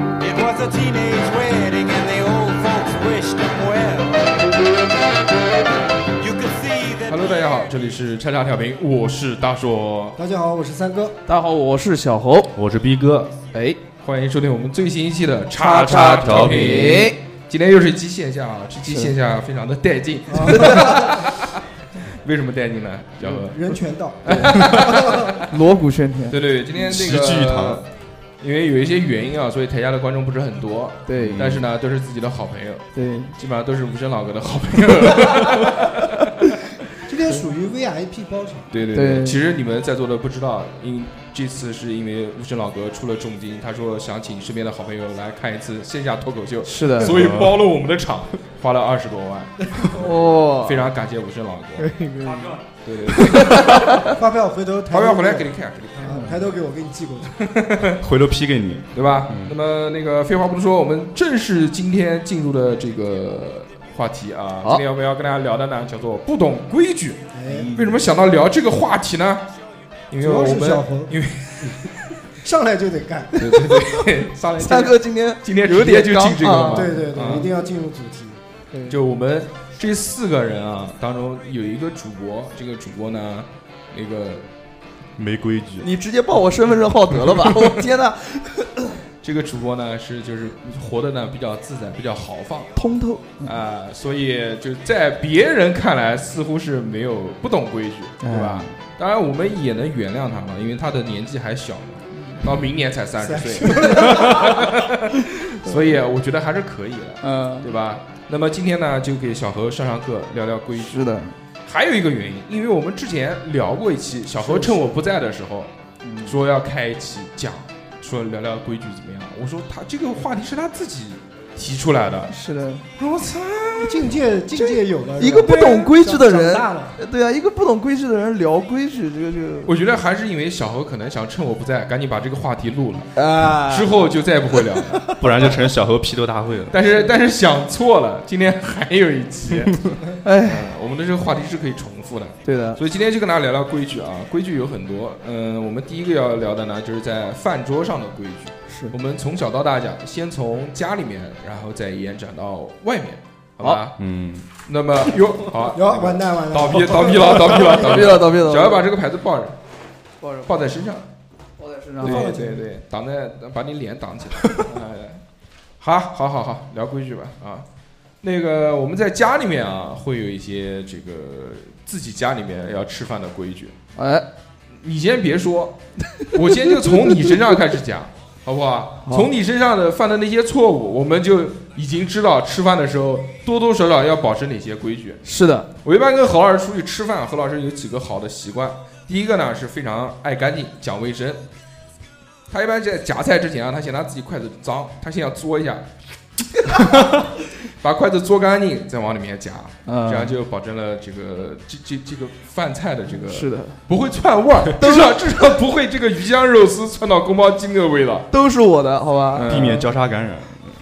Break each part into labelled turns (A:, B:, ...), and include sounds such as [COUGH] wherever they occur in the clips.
A: a teenage wedding and the old folks wished him well. You could see that.
B: Hello，大家好，这里是叉叉调频，我是大硕，
C: 大家好，我是三哥。
D: 大家好，我是小侯。
B: 我是逼哥，
D: 哎，
B: 欢迎收听我们最新一期的叉叉调频。今天又是一期线下啊，这期线下非常的带劲， [LAUGHS] 为什么带劲呢？小何，
C: 人
B: [LAUGHS]
C: 权道，
D: 锣鼓喧天。
B: 对对对，今天这
E: 齐聚一堂
B: 个，因为有一些原因啊，所以台下的观众不是很多，
D: 对
B: 但是呢，都是自己的好朋友，
D: 对，
B: 基本上都是无声老哥的好朋友。
C: 今天属于 VIP 包场，
B: 对对
D: 对
B: 其实你们在座的不知道，因这次是因为无声老哥出了重金，他说想请身边的好朋友来看一次线下脱口秀，
D: 是的。
B: 所以包了我们的场， [LAUGHS] 花了二十多万，
D: 哦，
B: 非常感谢无声老哥。对对对，
C: 发票回头抬
B: 发
C: 头
B: 票回来给
C: 给
B: 你看，给你看，
C: 啊，抬头给我，给你寄过去。
E: 回头批给你。
B: 对吧？那么那个废话不多说，我们正式今天进入的这个话题啊，
D: 好
B: 今天我们要跟大家聊的呢叫做不懂规矩。
C: 哎，
B: 为什么想到聊这个话题呢？因为
C: 主
B: 我
C: 要是
B: 们
C: 小红
B: 因为
C: 上来就得干，
B: 对对对，上来
D: 三哥今天
B: 今天
D: 有点
B: 直接就进这个
D: 刚
B: 了
D: 啊
B: 嘛，
C: 对对
B: 啊
C: 对，一定要进入主题。
D: 对
B: 就我们这四个人啊，当中有一个主播，这个主播呢，那个
E: 没规矩，
D: 你直接报我身份证号得
B: [LAUGHS]
D: 了吧？我天呐，
B: 这个主播呢是就是活的呢比较自在，比较豪放
D: 通透。
B: 啊、所以就在别人看来似乎是没有不懂规矩，对吧？当然我们也能原谅他嘛，因为他的年纪还小嘛，到明年才三十岁， [LAUGHS] 所以我觉得还是可以的，
D: 嗯，
B: 对吧？那么今天呢，就给小何上上课，聊聊规矩。
D: 是的，
B: 还有一个原因，因为我们之前聊过一期，小何趁我不在的时候说要开一期讲，说聊聊规矩怎么样。我说他这个话题是他自己提出来的，
D: 是的，
B: 我操，
C: 境界境界有了，
D: 一个
C: 是吧
D: 不懂规矩的
C: 长
D: 人，
C: 大了，
D: 对啊，一个不懂规矩的人聊规矩，这个就
B: 我觉得还是因为小何可能想趁我不在，赶紧把这个话题录了，
D: 啊
B: 之后就再也不会聊了。
E: 不然就成小猴批斗大会了。
B: 但是但是想错了，今天还有一期，
D: 哎，
B: 嗯我们的这个话题是可以重复的。
D: 对的，
B: 所以今天就跟大家聊聊规矩啊，规矩有很多。嗯，我们第一个要聊的呢，就是在饭桌上的规矩。
D: 是
B: 我们从小到大讲，先从家里面，然后再延展到外面，好吧？
E: 嗯，
B: 那么哟，好，
C: 哟，完蛋完蛋，
B: 倒闭，倒闭
D: [LAUGHS]
B: 了，倒闭了，
D: 倒
B: 倒
D: 闭
B: 闭
D: 了，倒闭了。
B: 只要把这个牌子抱着，
D: 抱着
B: 抱在身上，
D: 抱在身上，
B: 对对对，挡在把你脸挡起来。 [LAUGHS] 哎好，好，好，好，聊规矩吧啊。那个我们在家里面啊，会有一些这个自己家里面要吃饭的规矩。
D: 哎，
B: 你先别说，我先就从你身上开始讲， [LAUGHS] 好不好？
D: 好
B: 从你身上的犯的那些错误，我们就已经知道吃饭的时候多多少少要保持哪些规矩。
D: 是的，
B: 我一般跟何老师出去吃饭，何老师有几个好的习惯。第一个呢是非常爱干净、讲卫生。他一般在夹菜之前啊，他嫌他自己筷子脏，他先要嘬一
D: [LAUGHS]
B: 下，把筷子嘬干净，再往里面夹，
D: 嗯
B: 这样就保证了这个这这这个饭菜的这个
D: 是的，
B: 不会窜味
D: [LAUGHS]
B: 儿，至少至少不会这个鱼香肉丝窜到宫保鸡丁的味
D: [LAUGHS]
B: 道，
D: 都是我的，好吧？
B: 嗯
E: 避免交叉感染。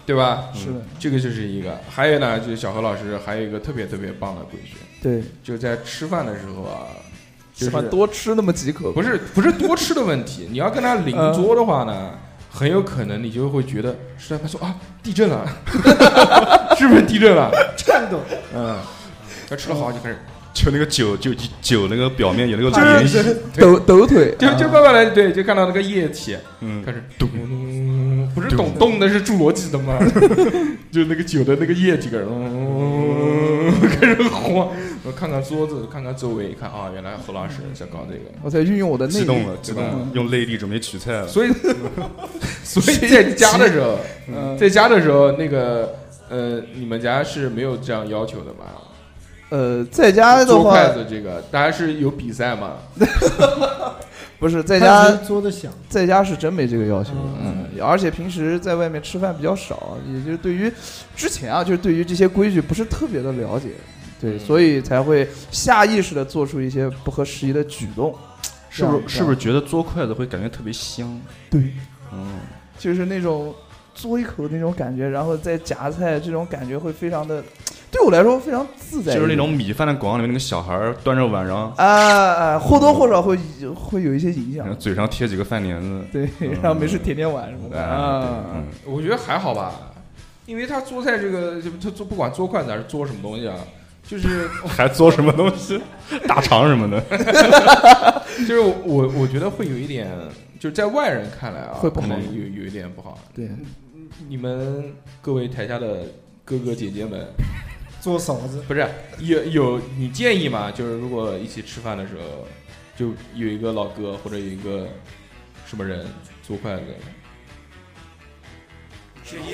B: 对吧？
D: 是的，
B: 这个就是一个，还有呢，就是小何老师还有一个特别特别棒的规矩，
D: 对，
B: 就在吃饭的时候啊，就
D: 喜欢
B: 是
D: 多吃那么几口。
B: 不是不是多吃的问
D: [LAUGHS]
B: 题，你要跟他邻桌的话呢，很有可能你就会觉得吃到他说啊地震
D: [LAUGHS]
B: 了， [LAUGHS] 是不是地震了？
C: [LAUGHS] 颤抖，
B: 嗯，要吃了好就开始，
E: 就那个酒，就酒那个表面有那个
C: 怕
E: 涟
C: 人 [LAUGHS]
E: 漪，
D: 抖抖腿，
B: 就就慢慢来，对，就看到那个液体，
E: 啊嗯
B: 开，始咚咚咚，不是咚咚的是侏罗纪
E: [LAUGHS]
B: 的吗？就那个酒的那个液体开始嗯开始晃，我看看桌子，看看周围，一看啊，原来何老师
E: 嗯
B: 在搞这个，
D: 我才运用我的内
E: 激动
D: 力。
E: 了，激动了，用内力准备取菜了。 [LAUGHS]
B: 所以所以在家的时候，
D: 嗯，
B: 在家的时候那个呃，你们家是没有这样要求的吧？
D: 呃，在家的
B: 做
D: 话
B: 筷子这个，大家是有比赛嘛？
D: 不是在家，
C: 桌子响，
D: 在家是真没这个要求。
B: 嗯
D: 嗯，而且平时在外面吃饭比较少，也就是对于之前啊，就是对于这些规矩不是特别的了解，对，
B: 嗯
D: 所以才会下意识的做出一些不合时宜的举动。
E: 是不
D: 这样
E: 是是不是觉得嘬筷子会感觉特别香？
D: 对，
E: 嗯，
D: 就是那种嘬一口那种感觉，然后再夹菜，这种感觉会非常的，对我来说非常自在一点，
E: 就是那种米饭的广告里面那个小孩儿端着碗，然后
D: 啊啊，或多或少会会有一些影
E: 然后
D: 响，
E: 嘴上贴几个饭帘子，
D: 对，然后没事舔舔碗什么的啊
E: 嗯，，
B: 我觉得还好吧，因为他做菜这个，就他做不管做筷子还是做什么东西啊，就是 [LAUGHS]
E: 还做什么东西， [LAUGHS] 大肠什么的，
B: 就是我我觉得会有一点，就是在外人看来啊，
D: 会不好
B: 可能有有一点不好。
D: 对，
B: 你们各位台下的哥哥姐姐们，
C: 做嫂子，
B: 不是 [LAUGHS] 有有你建议吗？就是如果一起吃饭的时候，就有一个老哥或者有一个什么人做筷子，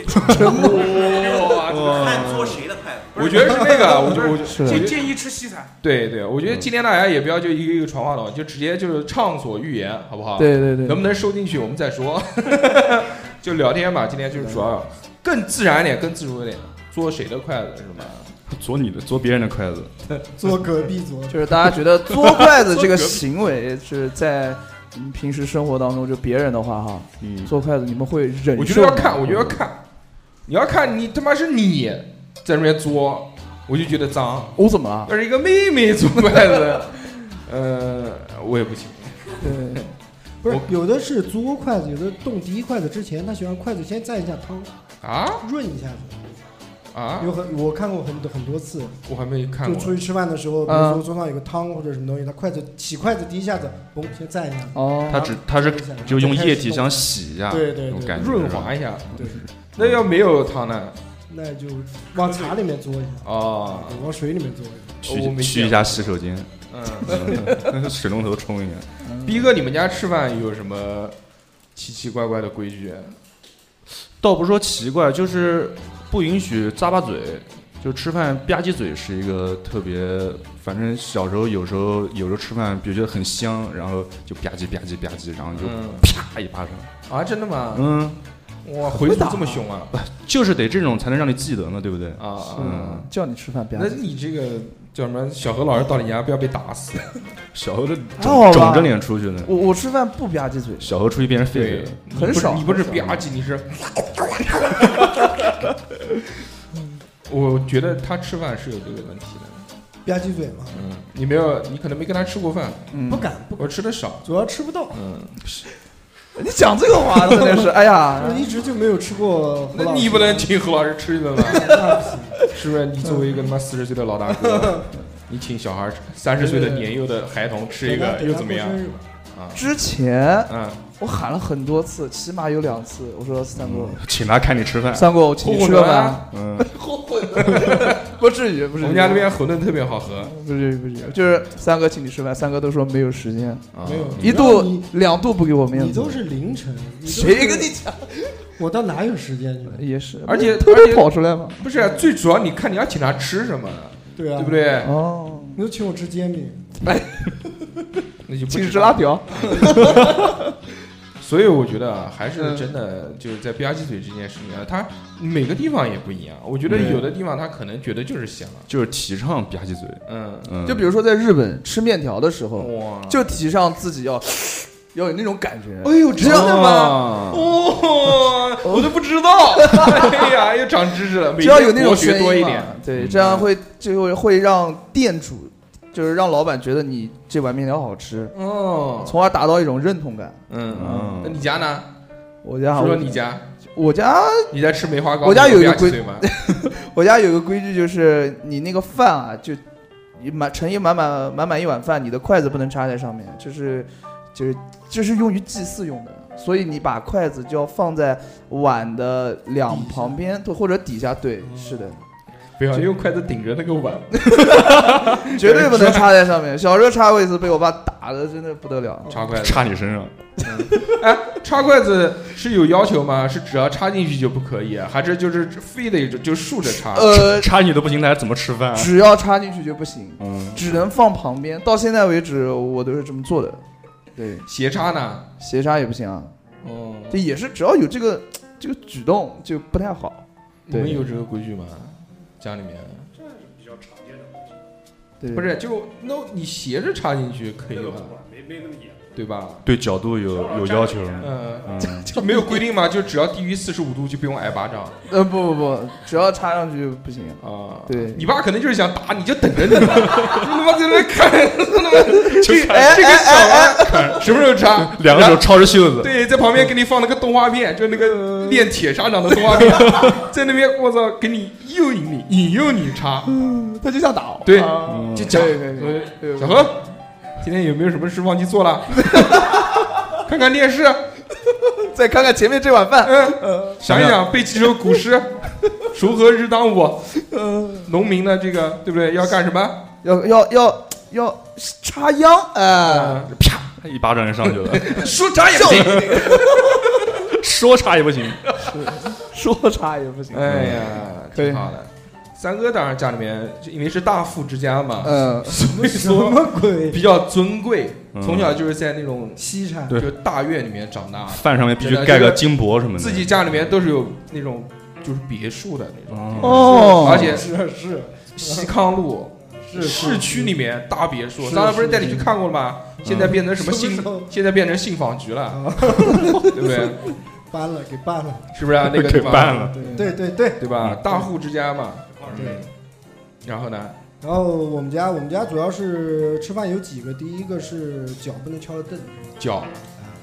F: 哇，这个看做谁的筷子。不
B: 我
F: 是
B: 觉得是那个，啊我觉我觉
D: 是
B: 我
F: 建
B: 觉得
F: 建议吃西餐，
B: 对对，
E: 嗯
B: 我觉得今天大家也不要就一个一个传话筒，就直接就是畅所欲言，好不好？
D: 对对对，
B: 能不能收进去我们再说， [LAUGHS] 就聊天吧。今天就是主要更自然一点，更自如一点，做谁的筷子是吗？
E: 啄你的，啄别人的筷子，
C: 做隔壁
B: [LAUGHS]
C: 桌，
D: 就是大家觉得嘬筷子这个行为是在嗯平时生活当中，就别人的话哈，
E: 嗯，
D: 嘬筷子你们会忍受吗？
B: 我觉得要看，我觉得要看，你要看你他妈是你在那边作，我就觉得脏。
D: 我怎么了？
B: 要是一个妹妹做筷子， [LAUGHS] 呃，我也不行。
D: 对，
C: 不是有的是嘬筷子，有的动第一筷子之前，他喜欢筷子先蘸一下汤，
B: 啊
C: 润一下子。
B: 啊，
C: 有很我看过很多很多次，
B: 我还没看
C: 就
B: 过
C: 出。去吃饭的时候，比如说桌上有个汤或者什么东西，他筷子起筷子第一下子，嘣，先蘸一下子，
D: 哦，
E: 他只他是
C: 蘸一下子
E: 就用
C: 再开
E: 液
C: 始
E: 体
C: 动
E: 想洗一下，
C: 对对
E: 那种
C: 对
E: 感觉
B: 润滑，一下，
C: 对，
B: 那要没有汤呢？
C: 那就往茶里面嘬一下，
B: 哦，
C: 对往水里面嘬一下。
E: 去
B: 我没
E: 去
B: 见
E: 一下洗手 [LAUGHS] 间，
B: 嗯，
E: 嗯水龙头冲一下。
B: 逼哥，你们家吃饭有什么奇奇怪怪的规矩？
E: [LAUGHS] 倒不是说奇怪，就是不允许咂巴嘴，就吃饭吧唧嘴是一个特别，反正小时候有时候有时候吃饭，比如觉得很香，然后就吧唧吧唧吧唧，然后就
B: 嗯
E: 啪一巴掌，
B: 啊，真的吗？
E: 嗯，
B: 哇，回族这么凶啊？
E: 就是得这种才能让你记得嘛，对不对？
B: 啊啊
E: 嗯！
D: 叫你吃饭不要
B: 那。你这个叫什么？小何老师到你家不要被打死。
E: 小何肿
D: 还好吧
E: 肿着脸出去的，
D: 我我吃饭不吧唧嘴，
E: 小何出去变成狒狒了。
B: 你
D: 很
B: 不是
D: 少
B: 你不是
D: 很
B: 吧唧，你是。我觉得他吃饭是有这个问题的。
C: 吧唧嘴嘛，
B: 嗯，你没有，你可能没跟他吃过饭。
D: 嗯
C: 不，敢，不
B: 我吃的少。
C: 主要吃不到，
B: 嗯，
D: 你讲这个话真的是， [LAUGHS] 哎呀
C: 我，一直就没有吃过胡
B: 那
C: 老
B: 你
C: 师
B: 不能请何老师吃一顿饭，
C: 那不行
B: 是不是？你作为一个他妈四十岁的老大哥，
D: 嗯
B: [LAUGHS] 你请小孩三十岁的年幼的孩童吃一
C: 给他
B: 个
C: 给
B: 又
C: 他
B: 怎么
C: 过
B: 样
C: 生？日
B: 啊，
D: 之前
B: 嗯，
D: 我喊了很多次，起码有两次，我说三哥，
B: 嗯
E: 请他看你吃饭，
D: 三哥，我请你吃个饭，
E: 嗯，
D: 不至于，不
B: 我
D: 至于。
B: 们家那边馄饨特别好喝。
D: 不至于，不至于，就是三哥请你吃饭，三哥都说没有时间，
B: 啊
C: 没有
D: 一
C: 让
D: 度
C: 你
D: 两度不给我面
C: 你
D: 子
C: 都，是凌晨，你都
D: 谁
C: 是
D: 跟你讲？
C: 我到哪有时间去？
D: 也是，
B: 而且
D: 偷
B: 而
D: 偷
B: 且
D: 跑出来嘛。
B: 不是，啊最主要你看你要请他吃什么，
C: 对啊，
D: 嗯
B: 对不？对？
D: 哦，
C: 你都请我吃煎饼，
B: 那就不
D: 请
B: 知
D: 吃
B: 道
D: 辣。条。
B: 所以我觉得啊，还是
D: 嗯
B: 真的就是在吧唧嘴这件事情啊，它每个地方也不一样。我觉得有的地方他可能觉得就是香，
E: 就是提倡吧唧嘴，
B: 嗯，
E: 嗯，
D: 就比如说在日本吃面条的时候，
B: 哇，
D: 就提倡自己要 [SNIFFS] 要有那种感觉。
B: 哎呦，真的吗？
E: 啊
B: 哦，我都不知道，哎呀，又长知识了，每
D: [LAUGHS] 只要有
B: 天
D: 那
B: 国
D: 种声
B: 学
D: 音
B: 多一
D: 嘛
B: 点。，
D: 对，
E: 嗯
D: 这样会就会会让店主，就是让老板觉得你这碗面条好吃，
B: 哦，
D: 从而达到一种认同感。
B: 嗯
E: 嗯，
B: 那你家呢？
D: 哦啊我家
B: 说说你家，
D: 我家
B: 你在吃梅花糕？
D: 我家有一啊个
B: 吧唧嘴
D: [LAUGHS]
B: 吗？
D: 我家有个规矩，就是你那个饭啊，就一满盛一满满满满一碗饭，你的筷子不能插在上面，就是就是就是用于祭祀用的，所以你把筷子就要放在碗的两旁边，对，或者底下，对，是的，
B: 不要用筷子顶着那个碗，
D: 绝对不能插在上面。小时候插过一次，被我爸打的真的不得了。
B: 插筷子。
E: 插你身上，
B: 插筷子是有要求吗？是只要插进去就不可以，啊还是就是非得就竖着插？
D: 呃，
E: 插你都不行，他还怎么吃饭啊？
D: 只要插进去就不行，
E: 嗯，
D: 只能放旁边。到现在为止，我都是这么做的。对，
B: 斜插呢？
D: 斜插也不行啊，
B: 哦，
D: 这也是只要有这个这个举动就不太好。
B: 你们有这个规矩吗？家里面
D: 对，
B: 不是就那你斜着插进去可以吧？
F: 啊没没那么严。
B: 对吧？
E: 对角度有有要求，
B: 嗯，
E: 嗯，
C: 叫
B: 没有规定吗？就只要低于四十五度就不用挨巴掌啊、
D: 呃，不不不，只要插上去不行。对
B: 你爸可能就是想打你，就等着你
D: [LAUGHS]
B: 吧，他妈在那看，他妈
E: [LAUGHS]
B: 这个
D: 哎
B: 这个
D: 哎
B: 小娃什么时候插？
E: 两个手抄着袖子，
B: 对，在旁边给你放了个动画片，就那个练铁砂掌的动画
D: [LAUGHS]
B: 片，在那边我操，给你诱引你，引诱你插。
D: 他就想打我。
B: 对
D: 啊
B: 就讲
D: 可以可以可以对
B: 小何，今天有没有什么事忘记做
D: [LAUGHS]
B: 了？看看电视，
D: 再看看前面这碗饭，
B: 嗯，想一想背几首古诗， [LAUGHS] 锄禾日当午，农民的这个对不对？要干什么？
D: 要要要要插秧，哎，
E: 啪一巴掌就上去了，
B: 啊 [LAUGHS] 说啥也不行。
E: 说插也不行。
D: 说插也不
B: [LAUGHS]
D: 行。
B: 哎呀，
D: 可以
B: 挺好的。三哥当然家里面就因为是大富之家嘛，
D: 嗯，
B: 所以
C: 什
B: 说
C: 么鬼？
B: 比较尊贵，
E: 嗯
B: 从小就是在那种
C: 西产
E: 对
B: 就是大院里面长大的，
E: 饭上面必须盖个金箔什么的。
B: 自己家里面都是有那种就是别墅的 [LAUGHS] 那种地方，
D: 哦
B: 而且
C: 是是
B: 西康路
C: 是
B: 市区里面大别墅，
C: 是
B: 当然不是带你去看过了吗？
E: 嗯
B: 现在变成什么
C: 什么时
B: 信？
C: 候
B: 现在变成信访局了，
C: 啊？
B: 对 [LAUGHS] 不对？
C: 搬了，给搬了。
B: 是不是啊？那个地
E: 给
B: 方
E: 办了，
C: 对对对，
B: 对吧？
E: 嗯
B: 大户之家嘛，
C: 对。
B: 然后呢？
C: 然后我们家我们家主要是吃饭有几个，第一个是脚不能敲着凳子，
B: 脚，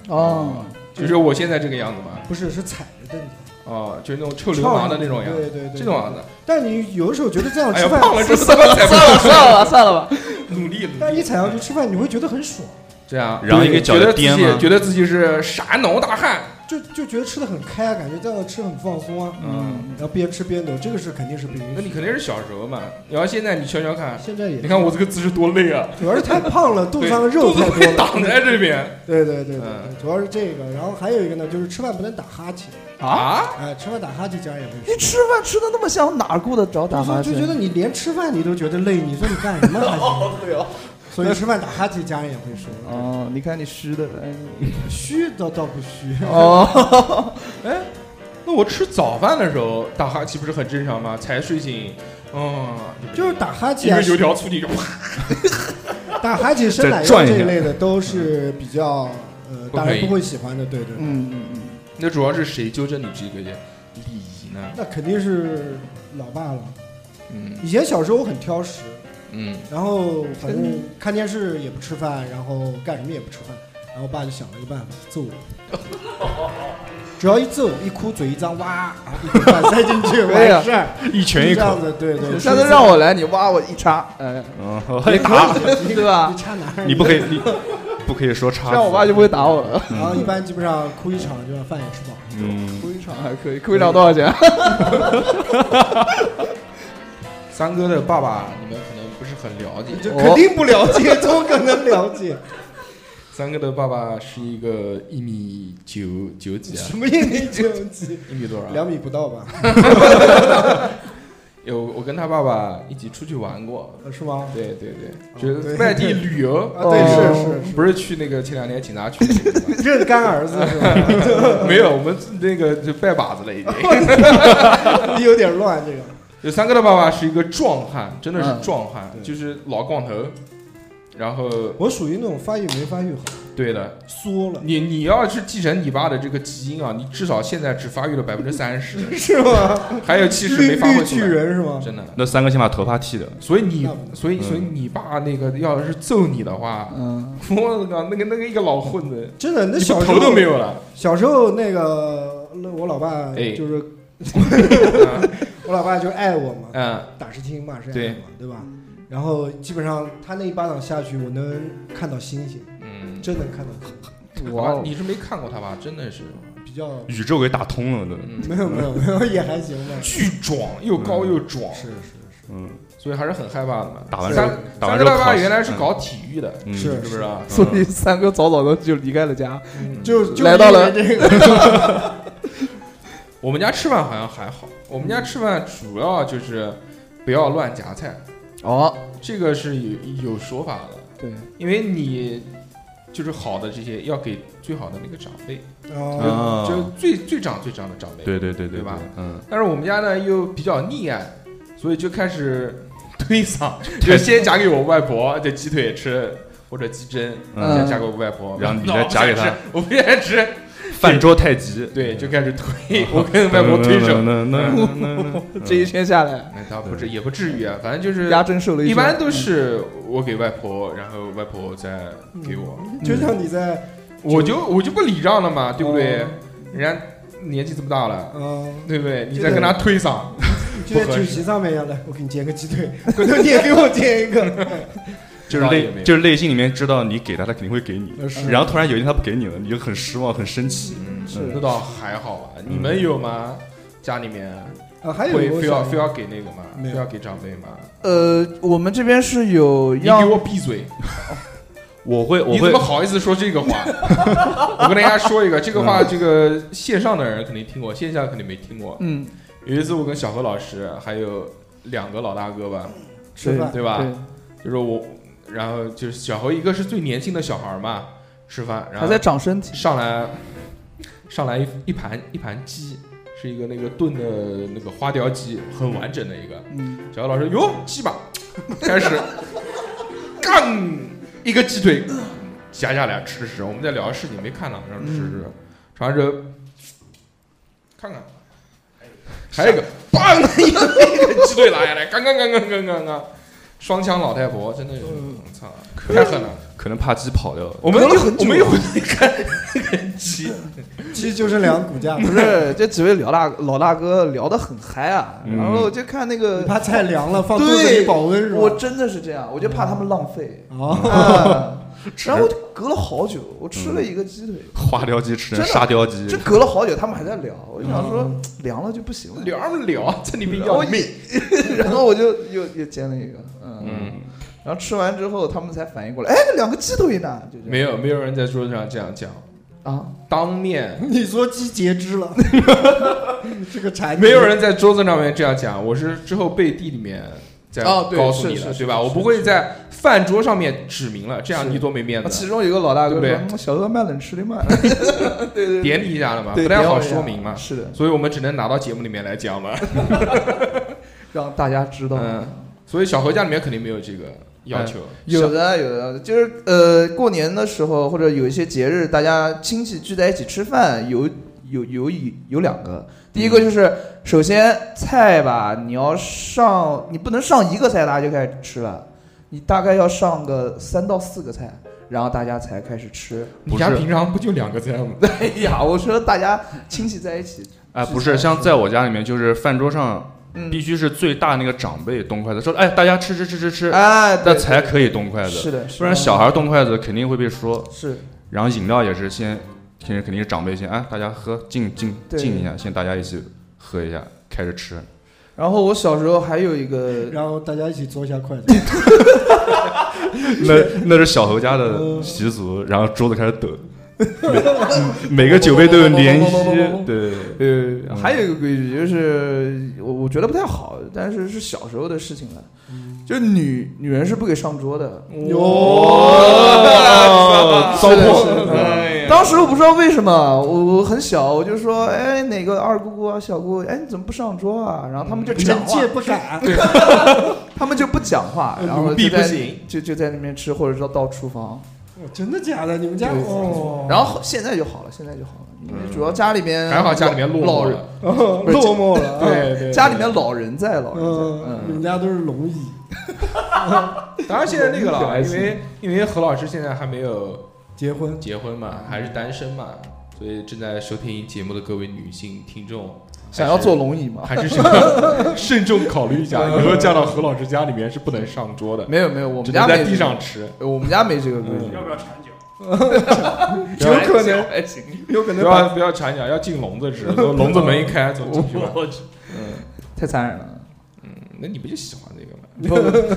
D: 哦，
B: 就是我现在这个样子嘛，
C: 不是是踩着凳子，
B: 哦，就是那种臭流氓的那种样子，
C: 对对对，
B: 这种样子。
C: 但你有的时候觉得这样
B: 哎呀，
C: 吃饭，
B: 胖了之后怎么才
C: [LAUGHS]
D: 算了算了吧，算了吧。 [LAUGHS]
B: 努力努
C: 但
B: 力
C: 你？踩上去吃饭，你会觉得很爽，
B: 这样，
E: 然后一个
B: 对
E: 脚
B: 觉得
E: 就
B: 自
E: 颠
B: 己
E: 吗
B: 觉得自己是山东大汉，
C: 就就觉得吃的很开啊，感觉这样吃很放松啊。
B: 嗯，
C: 然后边吃边走，这个是肯定是不允许的。
B: 那你肯定是小时候嘛。然后现在你瞧瞧看，
C: 现在也是，
B: 你看我这个姿势多累啊，
C: 主要是太胖了，肚子
B: [LAUGHS] 对
C: 上的肉
B: 肚子
C: 太
B: 会
C: 多
B: 挡
C: 了。
B: 在这边
C: 对对对对
B: 嗯
C: 对，主要是这个。然后还有一个呢，就是吃饭不能打哈欠，
B: 啊。
C: 哎，吃饭打哈欠家人也会
D: 你
C: 说。
D: 吃饭吃的那么香，哪顾得着打哈欠？
C: 就觉得你连吃饭你都觉得累，你说你干什么哈欠？所以吃饭打哈欠家人也会说。
D: 哦，你看你虚的，哎
C: 虚倒倒不虚，
D: [LAUGHS] 哦，
B: 哎，那我吃早饭的时候打哈欠不是很正常吗？才睡醒，嗯，
C: 就是打哈
B: 一
C: 欠啊
B: 根，油条醋你就啪
C: 打哈欠、伸懒
E: 再转
C: 腰
E: 一
C: 这一
E: 下
C: 类的都是比较呃，大
B: 不可
C: 人
B: 以
C: 不会喜欢的。对对，对
D: [LAUGHS] 嗯嗯嗯，
B: 那主要是谁纠正你这个礼仪呢？
C: 那肯定是老爸了。
B: 嗯
C: 以前小时候我很挑食，
B: 嗯，
C: 然后反正看电视也不吃饭，然后干什么也不吃饭，然后我爸就想了个办法揍我。只要一揍，一哭嘴一张，哇，然后一口饭塞进去，
D: 对呀
C: 完事儿，
E: 一
C: 就
E: 拳一
C: 这样
E: 口，
C: 子，对对。
D: 你下次让我来，你挖我一叉， [LAUGHS] 哎，
E: 嗯，
D: 也可
E: 打，
D: 以，对
C: [LAUGHS]
D: 吧
C: 你？插哪儿？
E: 你不可以，你不可以说
D: [LAUGHS] 这
E: 插。
D: 样我爸就不会打我了。
C: 然后一般基本上哭一场就让饭也吃饱。
E: 嗯，
D: 哭一场还可以，哭一场多少钱？
B: 三哥的爸爸你们可能不是很了解，
C: 这肯定不了解，怎么可能了解？
B: 哦三哥的爸爸是一个一米九九几啊，
C: 什么一米九几？
B: 一米多少啊？
C: 两米不到吧？
B: 有我跟他爸爸一起出去玩过，
C: 呃是吗？
B: 对对对，
C: 哦
B: 就是
C: 对
B: 外地旅游，
C: [LAUGHS] 啊，对，
D: 哦
C: 是是
B: 不是去那个前两天警察局那个地方。
C: 是，认干儿子是吧？
B: 没有，我们那个就拜把子了已经。
C: [LAUGHS] 有点乱这个。
B: 就三哥的爸爸是一个壮汉，真的是壮汉，
C: 嗯对
B: 就是老光头。然后，
C: 我属于那种发育没发育好，
B: 对的，
C: 缩
B: [LAUGHS]
C: 了，
B: 你你要是继承你爸的这个基因啊，你至少现在只发育了百分之三
C: [LAUGHS]
B: 十，
C: 是吗？
B: 还有七十
C: 绿
B: 没发
C: 绿
B: 挥出
C: 巨
B: 来，
C: 人是吗？
B: 真的。
E: 那三哥先把头发剃了，
B: 所以你
C: 那不，
B: 所以所以
E: 嗯
B: 你爸那个要是揍你的话，
D: 嗯，
B: 我靠，那个那个一个老混子，
C: 真的，那
B: 一
C: 小时
B: 头
C: 候
B: 都没。有
C: [LAUGHS]
B: 了。
C: 小时候那个，那我老爸
B: 哎
C: 就是
B: 嗯
C: 我老爸就爱我嘛，
B: 嗯，
C: 打是亲，骂是爱
B: 对
C: 嘛，对吧？然后基本上他那一巴掌下去，我能看到星星，
B: 嗯，
C: 真能看到，
D: 哇
B: 哇，
D: 哦
B: 你是没看过他吧？真的是，
C: 比较
E: 宇宙给打通了都。
B: 嗯，
C: 没有没有没有也还行
B: [LAUGHS]
C: 吧。
B: 巨壮，又高又壮，
C: 嗯是是
E: 嗯，
B: 所以还是很害怕的嘛。
E: 打完之后
B: 三，
E: 打完
B: 三
E: 之
B: 个
E: 后
B: 大
E: 考
B: 爸
E: 试
B: 原来是
E: 嗯
B: 搞体育的，
E: 嗯
C: 是
B: 是不是啊？
D: [LAUGHS] 所以三哥早早的就离开了家。
B: 嗯
C: 就就
D: 来到了
C: 因为这个，
B: [LAUGHS] 我们家吃饭好像还好，我们家吃饭主要就是不要乱夹菜，
D: 哦，
B: 这个是有有说法的，
D: 对，
B: 因为你就是好的这些要给最好的那个长辈，
C: 哦
E: 啊
B: 就就是最最长最长的长辈。
E: 对对对
B: 对吧？
E: 嗯，
B: 但是我们家呢又比较溺爱，所以就开始推
E: [LAUGHS]
B: 搡，就先夹给我外婆这鸡腿吃，或者鸡胗，
E: 嗯
B: 先夹给我外婆，
E: 然后你
B: [LAUGHS] 那我
E: 再
B: 不
E: 夹给
B: 想
E: 她
B: 吃，我不愿意吃，
E: 饭桌太极，嗯
B: 对，就开始推，
E: [LAUGHS]
B: 我跟外婆推手，
E: 那那那
B: [LAUGHS]
D: 这一圈下
E: 嗯
D: 来，
B: 那倒不至也不至于啊，反正嗯就是
D: 压针受了
B: 一
D: 一圈
B: 般
C: 嗯
B: 都是我给外婆，然后外婆再给我，
C: 就像你在，
B: 我就我就不礼让了嘛，对不对
C: 嗯哦？
B: 人家年纪这么大了，
C: 嗯，
B: 对不对？你再跟他推搡，
C: 就在呃
B: 不合
C: 酒
B: 适
C: 席上面一样的，我给你煎个鸡腿，回头你也给我煎一个，
E: 就是
B: 那也没
E: 内
B: 有
E: 就是内心里面知道你给他，他肯定会给你
C: 呃是，
E: 然后突然有一天他不给你了，你就很失望，很生气。
B: 嗯，
C: 是
B: 那倒还好吧。你们有吗？家里面
C: 啊，嗯还有一
B: 会
C: 个我
B: 非要
C: 想
B: 非要给那个吗？非
C: 没有
B: 要给长辈吗？
D: 呃，我们这边是有
B: 你给
D: 让
B: 我闭嘴！
E: 我会我
B: 你怎
E: 会
B: 么好意思说这个
C: [LAUGHS]
B: 话？我跟大家说一个，这个
C: 嗯
B: 话这个线上的人肯定听过，线下肯定没听过。
D: 嗯，
B: 有一次我跟小何老师还有两个老大哥吧，
C: 吃
D: 对
C: 饭，
B: 对吧？就是我，然后就是小何一个是最年轻的小孩嘛，吃饭，然
D: 还
B: 后
D: 在长
B: [LAUGHS]
D: 身体，
B: 上来上来一一盘一盘鸡，是一个那个炖的那个花雕鸡，很完整的一个。
D: 嗯，
B: 小何老师哟鸡吧，开始杠一个鸡腿夹下来吃吃，我们在聊事情没看到，然后吃吃，吃完之后看看，还有一个棒 [LAUGHS] 一个一个鸡腿拿下来，杠杠杠杠杠杠杠，双枪老太婆真的是，我操，太狠了。
E: 可能怕鸡跑掉了。
B: 我们
D: 可能
B: 一会
D: 很久
B: 我们一会儿看鸡，
C: 其实就是两
B: [LAUGHS]
C: 骨架，
D: 不是，这几位老大老大哥聊得很嗨啊，
E: 嗯
D: 然后就看那个
C: 你，怕菜凉了放肚子
D: 对，
C: 里保温是吧？
D: 我真的是这样，我就怕他们浪费。
B: 嗯
C: 哦， [LAUGHS]
D: 啊，
B: [LAUGHS]
D: 然后我就隔了好久，我吃了一个鸡腿，
E: [LAUGHS] 花雕鸡吃成
D: 真的
E: 沙雕鸡，
D: 这隔了好久，他们还在聊，我就想
B: 嗯
D: 说凉了就不行了，
B: 聊什么聊？这里面要
D: 我
B: 命。
D: [LAUGHS] 然后我就又又煎了一个，嗯，
B: 嗯，
D: 然后吃完之后他们才反应过来，哎，那两个鸡腿呢？就这样
B: 没有没有人在桌子上这样讲，
D: 啊，
B: 当面
C: 你说鸡截肢了， [LAUGHS] 这个产品
B: 没有人在桌子上面这样讲，我是之后背地里面再
D: 哦对
B: 告诉你
D: 是
B: 的，
D: 是
B: 对吧？
D: 是
B: 我不会在饭桌上面指明了，这样你多没面
D: 其
B: 子。
D: 中有个老大哥说
B: 对不对
D: 嗯：“小哥卖冷吃的
B: [LAUGHS]
D: 嘛，对对对，
B: 点你一下了嘛，
D: 对
B: 不太
D: 点
B: 好
D: 我一下
B: 说明嘛，
D: 是的，
B: 所以我们只能拿到节目里面来讲 [LAUGHS] 嘛。
D: 让大家知道。”
B: 嗯，所以小何家里面肯定没有这个要求，
D: 有的有的，就是呃，过年的时候或者有一些节日，大家亲戚聚在一起吃饭，有有有有有两个，第一个就是首先菜吧，你要上，你不能上一个菜大家就开始吃了，你大概要上个三到四个菜，然后大家才开始吃。
B: 你家平常不就两个菜吗？
D: [LAUGHS] 哎呀，我说大家亲戚在一起，
E: 哎，不是，像在我家里面，就是饭桌上
D: 嗯，
E: 必须是最大那个长辈动筷子，说哎，大家吃吃吃吃吃，
D: 哎，
E: 那
D: 对
E: 才可以动筷子，
D: 是的，
E: 不然
D: 是的
E: 小孩动筷子肯定会被说。
D: 是
E: 然后饮料也是先，肯定肯定是长辈先，哎，大家喝，敬敬
D: 对
E: 敬一下，先大家一起喝一下，开始吃。
D: 然后我小时候还有一
C: [LAUGHS]
D: 个，
C: 然后大家一起嘬一下筷子，
B: [LAUGHS]
E: 那那是小侯家的
C: 嗯
E: 习俗，然后桌子开始抖，每每个酒杯都有涟漪，对，
D: 呃，还有一个规矩就是，我我觉得不太好，但是是小时候的事情了，就是女女人是不给上桌的。
E: 哦
D: 糟粕
C: 是的是
B: 哎
C: 的
D: 当
B: 嗯
D: 时我不知道为什么，我我很小，我就说，哎，哪个二姑姑啊、小姑，哎，你怎么不上桌啊？然后他们就讲
C: 惩
D: 话
C: 戒，不敢，
D: 他们就不讲话，然后
B: 奴婢
D: 就
B: 不
D: 在
B: 行，
D: 就就在那边吃，或者说到厨房。
C: 哦真的假的？你们家
D: 对
C: 哦，
D: 然后现在就好了，现在就好了，因为主要家里面
B: 还好家里面落
D: 老
B: 寞
D: 人，
B: 了，
C: 哦
D: 不是
C: 落寞了，
B: [LAUGHS]
C: 啊
B: 对对，
D: 家里面老人在，老人在，
C: 嗯，你们
D: 嗯，
C: 家都是龙椅，
B: 当然现在那个 [LAUGHS] 了，
D: 还
B: 因
D: 行
B: 为因为何老师现在还没有
C: 结婚
B: 结婚嘛，还是单身嘛，所以正在收听节目的各位女性听众，
D: 想要坐龙椅
C: 啊
D: 嘛？
B: 还是慎重 [LAUGHS] 慎重考虑一
C: [LAUGHS]
B: 下，以后嫁到何老师家里面是不能上桌的，
D: 没有没有，我
B: 只
D: 们
B: 能
D: 家
B: 在
D: 没
B: 地
D: 这个
B: 上吃。
D: 我们家没这个规矩，
F: 要不要缠脚？
C: 有可能
D: 还行，
C: 有可
B: 不
C: 能把
B: 要不要馋啊讲，要进笼子吃，
C: [LAUGHS]
B: 笼子门一开走进去吧。嗯
D: 太残忍了。
B: 那你不就喜欢这个吗？
C: [LAUGHS]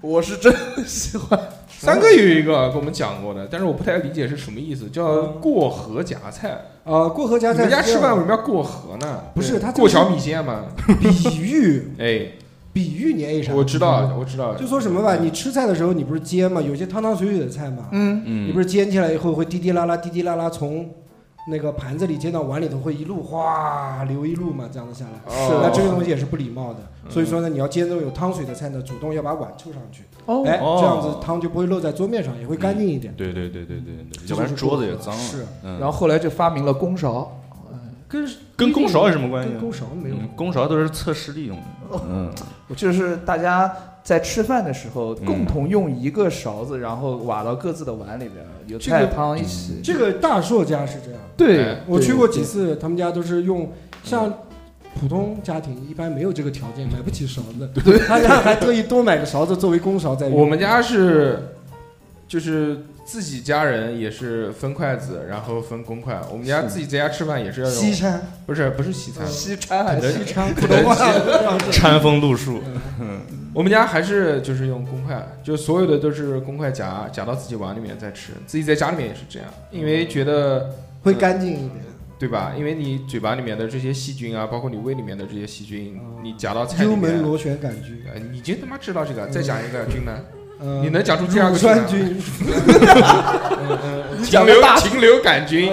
D: 我是真的喜欢，
B: 三哥有一
C: 啊
B: 个跟我们讲过的，但是我不太理解是什么意思，叫过河夹菜。
C: 啊，过河夹
B: 你
C: 菜
B: 们
C: 是这
B: 家
C: 样的，
B: 吃饭为什么要过河呢？
C: 不是
B: 对
C: 他这
B: 过
C: 个是
B: 小米线嘛？
C: 比喻，
B: 哎，
C: 比喻你 A 啥？
B: 我知道，我知道，
C: 嗯就说什么吧，你吃菜的时候你不是煎嘛，有些汤汤水水的菜嘛，
D: 嗯，
E: 嗯
C: 你不是煎起来以后会滴滴啦啦滴滴啦啦从那个盘子里接到碗里头会一路哗流一路嘛，这样子下来。
D: 是
E: 哦
C: 那
D: 的
C: 这个东西也是不礼貌的，
E: 嗯
C: 所以说呢，你要接那种有汤水的菜呢，主动要把碗凑上去，
D: 哦
C: 哎，
E: 哦
C: 这样子汤就不会漏在桌面上，也会干净一点。
E: 对对对对对对，
C: 这
E: 嗯要
C: 就
E: 不
C: 是
E: 然桌子也脏了。
C: 是，
E: 嗯，
D: 然后后来就发明了公勺，
E: 跟跟公勺有什么关系
C: 跟
E: 啊？
C: 公勺没有。
E: 嗯，公勺都是测视力用的。嗯，
D: 就是大家在吃饭的时候
E: 嗯
D: 共同用一个勺子，然后挖到各自的碗里边，有
C: 这个
D: 菜汤一起。
C: 这个大硕家是这样，
D: 对
B: 哎，
C: 我
D: 对
C: 去过几，次，他们家都是用像。普通家庭一般没有这个条件，买不起勺子。他家还特意多买个勺子作为公勺
E: [LAUGHS]
C: 在用。
B: 我们家是，就是自己家人也是分筷子，然后分公筷。我们家自己在家吃饭也是要
C: 西
B: 用，
C: 餐，嗯
B: 不是不是西餐
D: 对，西餐还
B: 肯德
D: 是
B: 基
C: 西餐，普通话。
E: 餐风露宿。
B: 我们家还是就是用公筷，就所有的都是公筷夹夹到自己碗里面再吃。自己在家里面也是这样，因
C: 哦
B: 为觉得
C: 会干净一
B: [LAUGHS]
C: 点。
B: 对吧？因为你嘴巴里面的这些细菌啊，包括你胃里面的这些细菌
C: 哦，
B: 你夹到菜里
C: 幽门
B: 面，
C: 螺旋杆菌，
B: 呃你就他妈知道这个。再讲一个菌呢，
C: 嗯
B: 你能讲出第二
C: 乳
B: 个菌来
C: 酸
B: 吗？
C: 菌，
B: [LAUGHS] 禽流禽流杆
C: [LAUGHS]
B: 菌，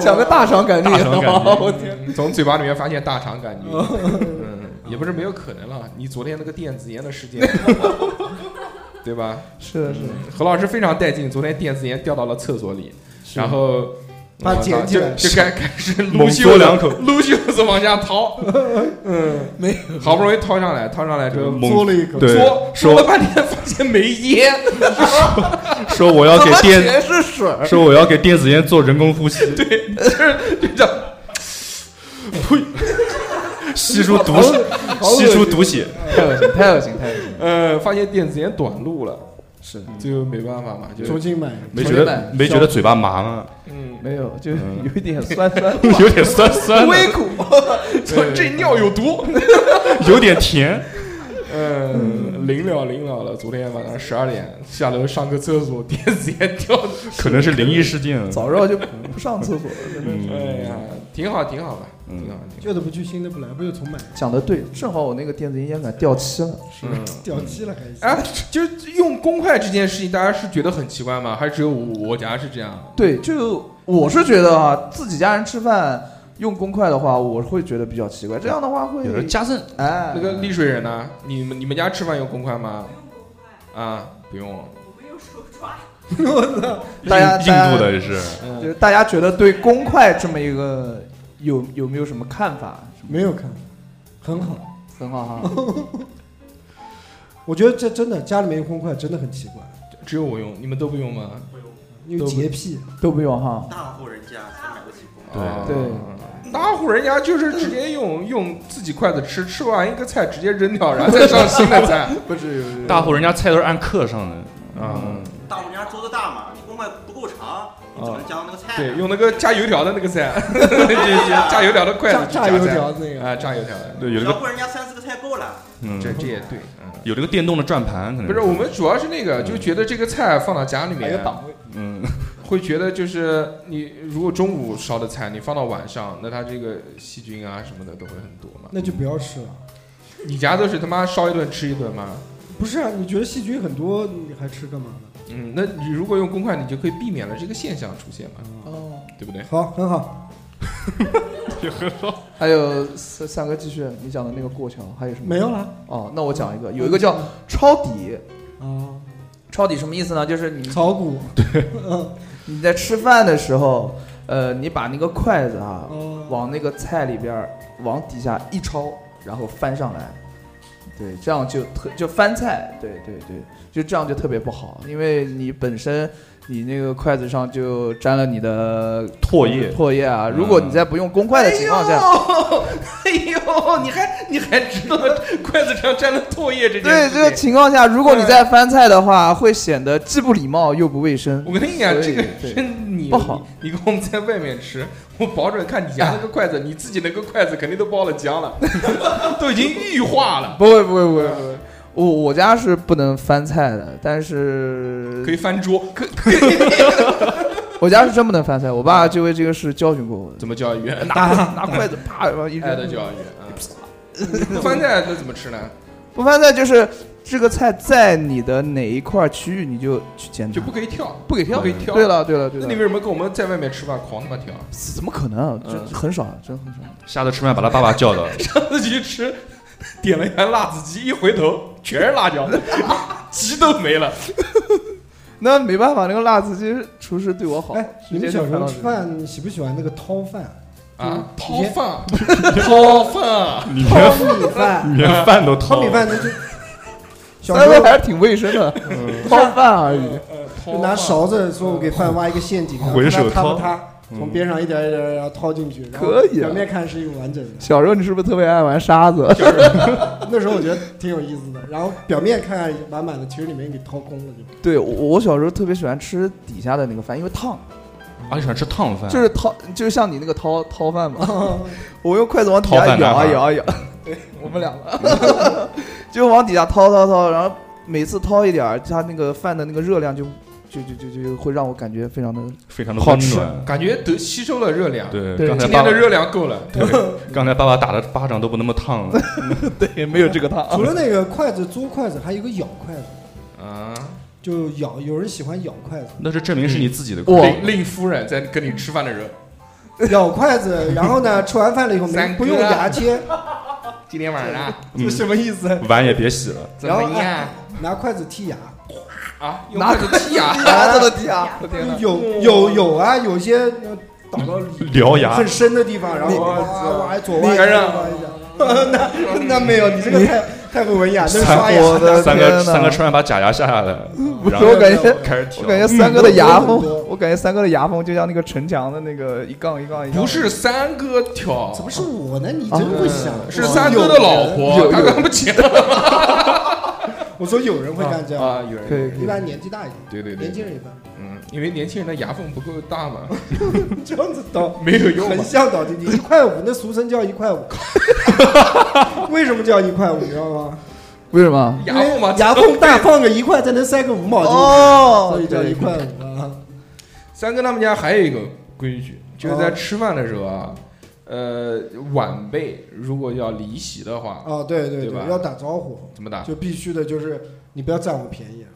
D: 讲个大肠杆菌
E: 大
B: [LAUGHS]
E: 肠杆菌
D: 好我天
B: 嗯从嘴巴里面发现大肠杆
C: 哦
B: 菌，嗯，也不是没有可能了。你昨天那个电子烟的事件，对吧？
D: 是
B: 嗯
D: 的，是的，
B: 何老师非常带劲，昨天电子烟掉到了厕所里，然后
C: 把它
B: 我操
C: 捡起来
B: 就就开开始撸
E: 猛
B: 袖
E: 嘬
B: 子
E: 两口，
B: 撸袖子往下掏，嗯，
D: 没
B: 好不容易掏上来，掏上来之后。
E: 猛
C: 嘬了一口，
E: 对
B: 嘬嘬
E: 说
B: 了半天，发现没烟，
E: 说我要给 [LAUGHS]
D: 他妈
E: 电，
D: 全是水儿，
E: 说我要给电子烟做人工呼吸，
B: 就这样
E: 吸出毒血，吸出毒血。
D: 太恶心，太恶心，太恶心。
B: 呃，发现电子烟短路了，
C: 是
B: 就没办法嘛，就
C: 重新买。
E: 没
D: 同
E: 觉
D: 学
E: 得
D: 们
E: 没觉得嘴巴麻吗？，
B: 嗯，
D: 没有，就有一点酸酸
E: [LAUGHS] 有点酸酸的，
D: [LAUGHS] 微苦。
B: 这 [LAUGHS] 这尿有毒，
E: 有点甜。
B: 嗯，临了临了了，昨天晚上十二点下楼上个厕所，电子
E: [LAUGHS]
B: 烟掉了，
E: 可能是灵异事件。
D: 早知道就不上厕所了，真的。
B: 哎
E: 嗯，
B: 呀，挺好挺好吧，
E: 嗯
B: 挺好挺好。
C: 旧的不去，新的不来，不就重买？
D: 讲的对，正好我那个电子烟杆掉漆了。
B: 嗯，
C: 掉漆了还是？
B: 哎，就是用公筷这件事情，大家是觉得很奇怪吗？还是只有我我家是这样？
D: 对，就我是觉得啊，自己家人吃饭用公筷的话，我会觉得比较奇怪。这样的话会
E: 有人加赠，
D: 哎，
B: 那个丽水人呢？你们你们家吃饭用公筷吗？啊，不用。
E: 印
D: 大家
E: 印
D: 大家
E: 度的也是，
D: 就
B: 嗯，
D: 是大家觉得对公筷这么一个有有没有什么看法？
C: 没有看，很好。
D: 很好哈，
C: 我觉得这真的家里面用公筷真的很奇怪，
B: 只有我用，你们都不用吗？
C: 因为洁癖。
D: 都不用哈。
F: 大户人家才买得起公筷。
E: 对
B: 啊
D: 对
B: 大户人家就是直接用用自己筷子吃，吃完一个菜直接扔掉，然后再上新
E: [LAUGHS]
B: 的菜。
D: 不是
E: 大户人家菜都是按克上的。
B: 啊，
F: 大户人家桌子大嘛，你公筷不够长，你
E: 啊
F: 怎么夹到那个菜
B: 对，
F: 呢？
B: 用那个加油条的那个
C: [LAUGHS]
B: 菜，就是加油条的筷子
C: 炸
B: 去
C: 炸
B: 菜
C: 油条嗯那个，
B: 啊，炸油条的，
E: 对，有
F: 只
E: 那
F: 要
E: 个
F: 户人家三四个菜够了，
E: 嗯，
B: 这这也对，嗯。
E: 有这个电动的转盘，可能
B: 不是，我们主要是那个，就觉得这个菜放到家里
C: 嗯还有
B: 面，
C: 档位。
E: 嗯，
B: 会觉得就是你如果中午烧的菜，你放到晚上，那它这个细菌啊什么的都会很多嘛。
C: 那就不要吃了。
B: 你家都是他妈烧一顿吃一顿吗？
C: 不是啊，你觉得细菌很多，你还吃干嘛呢？
B: 嗯，那你如果用公筷，你就可以避免了这个现象出现嘛，
D: 哦，
B: 对不对？
C: 好，很好。
D: 还有三三哥继续，你讲的那个过桥还有什么？
C: 没有了。
D: 哦，那我讲一个，有一个叫抄底。
C: 啊，
D: 抄底什么意思呢？就是你
C: 炒股。嗯
D: 你在吃饭的时候，呃，你把那个筷子啊，
E: 嗯
C: 哦
D: 往那个菜里边儿往底下一抄，然后翻上来，对，这样就特就翻菜，对对对，就这样就特别不好，因为你本身你那个筷子上就沾了你的
E: 唾液嗯
D: 唾液啊，如果你在不用公筷的情况下，
B: 哎呦， [LAUGHS] 你还你还知道筷子上沾了唾液这
D: 对这个
B: 件事情？
D: 情况下，如果你在翻菜的话，会显得既不礼貌又不卫生。
B: 我跟你讲，
D: 所
B: 这
D: 以
B: 个
D: 对
B: 是你
D: 不好
B: 你你跟我们在外面吃，我保准看你家那个筷子，你自己那个筷子肯定都包了浆了， [LAUGHS] 都已经玉化了，
D: [LAUGHS] 不会不会不会不会，我我家是不能翻菜的，但是
B: 可以翻桌，可
D: 我家是真不能翻菜，我爸就为这个事教训过我，
B: 怎么
D: [LAUGHS]
B: 哎教育？
D: 拿拿筷子啪往一
B: 爱的
D: 扔。
B: 教育啊！不翻菜那怎么吃呢？
D: 不翻菜就是这个菜在你的哪一块区域，你就去捡它，
B: 就不可以跳，
D: 不给挑
B: 不可以挑。
D: 对，了对了对
B: 那你为什
D: 了，
B: 么跟我们在外面吃饭狂他妈跳？ [LAUGHS]
D: 怎么可能？这
B: 嗯
D: 很少，啊真很少。
E: 下次吃饭把他爸爸
D: [LAUGHS]
E: 叫到，
B: 自己吃，点了一盘辣子鸡，一回头全是辣椒， [LAUGHS] 鸡都没了。
D: 那没办法，那个辣子鸡厨师对我好。
C: 哎，你们
D: 直接就
C: 小时候
D: 看到
C: 吃饭喜不喜欢那个掏
E: [LAUGHS]
C: 饭、
B: 啊，
D: 嗯
B: [LAUGHS] 掏
C: 你先
B: 饭，掏
D: [LAUGHS]
B: 饭，
E: 里
C: 掏
E: 面
C: 米饭、
E: 里面饭都掏
C: 掏米
E: 了，
C: 饭？那就
D: 这
C: 小
D: 个，
C: 时
D: 三哥
C: 候嗯
D: 还是挺卫生的， [LAUGHS] 泡饭而已。
B: 呃，
C: 就
B: 掏
C: 拿
B: 饭
C: 勺子说：“我给饭挖一个陷阱，然后
E: 回手
C: 看
E: 掏嗯
C: 它塌不塌，从边上一点一点然后掏进去，然后
D: 可以啊
C: 表面看是一个完整的。”
D: 小时候你是不是特别爱玩沙子？ [LAUGHS]
C: 那时候我觉得挺有意思的，然后表面看看满满的，其实里面给掏空了就。
D: 对我，我小时候特别喜欢吃底下的那个饭，因为烫，
E: 而且啊喜欢吃烫饭，
D: 就是掏，就是像你那个掏掏饭嘛。 [LAUGHS]
C: 哦
D: 我用筷子往底下
E: 掏饭
D: 舀
E: 男
D: 啊
E: 孩
D: 舀啊舀， [LAUGHS] 对我们两个 [LAUGHS] 就往底下掏掏掏，然后每次掏一点儿，它那个饭的那个热量就就就就就会让我感觉非常的
E: 非常的
D: 好
E: 温
D: 吃
E: 暖。
B: 感觉得吸收了热量。
E: 对，
D: 对
E: 刚才
B: 今
E: 爸
B: 天
E: 爸
B: 的热量够了。
D: [LAUGHS]
E: 对，刚才爸爸打的巴掌都不那么烫了。
D: [LAUGHS] 对，没有这个 [LAUGHS] 汤。
C: 除了那个筷子租筷子，还有一个咬筷子，
B: 啊，
C: 就咬，有人喜欢咬筷子，
E: 那是证明是你自己的
D: 哇
E: 锅。
B: 令令夫人在跟你吃饭的时候，
C: 咬筷子，然后呢，吃完饭了以后没
B: 三哥
C: 不用
D: 啊
C: 牙签，
B: 今天晚上
C: 这
E: 嗯
C: 什么意思？
E: 碗也别洗了，
B: 怎
C: 然后哎
B: 么样
C: 拿筷子剔牙，
B: 啊？用
D: 拿
B: 筷子剔牙，
D: 牙都低 [LAUGHS] 啊！我天哪！
C: 有有有啊，有些呃倒到
E: 獠
D: [LAUGHS]
E: 牙
C: 很深的地方，然后
D: 你
C: 哇哇左
B: 你
C: 挖一下
B: 还让
C: 右挖一下， [LAUGHS] 那那没有，你这个太太会文雅，那是刷牙。
D: 我的
E: 三
D: 天
E: 个
D: 呐
E: 三个吃完把假牙下下来，然
D: 是
E: 后
D: 我感觉
E: 开始挑
D: 我。感觉三哥的牙
C: 嗯
D: 缝
C: 多很多，
D: 我感觉三哥的牙缝就像那个城墙的那个一杠一杠一杠。
B: [LAUGHS] 不是三哥挑，
C: 怎么是我呢？你真会想，
B: 啊是三哥的老
D: 有
B: 婆，
D: 有
B: 他跟他们讲
C: 我说有人会干这样，
B: 啊，有人
D: 可以可
C: 一
D: 以，
C: 般年纪大一点，
B: 对对对，
C: 年轻人一般 [LAUGHS]
B: 嗯，因为年轻人的牙缝不够大嘛， [LAUGHS]
C: 这样子倒
B: 没有用
C: [LAUGHS] 横
B: 嘛。
C: 向倒进去，一块五，那俗称叫
B: [LAUGHS]
C: 一块五。为什么叫一块五？你知道吗？
D: 为什么？
B: 牙缝嘛，
C: 牙缝大放个一块，才能塞个五毛进去，
D: 哦
C: 所以叫一
D: 对，
C: 块五啊。
B: 三哥他们家还有一个规矩，就是在吃饭的时候啊，呃，晚辈如果要离席的话，
C: [LAUGHS] 哦，对对
B: 对吧
C: 要打招呼，
B: 怎么打？
C: 就必须的，就是你不要占我便宜。啊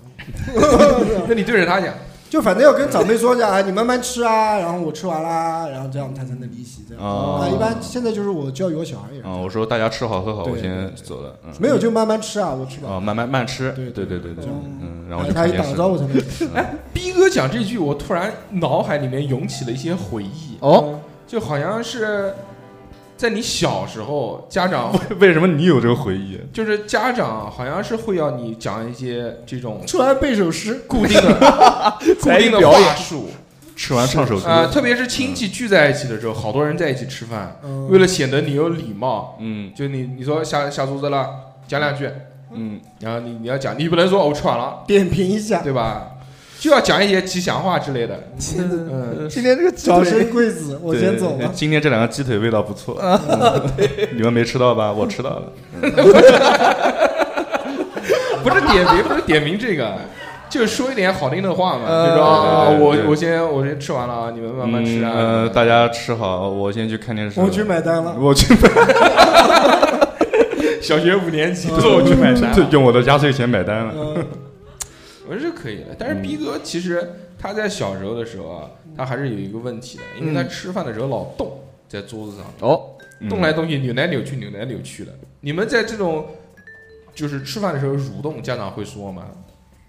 B: 那你对着他讲，
C: 就反正要跟长辈说一下，哎，你慢慢吃啊，然后我吃完啦，然后这样他才能离席。这样
E: 哦
C: 啊，一般现在就是我教育我小孩也是，
E: 嗯，我说大家吃好喝好，
C: 对
E: 我先走了。嗯，
C: 没有就慢慢吃啊，我吃饱
E: 啊，慢慢慢吃。
C: 对
E: 对对对对，嗯，然后
C: 哎
E: 就
C: 他
E: 看
C: 一
E: 电
C: 打
E: 视
C: 个。招呼才能吃。
B: 逼哥讲这句，我突然脑海里面涌起了一些回忆，
D: 哦，
B: 就好像是在你小时候，家长 [LAUGHS]
E: [LAUGHS] 为什么你有这个回忆？
B: 就是家长好像是会要你讲一些这
D: [LAUGHS]
B: 种
C: 出来背首诗，
B: 固定的固
D: 才艺
B: 定的
D: 表演
B: 话术
E: 吃完唱首
B: 啊、
E: 歌。
B: 特别是亲戚聚在一起的时候，好多人在一起吃饭，
C: [LAUGHS] 嗯
B: 为了显得你有礼貌，
E: 嗯
B: 就你你说下下桌子了，讲两句，
E: 嗯，
B: 然后你你要讲，你不能说哦我吃完了，
C: [LAUGHS] 点评一下，
B: 对吧？就要讲一些吉祥话之类的。嗯，
D: 今天这个鸡
C: 小
D: 腿
C: 生贵子，我
E: 对
C: 先走了。啊
E: 今天这两个鸡腿味道不错，嗯你们没吃到吧？我吃到 [LAUGHS] 了。
B: 不是点名，不是点名这个， [LAUGHS] 就是说一点好听的话嘛，
D: 呃
B: 就说啊，
E: 对对对对
B: 我我先我先吃完了啊，你们慢慢吃
E: 嗯呃，
B: 啊。
E: 大家吃好，我先去看电视。
C: 我去，买单了，
E: 我去买，
B: 小学五年级，我去买单。
E: 用我的压岁钱买单了。
C: 嗯，
B: 我觉得是可以的，但是
E: 嗯
B: 逼哥其实他在小时候的时候啊，他还是有一个问题的，因为他吃饭的时候老动在桌子上，
D: 哦，
E: 嗯
B: 动来动去，扭来扭去，扭来扭去的。你们在这种就是吃饭的时候蠕动，家长会说吗？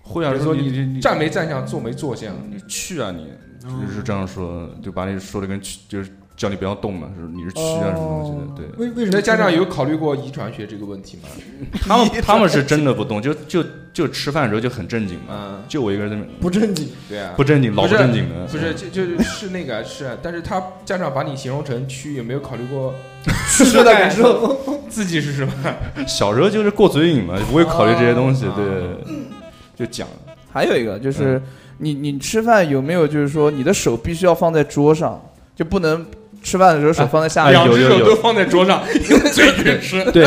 E: 会啊，
B: 比如
E: 说
B: 说
E: 你你
B: 站没站相，坐没坐相，
E: 你去啊你，
C: 嗯
E: 就是这样说，就把你说的跟去，就是叫你不要动嘛，就是你是去啊什么东西的，对。
C: 为为
B: 你
C: 什么
B: 的家长有考虑过遗传学这个问题吗？
E: 他 [LAUGHS] 们他们是真的不动，就就就吃饭的时候就很正经嘛，
B: 嗯，
E: 就我一个人在那边
C: 不正经？
B: 对啊，
E: 不正经，老
B: 不是
E: 正经的，嗯
B: 不是，就就是是那个 [LAUGHS] 是啊，但是他家长把你形容成蛆，有没有考虑
C: [LAUGHS]
B: 过
C: 吃的感受，
B: [LAUGHS] 自己是什么？
E: 嗯小时候就是过嘴瘾嘛，就不会考虑这些东西
B: 啊，
E: 对，就讲
D: 还有一个
E: 嗯
D: 就是你你吃饭有没有就是说你的手必须要放在桌上，就不能吃饭的时候手放在下
E: 哎
D: 面，
E: 有
B: [LAUGHS] 两只
E: 有
B: 手
E: 有
B: 都放在桌
C: [LAUGHS]
B: 上，用嘴去吃。
E: [LAUGHS] 对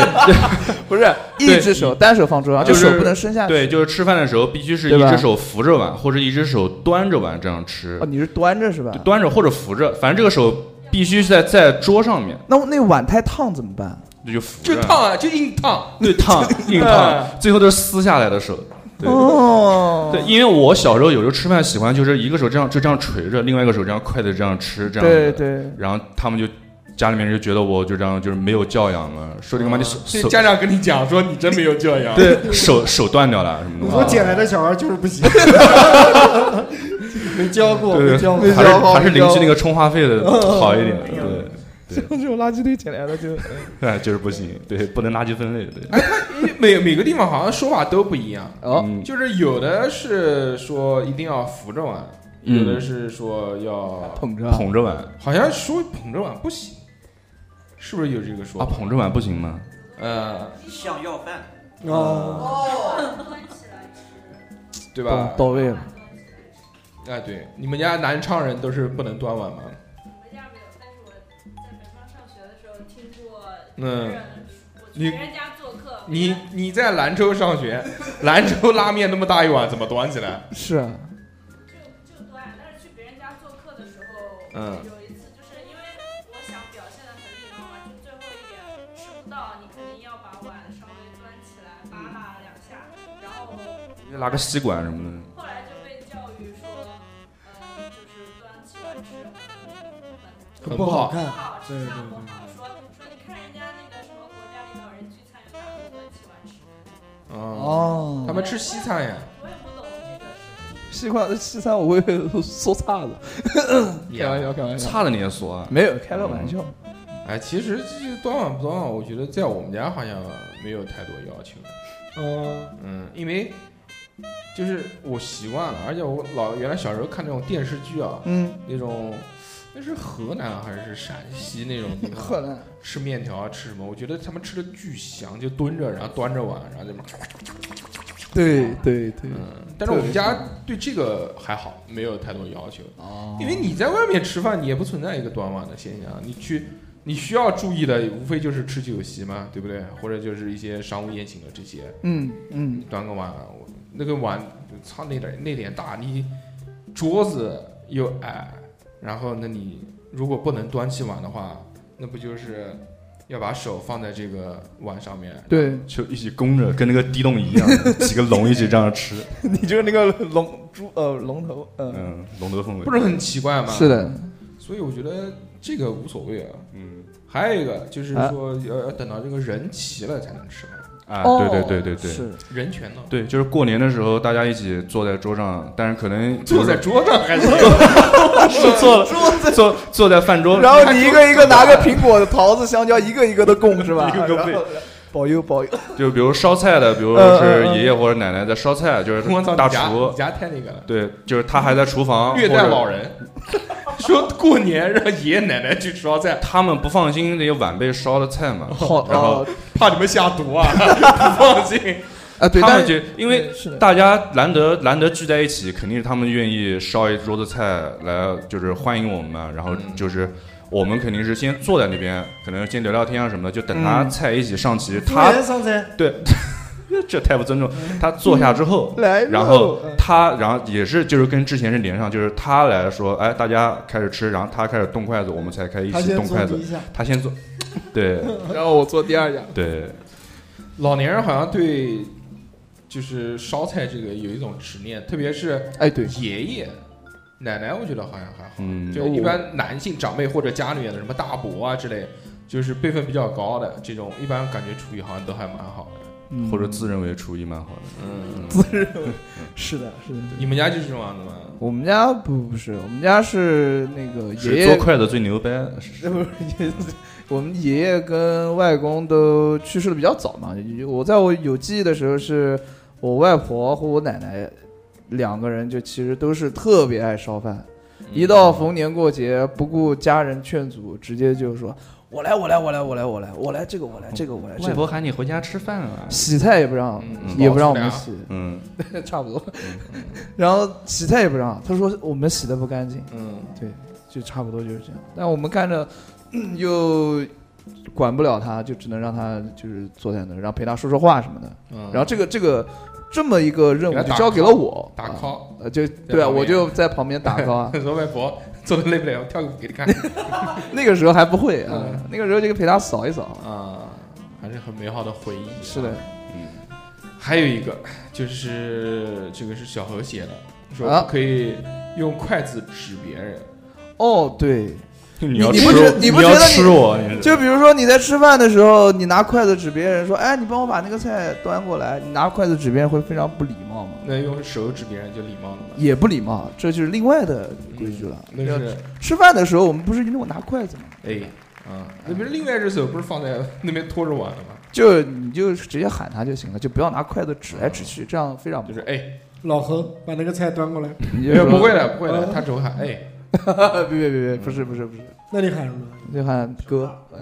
D: 不是一只手单手放桌上，就
E: 就是
D: 手不能伸下去。
E: 对，就是吃饭的时候必须是
D: 对
E: 一
D: 吧
E: 只手扶着碗或者一只手端着碗这样吃
D: 哦，，你是端着是吧
E: 就？端着或者扶着，反正这个手必须在在桌上面。
D: 那那碗太烫怎么办？
E: 那就扶
B: 就
E: 着，
B: 烫啊，就硬烫，
E: 对
B: [LAUGHS]
E: 烫硬烫，
B: 哎
E: 最后都是撕下来的手。对
D: 哦，
E: 对，因为我小时候有时候吃饭喜欢就是一个手这样就这样垂着，另外一个手这样筷子这样吃这样子
D: 对
E: 的。
D: 对，
E: 然后他们就家里面人就觉得我就这样就是没有教养嘛，说这个妈你手
B: 所以
E: 手
B: 啊家长跟你讲说你真没有教养，
E: 对手手断掉了什么东啊西。
C: 我捡来的小孩就是不行，没教过，
E: 对
C: 没
E: 对
C: 教过
E: 对，。还是还是邻居那
D: [LAUGHS]
E: 个充话费的好一点，对
D: 这种垃圾堆捡来的就，
E: 哎，就是不行，对， [LAUGHS] 不能垃圾分类，对，
B: 每每个地方好像说法都不一样，
D: 哦，
E: 嗯
B: 就是有的是说一定要扶着玩，有
E: 嗯
B: 的是说要，
D: 捧着啊，
E: 捧着碗
B: 好像说捧着玩不行，是不是有这个说
E: 啊，
B: 法？
E: 捧着碗不行吗？
B: 呃，
F: 想要饭，
C: 哦，
B: 对吧
D: 到？到位了，
B: 哎，对，你们家南昌人都是不能端碗吗？嗯，你你你在兰州上学， [LAUGHS] 兰州拉面那么大一碗怎么端起来？
D: 是啊，
G: 就就端，但是去别人家做客的时候，
B: 嗯
G: 有一次就是因为我想表现的很礼貌嘛，就最后一点吃不到，你肯定要把碗稍微端起来扒拉两下，然后
E: 拿个吸管什么
G: 后来就被教育说，嗯，就是端起碗吃
B: 很
C: 不
B: 不好
C: 看
G: 不。好，
C: 对
G: 吃
C: 对
G: 相不
C: 对
G: 好，说说你看人家那个什么国家领导人聚餐，有哪个端起碗吃？
E: 嗯
B: 哦，
D: 哦，
B: 他们吃西餐呀，
G: 我也不懂这个事情。
D: 西瓜西餐我会说岔子，开玩笑开玩
E: 的，
D: 笑，
E: 差的你也说啊，
D: 没有开个玩笑，
B: 哎，其实这端碗不端碗，我觉得在我们家好像没有太多要求。
C: 嗯，
B: 嗯，因为就是我习惯了，而且我老原来小时候看那种电视剧啊，
D: 嗯，
B: 那种那是河南啊还是陕西那种地
D: 河
B: 方
D: 南
B: 吃面条啊吃什么，我觉得他们吃的巨香，就蹲着然后端着碗，然后就
D: 对对对，
B: 嗯，但是我们家对这个还好，没有太多要求，
D: 哦
B: 因为你在外面吃饭，你也不存在一个端碗的现象，你去。你需要注意的无非就是吃酒席嘛，对不对？或者就是一些商务宴请的这些，
D: 嗯嗯，
B: 端个碗，我那个碗，操那点那点大，你桌子又矮，然后那你如果不能端起碗的话，那不就是要把手放在这个碗上面？
D: 对，
E: 就一起弓着，跟那个地洞一样， [LAUGHS] 几个龙一起这样吃，
D: [LAUGHS] 你就是那个龙猪呃龙头，嗯，
E: 嗯，龙头凤尾
B: 不，是很奇怪吗？
D: 是，的，
B: 所以我觉得这个无所谓啊。
E: 嗯，
B: 还有一个就是说，要要等到这个人齐了才能吃嘛，
E: 啊，
D: 哦
E: 对对对对对。
D: 是
B: 人全呢？
E: 对，就是过年的时候，大家一起坐在桌上，但是可能 [LAUGHS]
B: 坐在桌上 [LAUGHS] 还是
E: 坐坐了坐坐坐在饭桌，
D: 然后你一个一个拿个苹果、桃子、香蕉，一个一个的供是
E: [LAUGHS]
D: 吧？
E: 一个个喂
D: 然后保佑 [LAUGHS] 保佑，
E: 就比如烧菜的，比如
D: 嗯
E: 是
D: 嗯嗯
E: 爷爷或者奶奶在烧菜，就是
B: 我操，
E: 大
B: 你家
E: 厨
B: 你，家太那个 [LAUGHS] 了，
E: 对，就是他还在厨房
B: 虐待老
E: 人。
B: 人。 [LAUGHS] 说过年让爷爷奶奶去烧菜，
E: 他们不放心那些晚辈烧的菜嘛，
D: 好
E: 然后
D: 哦
B: 怕你们下毒 [LAUGHS] 啊，不放心。
D: 啊对，
E: 他
D: 但
E: 们就因为
D: 是的
E: 大家难得难得聚在一起，肯定是他们愿意烧一桌子菜来，就是欢迎我们嘛。然后
B: 嗯
E: 就是我们肯定是先坐在那边，可能先聊聊天啊什么的，就等他
D: 嗯
E: 菜一起上齐。
C: 服务
E: 他
C: 员上菜，
E: 这太不尊重，他坐下之后。
D: 来，
E: 然后
D: 嗯
E: 他，然后也是，就是跟之前是连上，就是他来说，哎，大家开始吃，然后他开始动筷子，我们才开始一
C: 他
E: 起
C: 先
E: 动筷
C: 做
E: 子。
C: 一下，
E: 他先
D: [LAUGHS]
E: 做，对
D: 然后我做第二家，
E: 对，
B: 老年人好像对就是烧菜这个有一种执念，特别是
D: 哎对，
B: 爷爷、奶奶，我觉得好像还好。
E: 嗯，
B: 就一般男性长辈或者家里面的什么大伯啊之类，就是辈分比较高的这种，一般感觉厨艺好像都还蛮好的。
D: 嗯
E: 或者自认为厨艺蛮好的。
B: 嗯，
D: 是的是的，
B: 你们家就是这样的吗？
D: 我们家不不是，我们家是那个
E: 是
D: 爷
E: 做
D: 爷
E: 筷子最牛掰，
D: 那不是爷，我们爷爷跟外公都去世的比较早嘛。我在我有记忆的时候，是我外婆和我奶奶两个人，就其实都是特别爱烧饭。
B: 嗯
D: 一到逢年过节，不顾家人劝阻，直接就说：“我来，我来，我来，我来，我来，我来这个，我来这个，我来这个。
E: 喊你回家吃饭啊了”
D: 洗菜也不让，
B: 嗯
D: 也不让我们洗，
E: 嗯，
D: 差不多。 [LAUGHS] 然后洗菜也不让，他说我们洗的不干净。
B: 嗯，
D: 对，就差不多就是这样。但我们看着、嗯又管不了他，就只能让他就是坐在那儿，然后陪他说说话什么的。
B: 嗯
D: 然后这个这个这么一个任
B: 给他
D: 务就
B: 打
D: 交给了我，
B: 打 call， [LAUGHS]
D: 呃，就对啊，
B: 旁边
D: 我就在旁边打 call 啊。
B: 说外婆做的累不累，我跳个舞给你看
D: 那个时候还不会啊
B: 嗯，
D: 那个时候就陪他扫一扫，
B: 啊。是很美好的回忆。啊
D: 是的，
B: 还有一个就是这个是小何写的，说
D: 啊
B: 可以用筷子指别人。
D: 哦，对，
E: 你要
D: 你
E: 吃
D: 不觉
E: 我，
D: 你不
E: 要
D: 觉得
E: 吃
D: 你
E: 我，你
D: 就比如说你在吃饭的时候，你拿筷子指别人说：“哎，你帮我把那个菜端过来。”你拿筷子指别人会非常不礼貌吗？
B: 那用手指别人就礼貌了嘛？
D: 也不礼貌，这就是另外的规矩了。
B: 嗯那
D: 要
B: 是
D: 吃饭的时候，我们不是一定会拿筷子吗？
B: 哎，啊，那不是另外一只手不是放在那边拖着碗了吗？
D: 就你就直接喊他就行了，就不要拿筷子指来指去，这样非常不
B: 就是哎，
C: 老何把那个菜端过来，
D: [LAUGHS] 你就
B: 哎
D: 说
B: 不会的，不会的，他只会喊哎。
D: 别别别别，不是不是不是，
C: 那你喊什么？
D: 你就喊哥，哎，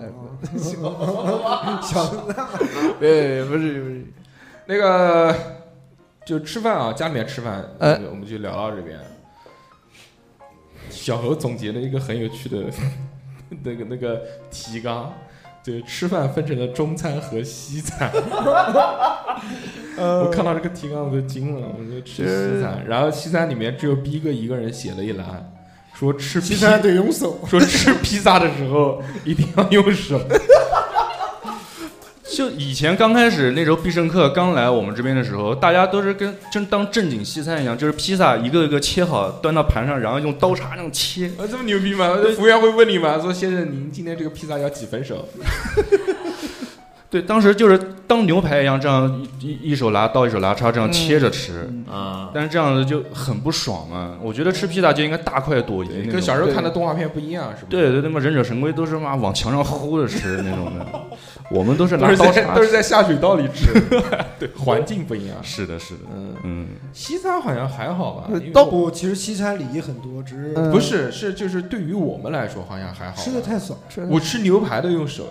C: 小
D: 别别别，不是不是，
B: 那个就吃饭啊，家里面吃饭，
D: 哎
C: 呃
B: 我们就聊到这边。小何总结了一个很有趣的 [LAUGHS] 那个那个提纲，就是吃饭分成了中餐和西
C: [LAUGHS]
B: 餐。我看到这个提纲我都惊了，我就吃西
C: 呃
B: 餐，然后西餐里面只有逼哥一个人写了一栏，说吃
C: 西
B: 披
C: 餐得用手，
B: 说
D: [LAUGHS]
B: 吃披萨的时候一定要用
C: [LAUGHS]
B: 手，
E: 就以前刚开始那时候必胜客刚来我们这边的时候，大家都是跟真当正经西餐一样，就是披萨一个一个切好端到盘上，然后用刀叉那种切。
B: 啊，这么牛逼吗？服务员会问你吗？说先生，您今天这个披萨要几分熟？
E: 对，当时就是当牛排一样，这样一一一手拿刀，一手拿叉，这样切着吃。
D: 嗯
F: 啊，
E: 但是这样子就很不爽嘛。我觉得吃披萨就应该大快朵颐那种。
B: 跟小时候看的动画片不一样，是不是？
E: 对对，他妈忍者神龟都是妈往墙上呼着吃那种的，我们都是
B: 都
E: 拿
B: 是
E: 刀
B: 在
E: 叉
B: 都。是在下水道里吃，
E: [LAUGHS]
B: 对，环境不一样。
E: 是的，是的，呃
B: 嗯，
E: 嗯，
B: 西餐好像还好吧？因为
D: 刀
C: 不，其实西餐礼仪很多，只是
D: 嗯
B: 不是是就是对于我们来说好像还好。
C: 吃的太少。
B: 我吃牛排都用手，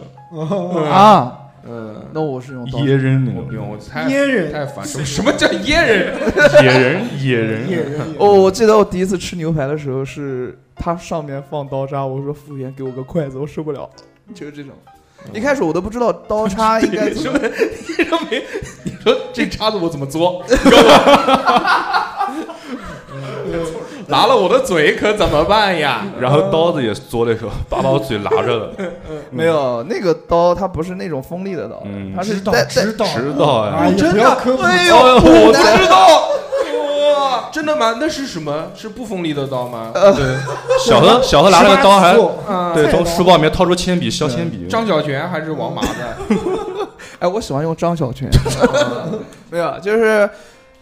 D: 啊，
B: 嗯，
D: 那我是用刀，
E: 野人那
B: 我不
E: 种，
B: 用，我太
C: 椰人，
B: 太烦。
E: [LAUGHS]
B: 什么什么叫噎人？
E: 野人，野人，
C: 野人，
D: 哦，我记得我第一次吃牛排的时候是它上面放刀叉，我说服务员给我个筷子，我受不了，就是这种。一开始我都不知道刀叉应该
B: 你
D: 怎
B: 说
D: 么， [LAUGHS]
B: 你说没？你说这叉子我怎么做？拿了我的嘴可怎么办呀？
E: [LAUGHS] 然后刀子也嘬了一口，把把我嘴拿着了，
D: 没有那个刀，它不是那种锋利的刀，
E: 嗯
D: 它是带带
C: 道
E: 知道
C: 啊，
E: 呀。
C: 也不要科普，
D: 哎
E: 哎呦
D: 呦，
E: 我
D: 难
B: 知
E: [LAUGHS]
B: 道。哇，真的吗？那是什么？是不锋利的刀吗？对，
E: 小何，小何拿着个刀还
C: 十八次
B: 啊，
E: 呃对，
C: 菜
E: 从
C: 刀
E: 书包里面掏出铅笔，削铅笔。
B: 张小泉还是王麻子？
D: 哎，我喜欢用张小 [LAUGHS] 泉，哦没有，就是，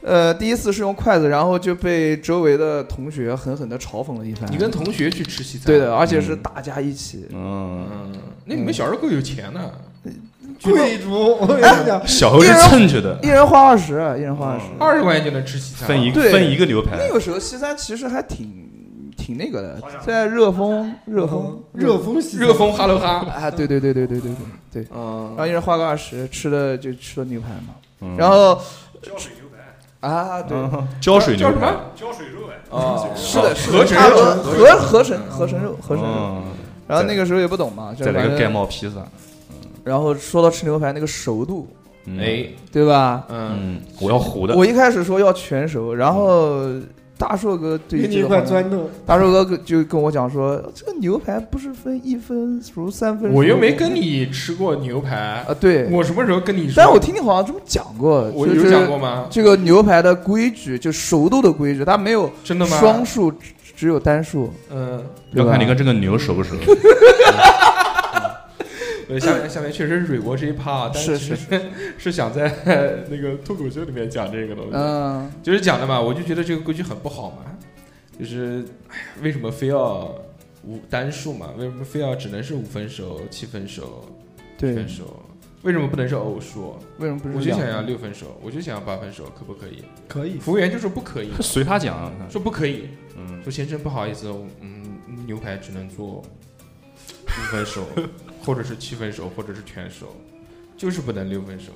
D: 呃，第一次是用筷子，然后就被周围的同学狠狠的嘲讽了一番。
B: 你跟同学去吃西餐？
D: 嗯 [LAUGHS] 对的，而且是大家一起，
E: 嗯，
B: 嗯，那你们小时候够有钱的，
C: 贵族，我跟你讲，
E: 小何是蹭去的，
D: 一人花二十，啊一人花二十。
B: 二十块钱就能吃西餐，
E: 分一
D: 对
E: 分一个牛排
D: 那。个时候西餐其实还挺挺那个的，在热风热风
C: 热风西餐
B: 热风哈喽哈。
D: 啊，对对对对对对对对，然
B: 嗯，
D: 后一人花个二十，吃的就吃了牛排嘛，
E: 嗯
D: 然后啊，对，
E: 浇水哎牛
B: 叫什
E: 排，
B: 么？
D: 哦，是的，是的
B: 合成
D: 啊
B: 肉
D: 合合合成合成肉合成肉。
E: 嗯，
D: 然后那个时候也不懂嘛，就
E: 再来
D: 反
E: 个
D: 正
E: 盖帽披萨。
D: 然后说到吃牛排那个熟度，
E: 嗯，
B: 哎，
D: 对吧？
B: 嗯，
E: 嗯，我要糊的。
D: 我一开始说要全熟，然后大硕哥对
C: 给你
D: 这
C: 一
D: 个
C: 块
D: 好像
C: 砖头，
D: 大硕哥就跟我讲说，这个牛排不是分一分熟三分熟，
B: 我又没跟你吃过牛排，
D: 啊对，
B: 我什么时候跟你说？
D: 但我听你好像这么讲过，
B: 我
D: 就
B: 有
D: 是
B: 讲过吗？
D: 这个牛排的规矩，就熟度的规矩，它没有
B: 真的吗？
D: 双数，只只有单数，
B: 嗯，
D: 对
E: 要
D: 吧
E: 看你跟这个牛熟不熟。
B: 对，下面下面确实是蕊过这一趴，啊但
D: 是
B: 其实 [LAUGHS] 是想在 [LAUGHS] 那个脱口秀里面讲这个东西。
D: 嗯，
B: 就是讲的嘛，我就觉得这个规矩很不好嘛，就是哎呀，为什么非要无单数嘛？为什么非要只能是五分熟、七分熟、
D: 对，
B: 全熟？为什么不能是偶数？
D: 为什么不
B: 我
D: 是
B: 就
D: 两
B: 想要
D: 个？
B: 六分熟，我就想要八分熟，可不可以？
C: 可以。
B: 服务员就说不可以，
E: 随他讲，啊
B: 说不可以，
E: 嗯，
B: 说先生不好意思，我嗯，牛排只能
D: [LAUGHS]
B: 做五分熟，或者是七分熟，或者是全熟，就是不能六分熟。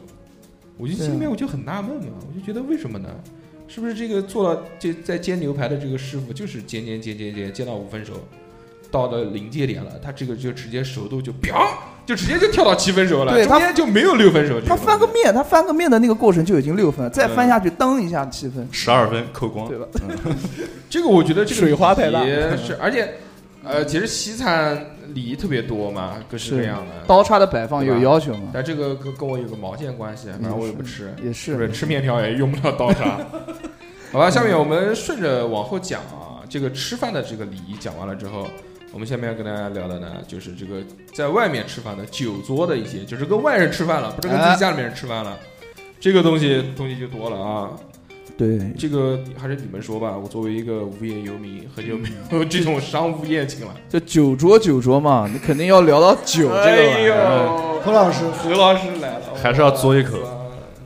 B: 我就心里
D: 对
B: 面
D: 啊
B: 我就很纳闷嘛，我就觉得为什么呢？是不是这个做到这在煎牛排的这个师傅就是煎煎煎煎煎煎到五分熟，到了临界点了，他这个就直接熟度就啪，就直接就跳到七分熟了，
D: 对
B: 中
D: 他
B: 间就没有六分熟这
D: 他
B: 东西。
D: 翻个面，他翻个面的那个过程就已经六分，再翻
B: 嗯
D: 下去蹬一下七分，
E: 十二分扣光
D: 对。吧？
B: 这个我觉得这个
D: 水花太大
B: 题是，而且呃，其实西餐礼仪特别多嘛，各式各
D: 是
B: 样的。
D: [LAUGHS] 刀叉的摆放有要求吗？
B: 但这个跟跟我有个毛线关系，
E: 嗯
B: 反正我也不吃，
D: 也
B: 是不是
D: 是，
B: 吃面条也用不了刀叉？
E: [LAUGHS]
B: 好吧，下面我们顺着往后讲啊，这个吃饭的这个礼仪讲完了之后，我们下面要跟大家聊的呢，就是这个在外面吃饭的酒桌的一些，就是跟外人吃饭了，不是跟自己家里面人吃饭了，这个东西东西就多了啊。
D: 对，
B: 这个还是你们说吧，我作为一个无业游民，很久没有这种商务宴请了。
D: 就酒桌酒桌嘛，你肯定要聊到酒这个玩意儿，
B: 哎呦，
C: 何老师，
B: 何老师来了，
E: 还是要嘬一口
B: 哇塞。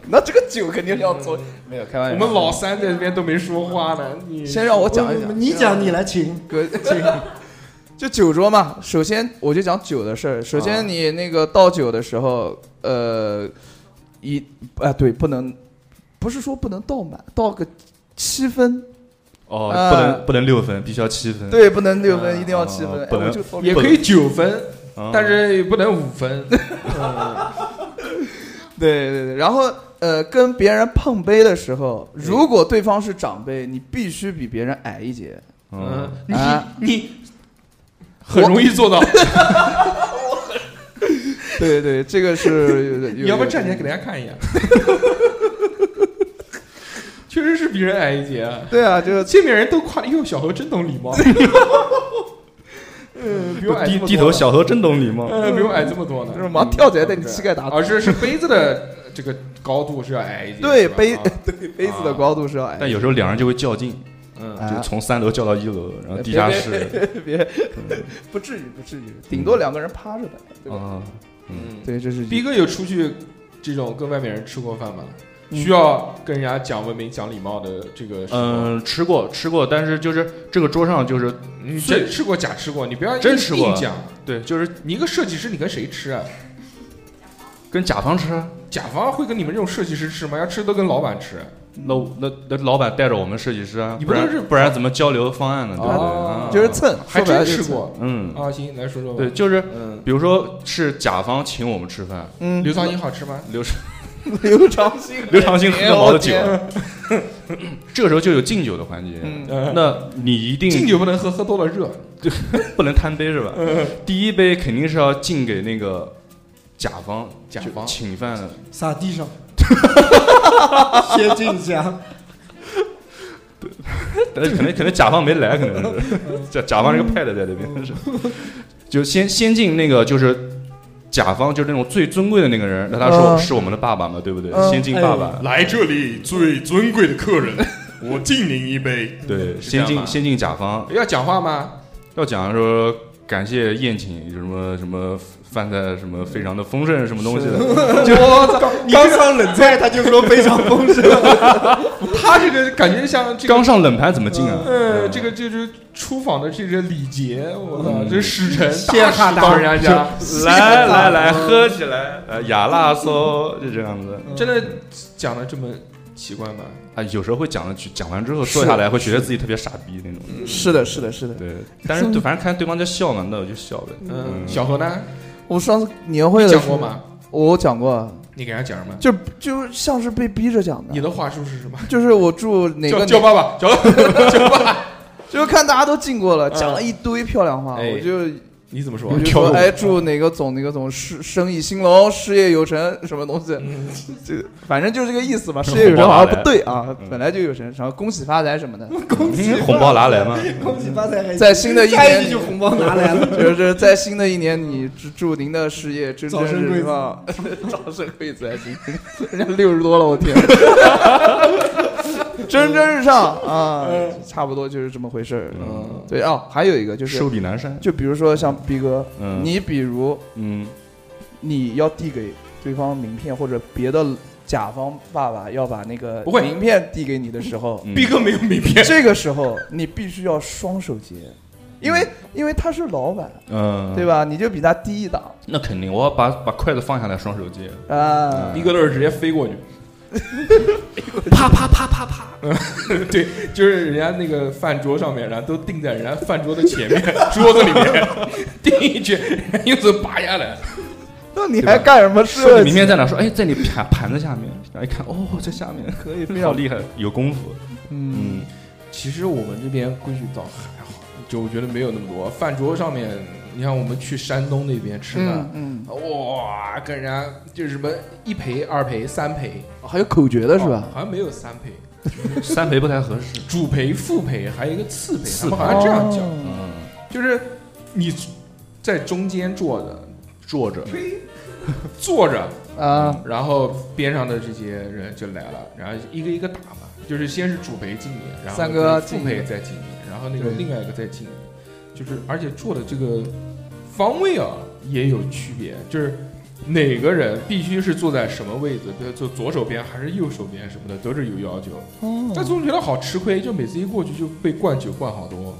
D: 那这个酒肯定要做。没有开玩
B: 我
D: 笑，
B: 们老三在这边都没说话呢，你
D: 先让我讲一
C: 我
D: 讲，
C: 你讲你来请，
D: 哥，这个就酒桌嘛，首先我就讲酒的事儿。首先你那个倒酒的时候，呃，一啊对，不能不是说不能倒满，倒个七分，
E: 哦，
D: 啊
E: 不能不能六分，必须要七分。
D: 对，不能六分，
E: 啊
D: 一定要七分。
E: 啊
D: 哎
E: 不能
D: 我就倒
B: 也可以九分，
E: 啊，
B: 但是也不能五分。
D: 对对对，然后呃，跟别人碰杯的时候，如果对方是长辈，你必须比别人矮一截。
E: 嗯
B: 嗯，，
D: 啊
B: 你你很容易
D: [LAUGHS]
B: 做到，
D: 对对，这
B: [LAUGHS]
D: 个是
B: 你要不站起来给大家看一眼。 [LAUGHS] 确实是比人矮一截，
D: 对啊，就是
B: 见面人都夸你，哟，小何真懂礼貌。 [LAUGHS] 嗯，比我矮
E: 低
B: 这么多
E: 低头，小何真懂礼貌。
B: 呃，比我矮这么多呢。嗯
D: 就是忙跳起来，带你膝盖打。
B: 而是是杯子的这个高度是要矮一截。
D: 对
B: 是吧
D: 杯
B: 啊
D: 对杯子的高度是要矮一截。
E: 但有时候两人就会较劲，
B: 嗯，
D: 啊
E: 就从三楼叫到一楼，然后地下室
D: 别，不至于，不至于，顶多两个人趴着的，对吧？
E: 啊，
B: 嗯
D: 对，这是
B: 逼哥有出去这种跟外面人吃过饭吗？需要跟人家讲文明、讲礼貌的这个时候，
E: 嗯，吃过吃过，但是就是这个桌上就是
B: 你
E: 最
B: 真吃过假吃过，你不要
E: 真吃过
B: 硬讲。
E: 对，就是
B: 你一个设计师，你跟谁吃啊？
E: 跟甲方吃啊，
B: 甲方会跟你们这种设计师吃吗？要吃都跟老板吃。
E: 那那那老板带着我们设计师啊，
B: 你不
E: 不然
B: 都是
E: 不然怎么交流方案呢？对不对？
B: 哦
E: 啊
D: 就是蹭，
B: 还
D: 说白
B: 真
D: 了就是
B: 吃
D: 蹭。
B: 过
E: 嗯，
B: 啊！行，来说说吧。
E: 对，，就是
B: 嗯，
E: 比如说是甲方请我们吃饭，
D: 嗯，
B: 刘苍蝇好吃吗？ [LAUGHS]
E: 刘
D: [LAUGHS] 刘长兴，
E: 刘长兴喝了毛的酒
D: 哎我天
E: 这个时候就有敬酒的环节。
D: 嗯，
E: 那你一定
B: 敬酒嗯不能喝，喝多了热。
E: 不能贪杯是吧？第一杯肯定是要敬给那个甲方，
B: 甲
E: 就
B: 方
E: 请饭的。
C: 撒地
D: [LAUGHS]
C: 上，先敬一下。
E: 但是可能可能甲方没来，可
D: [LAUGHS]
E: 能是甲甲方是
D: 嗯
E: 个派的在这边是，就先先进那个就是甲方就是那种最尊贵的那个人，那他是我
D: 嗯
E: 是我们的爸爸嘛，对不对？
D: 嗯
E: 先进爸
C: 哎
E: 爸，
B: 来这里最尊贵的客人，我敬您一杯。
E: 对，
B: 是这样
E: 先
B: 吗
E: 进先进甲方
B: 要讲话吗？
E: 要讲说感谢宴请什么什么饭菜什么非常的丰盛什么东西的，
B: [LAUGHS] 我操！
C: 刚上冷菜，他就说非常丰盛。
B: [LAUGHS] 他这个感觉像这个
E: 刚上冷盘怎么进啊？
B: 呃，
E: 嗯
B: 这个就是厨房的这个礼节，我操，
E: 嗯
B: 这使臣
C: 谢
B: 大
C: 哈
B: 使
C: 达
B: 到人家家，
E: [LAUGHS] 来来来，喝起
D: [LAUGHS]
E: 来，呃，亚辣嗦，就这样子。
B: 真的讲的这么奇怪吗？
E: 啊，有时候会讲了句，讲完之后
D: 是
E: 说下来，会觉得自己特别傻逼那种。
D: 是的，是的，是的。
E: 对，但是对，反正看对方在笑嘛，那我就笑呗。
B: 嗯，
E: 嗯
B: 小何呢？
D: 我上次年会的时
B: 讲
D: 候
B: 过？吗？
D: 我讲过，啊
B: 你给他讲什么？
D: 就就像是被逼着讲
B: 你
D: 的，
B: 的话术是什么？
D: 就是我住哪
B: 叫
D: 个
B: 叫
D: 哪，
B: 爸爸，叫
D: 就是看大家都进过了，
B: 嗯
D: 讲了一堆漂亮话，
B: 哎
D: 我就
B: 你怎么说
D: 我？就说，哎，祝哪个总哪个总事生意兴隆，事业有成，什么东西。
B: 嗯
D: 这个反正就是这个意思嘛，事业有成好像不对啊
E: 嗯，
D: 本来就有成，然后恭喜发财什么的，
C: 恭喜
E: 嗯红包拿来吗？
C: 恭喜发财！还
D: 在新的一
C: 下一
D: 年
C: 句就红包拿来了。
D: [LAUGHS] 就是在新的一年，你祝祝您的事业蒸蒸
C: 早生贵
D: 日
C: 子
D: 上， [LAUGHS] 早生贵子还行，人家六十多了，我天，蒸蒸日上啊，差不多就是这么回事儿。
E: 嗯，
D: 对哦，还有一个就是
E: 寿，比南山。
D: 就比如说像逼哥，
E: 嗯
D: 你比如
E: 嗯，
D: 你要递给对方名片或者别的甲方爸爸要把那个
B: 不会
D: 名片递给你的时候，
E: 嗯
B: 逼哥没有名片，
D: 这个时候你必须要双手接，因为因为他是老板，
E: 嗯，
D: 对？吧？你就比他低一档
E: 那肯定，我要把把筷子放下来，双手接。
D: 啊。
B: 逼哥都是直接飞过 [LAUGHS] 去。
D: 啪啪啪啪啪，
B: [LAUGHS] 对，就是人家那个饭桌上面，然后都定在人家饭桌的前面， [LAUGHS] 桌子里面 [LAUGHS] 定一圈，然后用手拔下来。
D: 那 [LAUGHS] 你
E: 对吧
D: 还干什么
E: 说
D: 设
E: 你明
D: 计？
E: 天在哪？说，哎，在你盘盘子下面。然后一看，哦，在下面，
D: 可以非
E: [LAUGHS] 好
D: 常
E: 厉害，有功夫。
D: 嗯，
E: 嗯，
B: 其实我们这边规矩倒还好，就我觉得没有那么多。饭桌上面，你像我们去山东那边吃
D: 嗯
B: 饭，
D: 嗯，
B: 哇，跟人家就是什么一陪、二陪、三陪，
D: 哦还有口诀的是吧
B: 哦？好像没有三陪，
E: 嗯三陪不太合适。
B: 主陪、副陪，还有一个次陪，
E: 次
B: 他们
E: 陪
B: 好像这样讲，
D: 哦
E: 嗯，
B: 就是你在中间坐着，
E: 坐着，
B: 坐着，
D: 啊，
B: 然后边上的这些人就来了，然后一个一个打嘛，就是先是主陪敬你，然后
D: 三哥
B: 再是副
D: 敬
B: 陪
D: 你
B: 再敬你，然后那个
D: 对
B: 另外一个再敬你，就是而且坐的这个方位啊也有区别，就是哪个人必须是坐在什么位置，比如坐左手边还是右手边什么的，都是有要求。但
D: 哦，
B: 总觉得好吃亏，就每次一过去就被灌酒灌好多，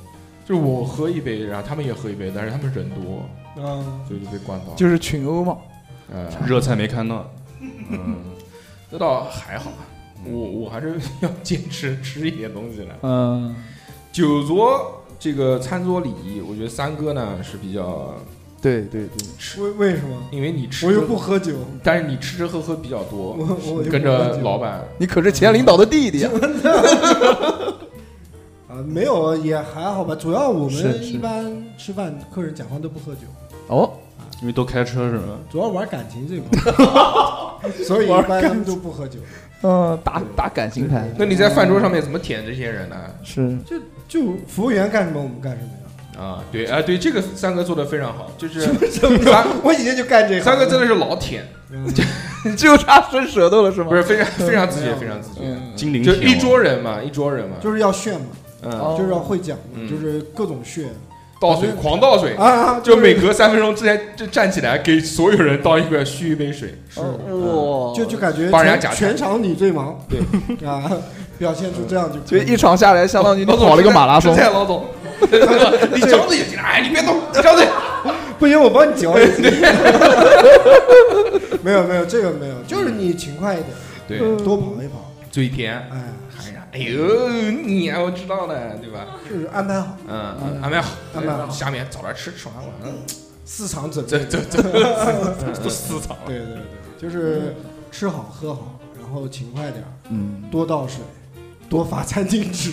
B: 就是我喝一杯，然后他们也喝一杯，但是他们人多，
C: 嗯，
B: 所以就被灌到。
D: 就是群殴嘛。
B: 呃，
E: 热菜没看到。嗯，
B: 这倒还好，啊我我还是 [LAUGHS] 要坚持吃一点东西的。
D: 嗯，
B: 酒桌这个餐桌礼仪，我觉得三哥呢是比较，
D: 对对对，
C: 为为什么？
B: 因为你吃，
C: 我又不，喝酒，
B: 但是你吃吃喝喝比较
C: 我
B: 多，
C: 我又不
B: 跟
C: 喝
B: 着
C: 酒
B: 老板，
D: 你可是前领导的弟弟啊。
C: 啊，没有也还好吧，主要我
D: 是
C: 们
D: 是
C: 一般吃饭客人讲话都不喝酒，
D: 哦，
E: 因为都开车是吧？
C: 主要玩感情这一块，
D: [LAUGHS]
C: 所以一般他们都不喝酒。
D: [LAUGHS] 嗯，打打感情牌
B: 那你在饭桌上面怎么舔这些人呢？
D: [LAUGHS] 是
C: 就就服务员干什么我们干什么呀？
B: 啊，对，啊，对，这个三哥做的非常好，
C: [LAUGHS]
B: 就是三
C: 我以前就干这个。
B: 三哥真的是老舔，
C: 嗯，
D: 就差伸舌头了是吗？
B: 不是非常非常自
C: 没
B: 觉，
C: 有
B: 非常自觉，
D: 嗯，
E: 精灵
B: 就
E: 铁
B: 一
E: 王
B: 桌人嘛，一桌人嘛，
C: 就是要炫嘛，
B: 嗯，
D: 哦
C: 就是要会讲嘛
B: 嗯，
C: 就是各种炫
B: 倒水，狂倒水，
C: 啊，
B: 就是每隔三分钟之前就站起来给所有人倒一个续一杯水，
C: 是
D: 哦哇，
C: 就就感觉
B: 把人家
C: 全
B: 夹起来
C: 全场你最忙，对啊，表现出这样就可
D: 就
C: 以
D: 一场下来，相当于你跑了一个马拉松
B: 实。在老
D: [LAUGHS]
B: 总，你张嘴就进来，哎，你别动，你张嘴。
C: 不行，我帮你嚼一次。 [LAUGHS] 没有没有，这个没有，就是你勤快一点，
B: 对，
C: 多跑一跑，
B: 嘴甜，
C: 哎，
B: 喊一下，哎呦，你啊，我知道了，对吧？
C: 就是安排好
B: 嗯，嗯安排好，
C: 安排好
B: 下面早点吃，吃完晚上
C: 市场准
B: 走
C: 备。
B: 走走，都私藏了。
C: 对对对，就是吃好喝好，然后勤快点儿，
E: 嗯，
C: 多倒水，多发餐巾纸。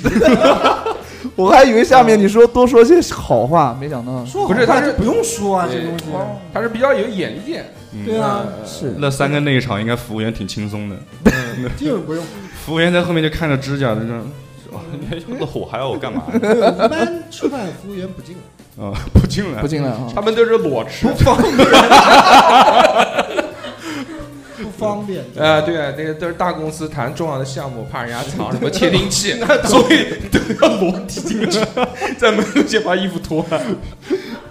D: 我还以为下面你说多说些好话，没想到
C: 说好
B: 不是
C: 话
B: 他是
C: 就不用说啊，这
B: 对哦
C: 东西。
B: 他是比较有眼力见，
C: 对啊，
B: 嗯
D: 是
E: 那三哥那一场应该服务员挺轻松的，
B: 嗯
C: 这个不用。
E: 服务员在后面就看着指甲，就这样，哇
D: 嗯
E: [LAUGHS] 那我还要我干嘛？
B: [LAUGHS]
C: [LAUGHS] 没有一般吃饭服务员不进来，
E: 啊，不进来
D: 不，进来啊。
B: 他们都是裸吃。
C: 不方便。
B: 呃，对啊，那个都是大公司谈重要的项目，怕人家藏什么窃听
C: [LAUGHS]
B: 器，所以都要裸体进去，在门口先把衣服脱了。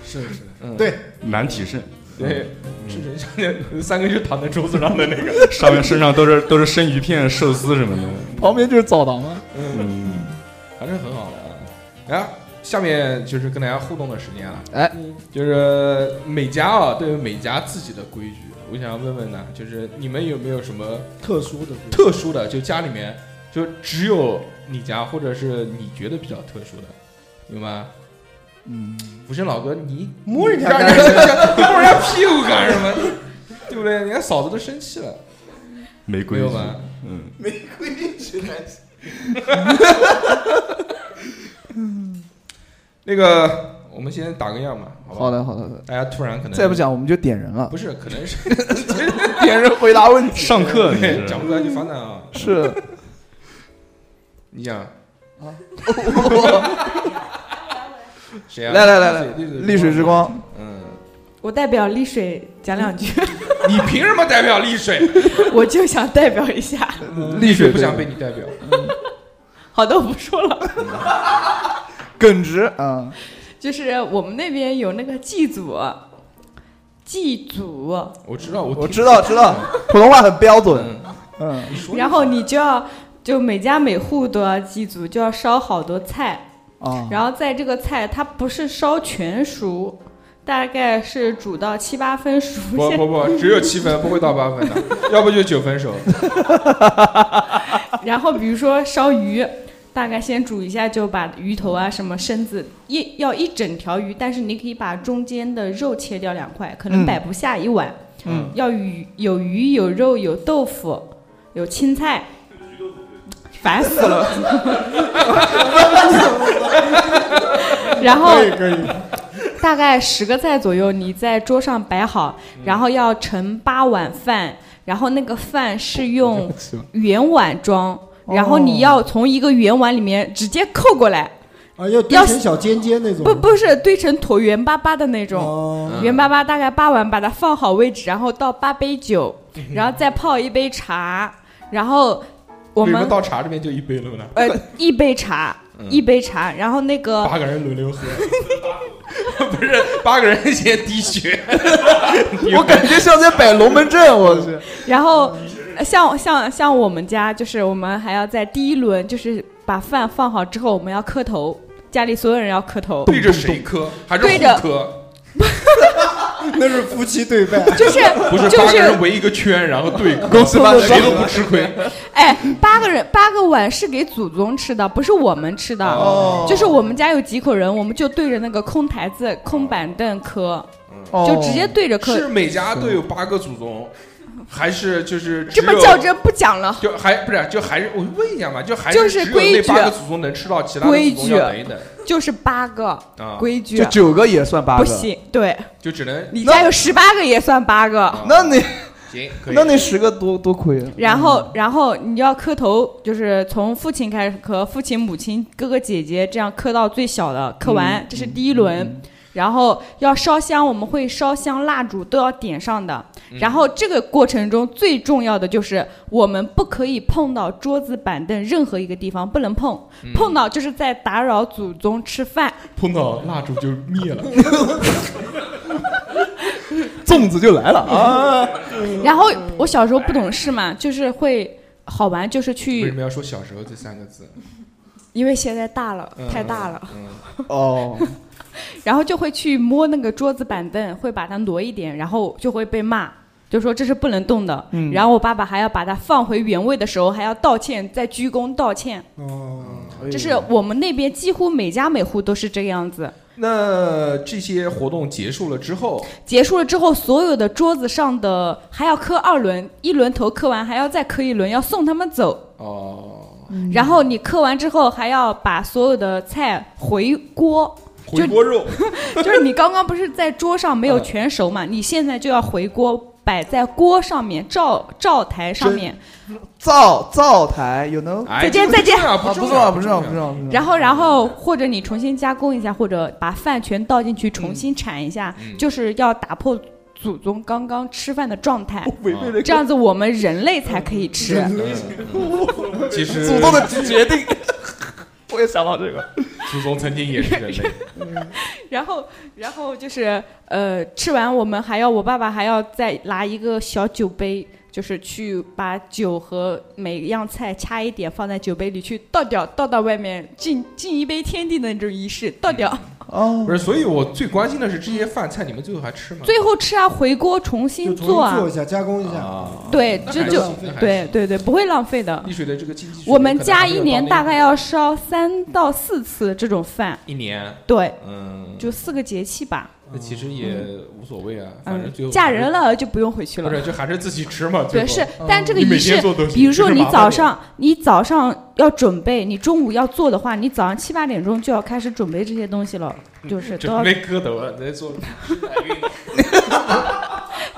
C: 是是，
B: 嗯
C: 对，
E: 难体是，
B: 对，是人像三个就躺在桌子上的那个，
E: 上面身上都是都是生鱼片、寿司什么的。
D: 旁边就是澡堂啊嘛。
B: 嗯，
E: 嗯，
B: [LAUGHS] 还是很好的啊。然后下面就是跟大家互动的时间了，
D: 哎，
B: 就是每家啊都有每家自己的规矩，我想要问问呢，就是你们有没有什么
C: 特殊的不
B: 特殊的，就家里面就只有你家，或者是你觉得比较特殊的，有吗？
D: 嗯，
B: 不是老哥，你
C: 摸人家
B: 让
C: 干
B: 人家摸人家屁股干什么？ [LAUGHS] 对不对？人家嫂子都生气了，
E: 没
B: 没
E: 规
B: 有
E: 矩。
B: 吗？
E: 嗯，
B: 那个，我们先打个样吧，好吧？
D: 好的好的，好的
B: 大家突然可能
D: 再不，讲我们就点人了
B: 不，是，可能是
D: [LAUGHS] 点人回答问题
E: 上课你
B: 对
E: 是
B: [LAUGHS] 讲不出来就发难啊。
D: [LAUGHS] 是
B: 你讲
D: 啊
B: [LAUGHS] 谁啊？
D: 来来来来，
B: 丽
D: 丽水之。光，
B: 嗯， [LAUGHS]
H: 我代表丽水讲两句，
B: 你凭什么代表丽水？
D: [LAUGHS]
H: 我就想代表一下。
D: 丽水
B: 不想被你代表。
H: 好的，我不说了。
D: 耿直啊，
H: 就是我们那边有那个祭祖，祭祖，
B: 我知道，我
D: 我知道知道，普通话很标准，
B: 嗯，
D: 嗯，
B: 你说。
H: 然后你就要就每家每户都要祭祖，就要烧好多菜。
D: 啊，
H: 然后在这个菜它不是烧全熟，大概是煮到七八分熟。
B: 不不不，只有七分，不会到八分的，要不就九分熟。
D: 嗯
H: 然后比如说烧鱼，大概先煮一下，就把鱼头啊什么身子一要一整条鱼，但是你可以把中间的肉切掉两块，可能
D: 嗯
H: 摆不下一碗。
D: 嗯，
H: 要鱼有鱼有肉有豆腐有青菜，
D: [LAUGHS]
H: 烦死了。然后
C: [LAUGHS] 可以可以，
H: 大概十个菜左右，你在桌上摆好，
D: 嗯
H: 然后要盛八碗饭，然后那个
D: [LAUGHS]
H: 饭是用圆碗装，
D: 哦
H: 然后你要从一个圆碗里面直接扣过来，
C: 啊，要堆成小尖尖那种，
H: 不不是堆成椭圆巴巴的那种，
C: 哦，
B: 嗯
H: 圆巴巴大概八碗，把它放好位置，然后倒八杯酒，
B: 嗯
H: 然后再泡一杯茶，然后我
B: 为什么
H: 们
B: 到茶这边就一杯了呢？
H: 呃一杯茶一杯茶，然后那个
B: 八个人轮流喝，不是八个人先滴血，
D: 我感觉像在摆龙门阵，我去。
H: 然后呃像像像我们家，就是我们还要在第一轮，就是把饭放好之后，我们要磕头，家里所有人要磕头，
B: 对着谁磕？还是
H: 对着
B: 互磕？
C: 那是夫妻对拜，
H: 就是
B: 不是
H: 就
B: 八个
H: 是
B: 人围一个圈，然后对磕，
D: [LAUGHS] 公司发
B: 谁都不吃
D: [LAUGHS]
B: 亏。
H: 哎，八个人八个碗是给祖宗吃的，不是我们吃的。
D: 哦
H: 就是我们家有几口人，我们就对着那个空台子、空板凳磕，
D: 哦
H: 就直接对着
B: 是
H: 磕。
B: 每家都有八个祖宗，还是就是只
H: 这么
B: 有
H: 较真不讲了，
B: 就还不是啊就还是我问一下嘛，就还
H: 就是是
B: 只有
H: 规
B: 那
H: 矩
B: 八个祖宗能吃到，其他的祖宗
H: 规矩
B: 要等一等
H: [LAUGHS] 就是八个
B: 啊，
H: 规
D: 就
H: 矩，
D: 九个也算八
H: 不
D: 个。
H: 行。对
B: 就只能
H: 你家有十八个也算八个。
B: 啊
D: 那你
B: 行可以
D: 那那十个多多亏啊。
H: 然后，
B: 嗯
H: 然后你要磕头，就是从父亲开始磕，父亲、母亲、哥哥、姐姐，这样磕到最小的，磕
B: 嗯
H: 完，这是第一轮。然后要烧香，我们会烧香、蜡烛都要点上的。
B: 嗯
H: 然后这个过程中最重要的就是我们不可以碰到桌子、板凳任何一个地方，不能碰，
B: 嗯
H: 碰到就是在打扰祖宗吃饭。
B: 碰到蜡烛就灭
H: 嗯
B: 了。
D: 粽子就来了啊！
B: 嗯
H: 然后我小时候不懂事嘛，就是会好玩，就是
B: 为什
H: 去，
B: 么要说小时候这三个字？
H: 因为现在大了，太大了。
B: 嗯。
D: [LAUGHS] 哦，
H: 然后就会去摸那个桌子板凳，会把它挪一点，然后就会被骂，就说这是不能动的。
D: 嗯
H: 然后我爸爸还要把它放回原位的时候，还要道歉，再鞠躬道歉。
C: 哦，
D: 哎
H: 这是我们那边几乎每家每户都是这个样子。
B: 那这些活动结束了之后，
H: 结束了之后，所有的桌子上的还要磕二轮，一轮头磕完还要再磕一轮，要送他们走。
B: 哦、
H: 然后你磕完之后，还要把所有的菜回锅。
B: 回锅肉，
H: [LAUGHS] 就是你刚刚不是在桌上没有全熟嘛？你现在就要回锅，摆在锅上面，灶灶台上面。
D: 灶灶台有能
B: 哎，
H: 再见
B: 这个
H: 再见
D: 啊？
B: 不
D: 不
B: 重
D: 重要，
B: 要，
D: 不重要，
B: 要
D: 不重。要，不重要。
H: 然后，然后或者你重新加工一下，或者把饭全倒进去重新铲一下，
B: 嗯
H: 就是要打破祖宗刚刚吃饭的状
B: [LAUGHS]
H: 态。
D: 违背了
H: 这样子，我们人类才可以吃。
B: 嗯其实
D: 祖宗的决定。 [LAUGHS] 我也想到这个，
B: 祖宗曾经也是人类，
H: 然后，然后就是呃，吃完我们还要，我爸爸还要再拿一个小酒杯，就是去把酒和每样菜掐一点放在酒杯里去倒掉，倒到外面敬敬一杯天地的那种仪式，倒
B: 嗯
H: 掉。
D: 哦
B: 不，是？所以我最关心的是这些饭菜，你们最后还吃吗？
H: 最后吃啊，回锅重
C: 就
H: 新
C: 重新
H: 做啊
C: 做一，下，加工一下，
B: 啊，
H: 对，
B: 那
H: 这
B: 还
H: 就
B: 行那还
H: 对对对，不会浪费的
B: 行。丽水嗯的这个经济水平
H: 我们
B: 可能
H: 家
B: 还没有
H: 一
B: 到
H: 年
B: 那
H: 大
B: 个
H: 概要烧三到四次这种饭，
B: 一年，
H: 对，
B: 嗯，
H: 就四个节气吧。
B: 那其实也无所谓啊，反正
H: 嗯
B: 最后，
H: 嫁人了就不用回去
B: 还是，
H: 了
B: 不。是就还是自己吃嘛？最后
H: 对，
B: 嗯
H: 是，但这个
B: 你每
H: 仪
B: 天
H: 式，
B: 做都行
H: 比如说
B: 只是
H: 你
B: 麻烦
H: 早
B: 点
H: 上，你早上要准备，你中午要做的话，你早上七八点钟就要开始准备这些东西了，就是都
B: 准
H: 要
B: 备磕头啊，在做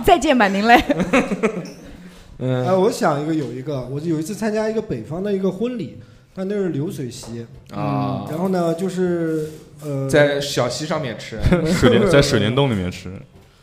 H: 再见吧您嘞。
B: 嗯
C: 哎，我想一个有一个，我有一次参加一个北方的一个婚礼，他那是流水席，
B: 啊，
C: 然后呢就是呃，
B: 在小溪上面吃，
E: [LAUGHS] 水
C: [LAUGHS]
E: 帘在水帘洞里面吃，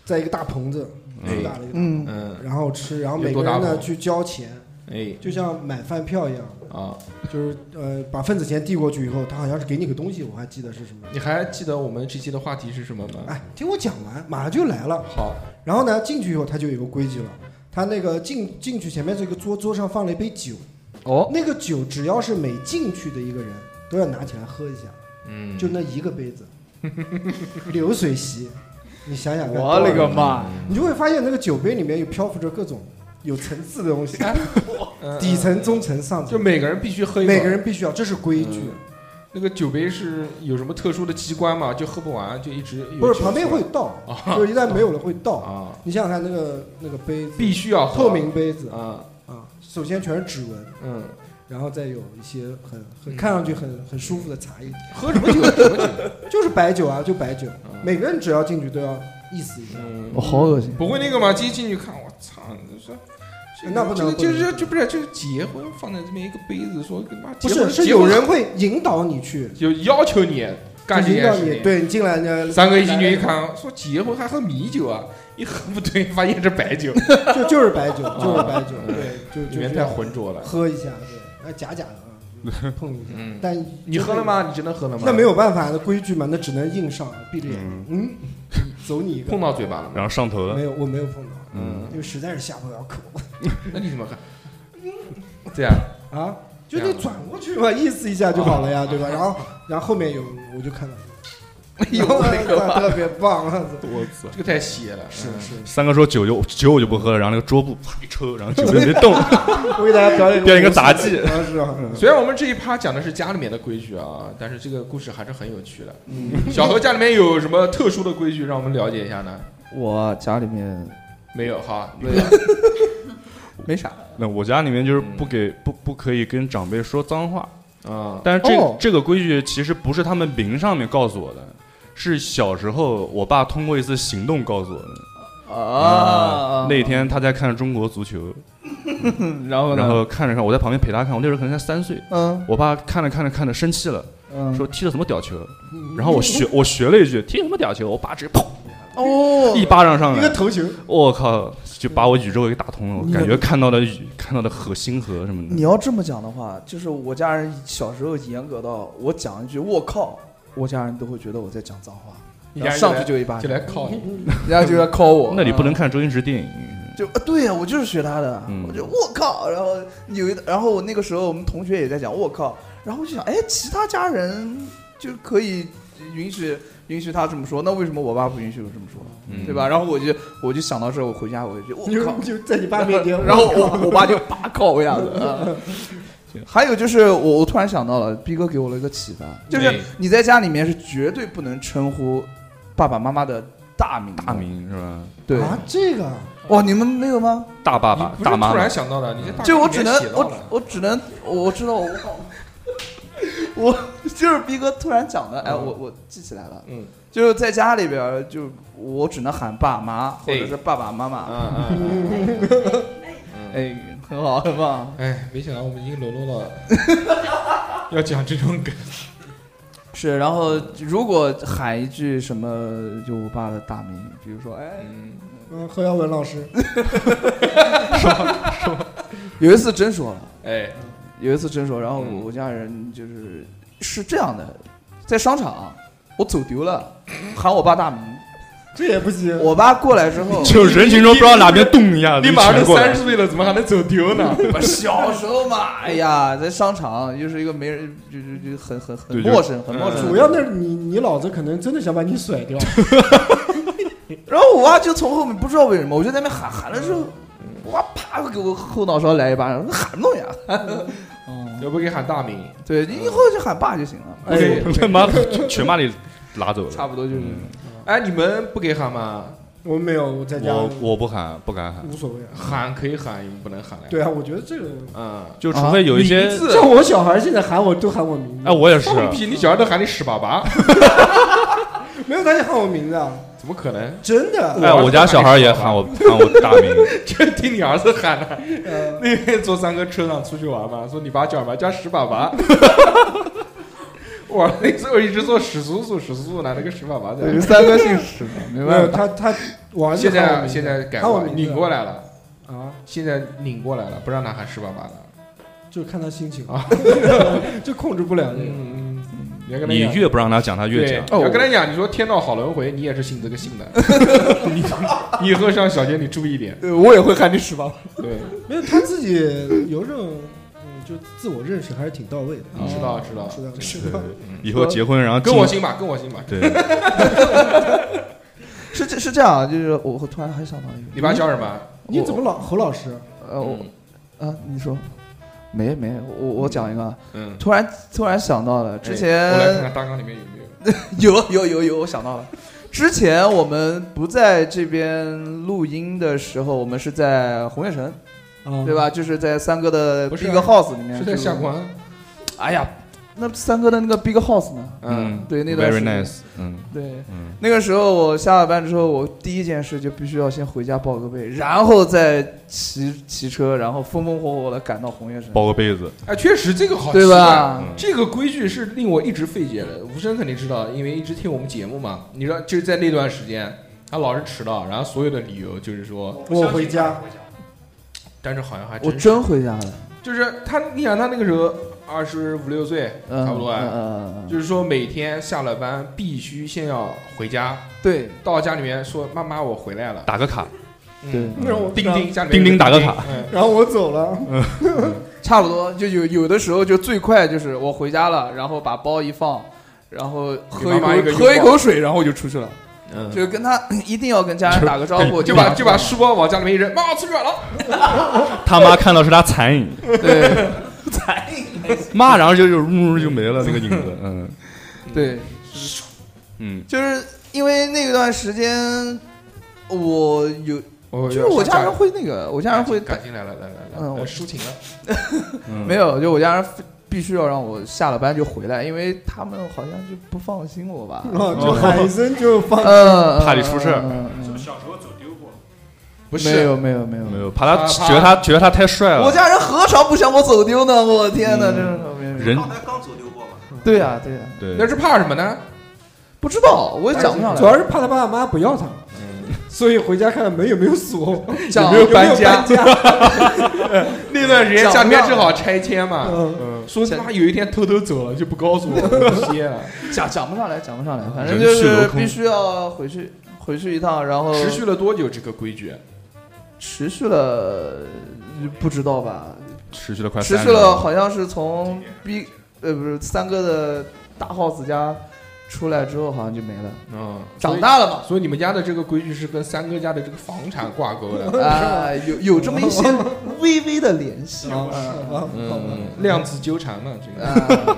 C: 在一个大棚子，很大的一个，
D: 嗯，
B: 嗯，
C: 然后吃，然后
B: 有
C: 每
B: 多
C: 个
B: 大
C: 人呢
B: 棚
C: 去交钱，
B: 哎
C: 就像买饭票一样，
B: 啊，
C: 就是呃把份子钱递过去以后，他好像是给你个东西，我还记得是什么。
B: 你还记得我们这期的话题是什么吗？
C: 哎，听我讲完，马上就来了。
B: 好，
C: 然后呢，进去以后他就有个规矩了，他那个进进去前面这个桌桌上放了一杯酒，
B: 哦，
C: 那个酒只要是每进去的一个人都要拿起来喝一下，
B: 嗯，
C: 就那一个杯子，流水席，你想想看，
D: 我勒个妈！
C: 你就会发现那个酒杯里面有漂浮着各种有层次的东
B: [LAUGHS]
C: 西，
B: 嗯
C: 底层、中层、上
B: 就
C: 层，
B: 每个嗯人必须喝一口
C: 每个人必须要，这是规矩。
B: 那个酒杯是有什么特殊的机关嘛？就喝不完，就一直有
C: 不是
B: 酒
C: 旁边
B: 水
C: 会
B: [LAUGHS]
C: 倒，就是一旦没有了会倒。
B: 啊，
C: 你想想看，那个那个杯子，
B: 必须要喝
C: 透明杯子
B: 啊，
C: 啊，首先全是指纹，
B: 嗯，
C: 然后再有一些很很看上去很很舒服的茶叶，
B: 喝什么酒？什么酒？
C: 就是白酒啊，就白酒
B: 嗯，
C: 每个人只要进去都要意思一下。 [LAUGHS]
B: 嗯
D: 我好恶心。
B: 不会那个吗？一进去看，我操！你说这
C: 那不能
B: 这个
C: 不
B: 就
C: 能
B: 是就不是就是结婚放在这边一个杯子，说跟妈
C: 不
B: 结
C: 是，
B: 婚
C: 是
B: 结
C: 有
B: 婚
C: 人会引导你去，
B: 有要求你干这
C: 就引
B: 件
C: 导
B: 事
C: 你，
B: 情。
C: 对你进来呢，
B: 三个一进去一看，说结婚还喝米酒啊，一喝不对，发现是白酒，
C: [LAUGHS] 就就是白酒，就是白酒，对，就
B: 嗯里
C: 就
B: 面
C: 是
B: 太浑浊了。
C: 喝一下，对，那假假的啊，就碰一下，
B: 嗯，
C: 但
B: 你喝了？吗？你真的喝了吗？
C: [LAUGHS] 那没，有办法，那规矩嘛，那只能硬上，闭着眼，
E: 嗯
C: 嗯，走你一个
B: 碰，到嘴巴了吗？
E: 然后上头了
C: 没，有，我没有碰到，
E: 嗯，
C: 因为实在是下不了口
B: 那你怎么
C: [LAUGHS]
B: 看？这样，
C: 啊，就你转过去嘛，意思一下就好了呀，对吧？然后，然后后面有我就看到
D: 有
C: 那个特别棒，
E: 我操！
B: 这个太邪了。
C: 是
B: 嗯
C: 是，
E: 三哥说酒就酒我就不喝了，然后那个桌布啪一抽，然后酒就没
H: [LAUGHS]
E: 动，
C: 我给大家表演
E: 变成一个杂技
C: 啊，是吧？嗯
B: 虽然我们这一趴讲的是家里面的规矩啊，但是这个故事还是很有趣的。 [LAUGHS] 小何家里面有什么特殊的规矩让我们了解一下呢？
D: 我家里面
B: 没有哈，
D: 没 [LAUGHS] 没啥，
E: 那我家里面就是不给不不可以跟长辈说脏话，
B: 啊，
E: 但是这、
C: 哦
E: 这个规矩其实不是他们名上面告诉我的，是小时候我爸通过一次行动告诉我的。
D: 啊
E: 那天他在看中国足球，
D: 然后呢
E: 然后看着看，我在旁边陪他看，我那时候可能才三岁，
D: 嗯
E: 我爸看着看着看着生气了，
D: 嗯
E: 说踢的什么屌球，然后我学我学了一句踢什么屌球，我爸直接砰
D: 哦
E: 一巴掌上
C: 一个
E: 来，
C: 头球，
E: 我靠，就把我宇宙给打通了，我
D: 你
E: 感觉看到了宇看到了核星河什么
D: 你
E: 的，
D: 要这么讲的话，就是我家人小时候严格到我讲一句“我靠”，我家人都会觉得我在讲脏话，
B: 你家
D: 然后
B: 人
D: 上去就一巴
B: 啊就
D: 掌，
B: 来靠你，
D: 人家就要 call 我。
E: 那你不能
D: 啊
E: 看周星驰电影，
D: 就啊，对呀、我就是学他的，啊
E: 嗯
D: 我就我靠，然后有一，然后我那个时候我们同学也在讲我靠，然后我就想，哎，其他家人就可以允许允许他这么说，那为什么我爸不允许我这么说，
E: 嗯
D: 对吧？？然后我就我就想到这儿，我回家我就我
C: 你就
D: 靠，
C: 就在你爸面前，
D: [LAUGHS]
C: 啊
D: 然后我我爸就叭靠我一下子。啊还有就是我我突然想到了，逼哥给我了一个启发，就是
B: 对
D: 你在家里面是绝对不能称呼爸爸妈妈的大名的
E: 大名是吧？
D: 对
C: 啊，这个
D: 哇，你们没有吗？
E: 大爸
B: 你
E: 爸
B: 不是
E: 大妈
B: 突
E: 妈。
B: 然，想到的，你这大
D: 就
B: 纲
D: 我
B: 里
D: 只
B: 面
D: 能
B: 写到
D: 我
B: 了
D: 我只能我我知道我我就是逼哥突然讲的，哎，我我记起来了，
B: 嗯
D: 就是在家里边儿就我只能喊爸妈或者是爸爸妈
B: 啊
D: 妈，
B: 啊，嗯
D: 哎，很好很
B: [LAUGHS]
D: 棒。
B: 哎，没想到我们已经沦落到要讲这种梗。
D: 是，然后如果喊一句什么就我爸的大名，比如说哎，
B: 嗯，
C: 嗯，何耀文老师， [LAUGHS]
D: 有一次真说了，
B: 哎，
D: 有一次真说，然后我
B: 嗯
D: 我家人就是是这样的，在商场我走丢了，喊我爸大名，
C: 这也不行，
D: 我爸过来之
B: [LAUGHS]
D: 后
E: 就人群中不知道哪边动一下，
B: 你
E: 一
B: 马上
E: 拳
B: 都
E: 过来
B: 三十岁了，怎么还能走丢呢？
D: 我小时候嘛，哎呀，在商场又是一个没人，就就就很很很
E: 对就嗯
D: 陌生，很陌生。
C: 哦主要那是你你老子可能真的想把你甩掉，
D: 然后我爸就从后面不知道为什么，我就在那边喊喊了之后，我爸啪给我后脑勺来一巴掌，喊什么东西啊？嗯，
B: 要不给喊大名，
D: 对你以后就喊爸就行了，
C: 哎
B: 不给
E: 他妈全把你拉走
D: 差
E: 了。
D: 不多就是。
B: 哎，你们不给喊吗？
C: 我没有，我在家
E: 我我不喊，不敢喊，
C: 无所谓啊。
B: 喊可以喊，你们不能喊嘞。
C: 对啊，我觉得这个，
B: 嗯，
D: 啊
E: 就除非有一些
B: 名，字
C: 像我小孩现在喊我都喊我名字
E: 哎，，我也是，
B: 放屁！你小孩都喊你屎粑粑，
C: 没有他也喊我名字，啊，
B: [LAUGHS] 怎么可能？
C: 真的。
E: 哎，我家小孩也喊我喊我大名，
B: 这听你儿子喊的。
C: 呃
B: 那天坐三哥车上出去玩嘛，说你爸 [LAUGHS] 叫什么？叫屎粑粑。我那时候一直说史叔叔，史叔叔拿那个屎粑粑
D: 对，
B: 在。
D: 三哥姓史嘛，没
C: 没有
D: 办法。
C: 他他，我儿子
B: 现
C: 喊我
B: 在
C: 名字
B: 现在改
C: 喊我
B: 过来，
C: 名字
B: 拧过来了，
C: 啊，
B: 现在拧过来了，不让他喊屎粑粑了。
C: 就看他心情
B: 啊，
C: [LAUGHS] 就控制不了这个。
B: 嗯，嗯哦你要跟他
E: 你
B: 讲。
E: 越不让他讲，他越
B: 对，
E: 讲。
B: 我跟他讲，你说天道好轮回，你也是信这个信 [LAUGHS] 的。你你以后上小街你注意点。
D: 对， [LAUGHS] 我也会喊你屎吧。
B: 对，
C: 没有他自己有这种，嗯，就自我认识还是挺到位的。
B: 知道嗯知道。
C: 知道
E: 对
C: 知道，
E: 以后结婚然后
B: 嗯跟我
E: 进
B: 姓吧，跟我姓吧。
E: 对，
D: 是这是这样啊，就是我我突然还想到一个，
B: 你爸叫什么？
C: 你怎么老侯老师？
D: 呃我啊你说，没没我我讲一个啊，
B: 嗯，
D: 突然突然想到了之
B: 哎我来看
D: 前
B: 看大纲里面有没有。
D: [LAUGHS] 有有有有，我想到了。之前我们不在这边录音的时候，我们是在红叶城，
C: 啊，
D: 对？吧？就是在三哥的
B: 嗯不是
D: Big
B: 啊
D: House 里面，
B: 是在
D: 就是
B: 下关，
D: 哎呀，那三哥的那个 Big House 呢？
B: 嗯，
D: 对，那段时
E: very
D: 间
E: nice，嗯
D: 对，
E: 嗯，
D: 那个时候我下了班之后，我第一件事就必须要先回家报个备，然后再骑骑车，然后风风火火的赶到红叶城，
E: 包个被子，
B: 哎，确实这个好，
D: 对？吧？
E: 嗯
B: 这个规矩是令我一直费解的，吴声肯定知道，因为一直听我们节目嘛。你知道，就是在那段时间，他老是迟到，然后所有的理由就是说，
C: 我回家，
B: 但是好像还
D: 我
B: 真
D: 真回家了，
B: 就是他，你想他那个时候二十五六岁，
D: 嗯，
B: 差不多啊
D: 嗯嗯嗯嗯，
B: 就是说每天下了班必须先要回家，
D: 对
B: 到家里面说妈妈我回来了，
E: 打个卡，
D: 对
B: 嗯，，
C: 那让我
B: 钉钉家里面
E: 钉钉打个卡，
B: 嗯
C: 然后我走了，啊
D: 差不多就有有的时候就最快就是我回家了，然后把包一放，然后喝
B: 给妈妈一个
D: 口
B: 拥抱
D: 喝一口水，然后我就出去了，
B: 嗯，
D: 就跟他一定要跟家人打个招呼，
B: [LAUGHS] 就
D: 跟
B: 把
D: 他
B: 就把书包往家里面一扔，妈妈出去玩了，
E: 他妈看到是他残影，
D: 对
E: 妈，然后就就呜呜就没了那个影子，嗯
D: 对，
E: 嗯，
D: 就是因为那段时间我有
B: 就
D: 哦就是我家人会那个，我家人会
B: 赶进来了，来来来，
D: 嗯我
B: 来抒情了，
E: 嗯
D: 没有，就我家人必须要让我下了班就回来，因为他们好像就不放心
B: [LAUGHS]
D: 我吧。
C: 然后就喊一声就放
D: [LAUGHS] 嗯，嗯
E: 怕你出事儿
D: 嗯嗯嗯
F: 小时候走丢过，
B: 不是
D: 没有没有没有
E: 没，有，怕他
B: 怕
E: 觉得他觉得他太帅
D: [LAUGHS] 我
E: 了，
D: 家人何尝不想我走丢呢？我的天哪，
E: 嗯
D: 真是没有没有
E: 人
F: 刚才刚走丢过嘛，
D: 对呀对呀，
E: 对
B: 那是怕什么呢？
D: 不知道我也讲不上
C: 主要
D: 来，
C: 是怕他爸妈不要他了，所以回家看看门有没有锁，
D: 讲
C: 有没有
D: 搬
C: 家
D: 家。
B: 那段时间
D: 讲
B: 家里
D: 不
B: 面
D: 上
B: 正好拆迁嘛，呃
C: 嗯，
B: 说他妈有一天偷偷走了就不告诉我， [LAUGHS] 我歇了，
D: [LAUGHS] 讲讲不上来，讲不上来，反正
E: 人
D: 就
E: 去楼
D: 是
E: 空
D: 必须要回去回去一趟，然后
B: 持续了多久这个规矩？啊
D: 持续了不知道吧，
E: 持续了快
D: 持
E: 30
D: 续了，好像是从 B 呃不是三哥的大 house 家出来之后，好像就没了。
B: 嗯，
D: 长大了
B: 所以你们家的这个规矩是跟三哥家的这个房产挂钩 [LAUGHS] 的。
D: 嘛，啊，有有这么一些 [LAUGHS] 微微的联系
C: 啊
D: 啊
C: 啊，
B: 嗯，量子纠缠嘛，这个
D: 啊，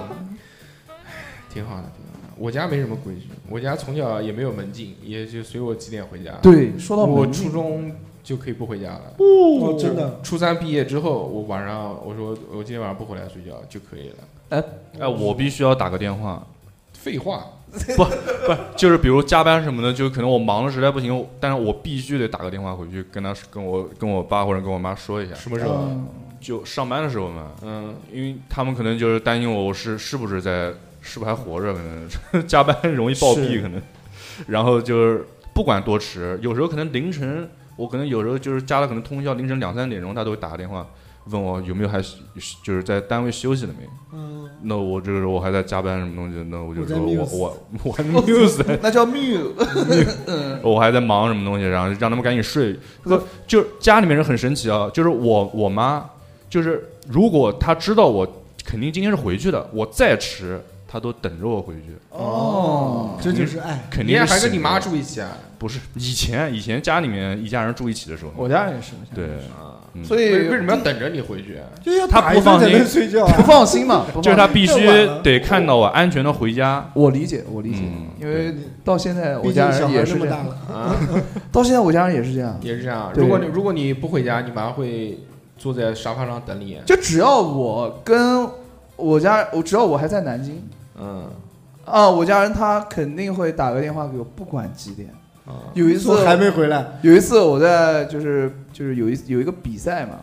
B: 挺好的，挺好的。我家没什么规矩，我家从小也没有门禁，也就随我几点回家。，
D: 对，说到
B: 我
D: 门
B: 初
D: 禁，
B: 中就可以不回家了。
C: 哦，真的，
B: 初三毕业之后，我晚上我说我今天晚上不回来睡觉就可以了。
E: 哎，我必须要打个电话，
B: 废话，
E: 就是比如加班什么的，就可能我忙的实在不行，但是我必须得打个电话回去跟他跟我跟我爸或者跟我妈说一下，
B: 什么时候？
D: 嗯
E: 就上班的时候嘛，
B: 嗯，
E: 因为他们可能就是担心我我是是不是在是不是还活着，可能加班容易暴
C: 是
E: 毙可能，然后就是不管多迟，有时候可能凌晨，我可能有时候就是加了可能通宵凌晨两三点钟，他都会打个电话问我有没有还就是在单位休息了没。
C: 嗯，
E: 那我这个时候我还在加班什么东西，那我就
C: 我在
E: 说我
C: muse
E: 我我还 muse
D: 那叫 mute，
E: 我还在忙什么东西，然后让他们赶紧睡。不，就是家里面人很神奇啊，就是我我妈，就是如果她知道我肯定今天是回去的，我再迟，她都等着我回去，
D: 哦，
C: 这就是爱，
E: 肯
B: 你
E: 定
B: 也
E: 是
B: 还跟你
E: 醒着
B: 妈？住一起啊？
D: 嗯
E: 不是，以前以前家里面一家人住一起的时候，
D: 我家人也是，
E: 对，嗯
D: 所
B: 为
D: 以
B: 为什么要等着你回
D: [LAUGHS]
B: 去啊？
C: 就哎要
E: 他
C: 打
E: 不
C: 一顿才
E: 放心
C: 能睡觉
D: 不
C: 啊，
D: 放心嘛？不
E: 就是
D: 放
E: 她
D: 心
E: 必须
C: 这晚了
E: 得看到我安全的回家。
D: 我理解，我理解
E: 嗯，
D: 因为到现在我
C: 毕
D: 家
C: 竟小
D: 人也
C: 孩那
D: 是
C: 么
D: 这
C: 大
D: 样，
C: 了，
B: 啊，
D: 到现在我家人也是这样，
B: 也是这样。
D: 对
B: 如果你如果你不回家，你妈会坐在沙发上等你。啊
D: 就只要我跟我家，我只要我还在南京。
B: 嗯
D: 啊，我家人他肯定会打个电话给我，不管几点。
B: 啊，
D: 有一次
C: 说，还没回来，
D: 有一次我在就是就是有一有一个比赛嘛，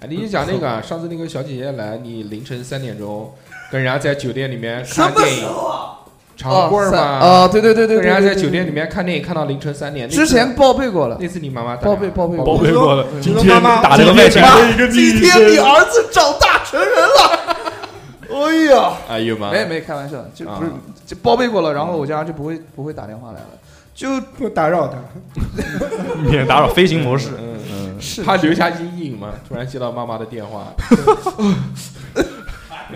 B: 哎你就讲那个啊上次那个小姐姐来，你凌晨三点钟跟人家在酒店里面看电影，长棍儿
D: 啊
B: 嘛
D: 三啊，对对对对，
B: 跟人家
D: 对
B: 在
D: 对
B: 酒
D: 对
B: 店里面看电影看到凌晨三点。那
D: 之
B: 次
D: 前报备过了。
B: 那次你妈妈打
D: 报备
B: 电话
D: 报备
E: 宝贝
C: 你说
E: 过了，
C: 你
E: 今
C: 说
E: 天
C: 妈妈
E: 打了个外勤，
D: 今天你儿子长大成人了，哎呀，
B: 哎呦妈！
D: 没没开玩笑，就不是
B: 啊
D: 就报备过了，然后我家人就不会不会打电话来了，就
C: 不打扰他，
E: [LAUGHS] 免打扰飞行模式。
B: 嗯，
D: 是
B: 怕留下阴影嘛。突然接到妈妈的电话，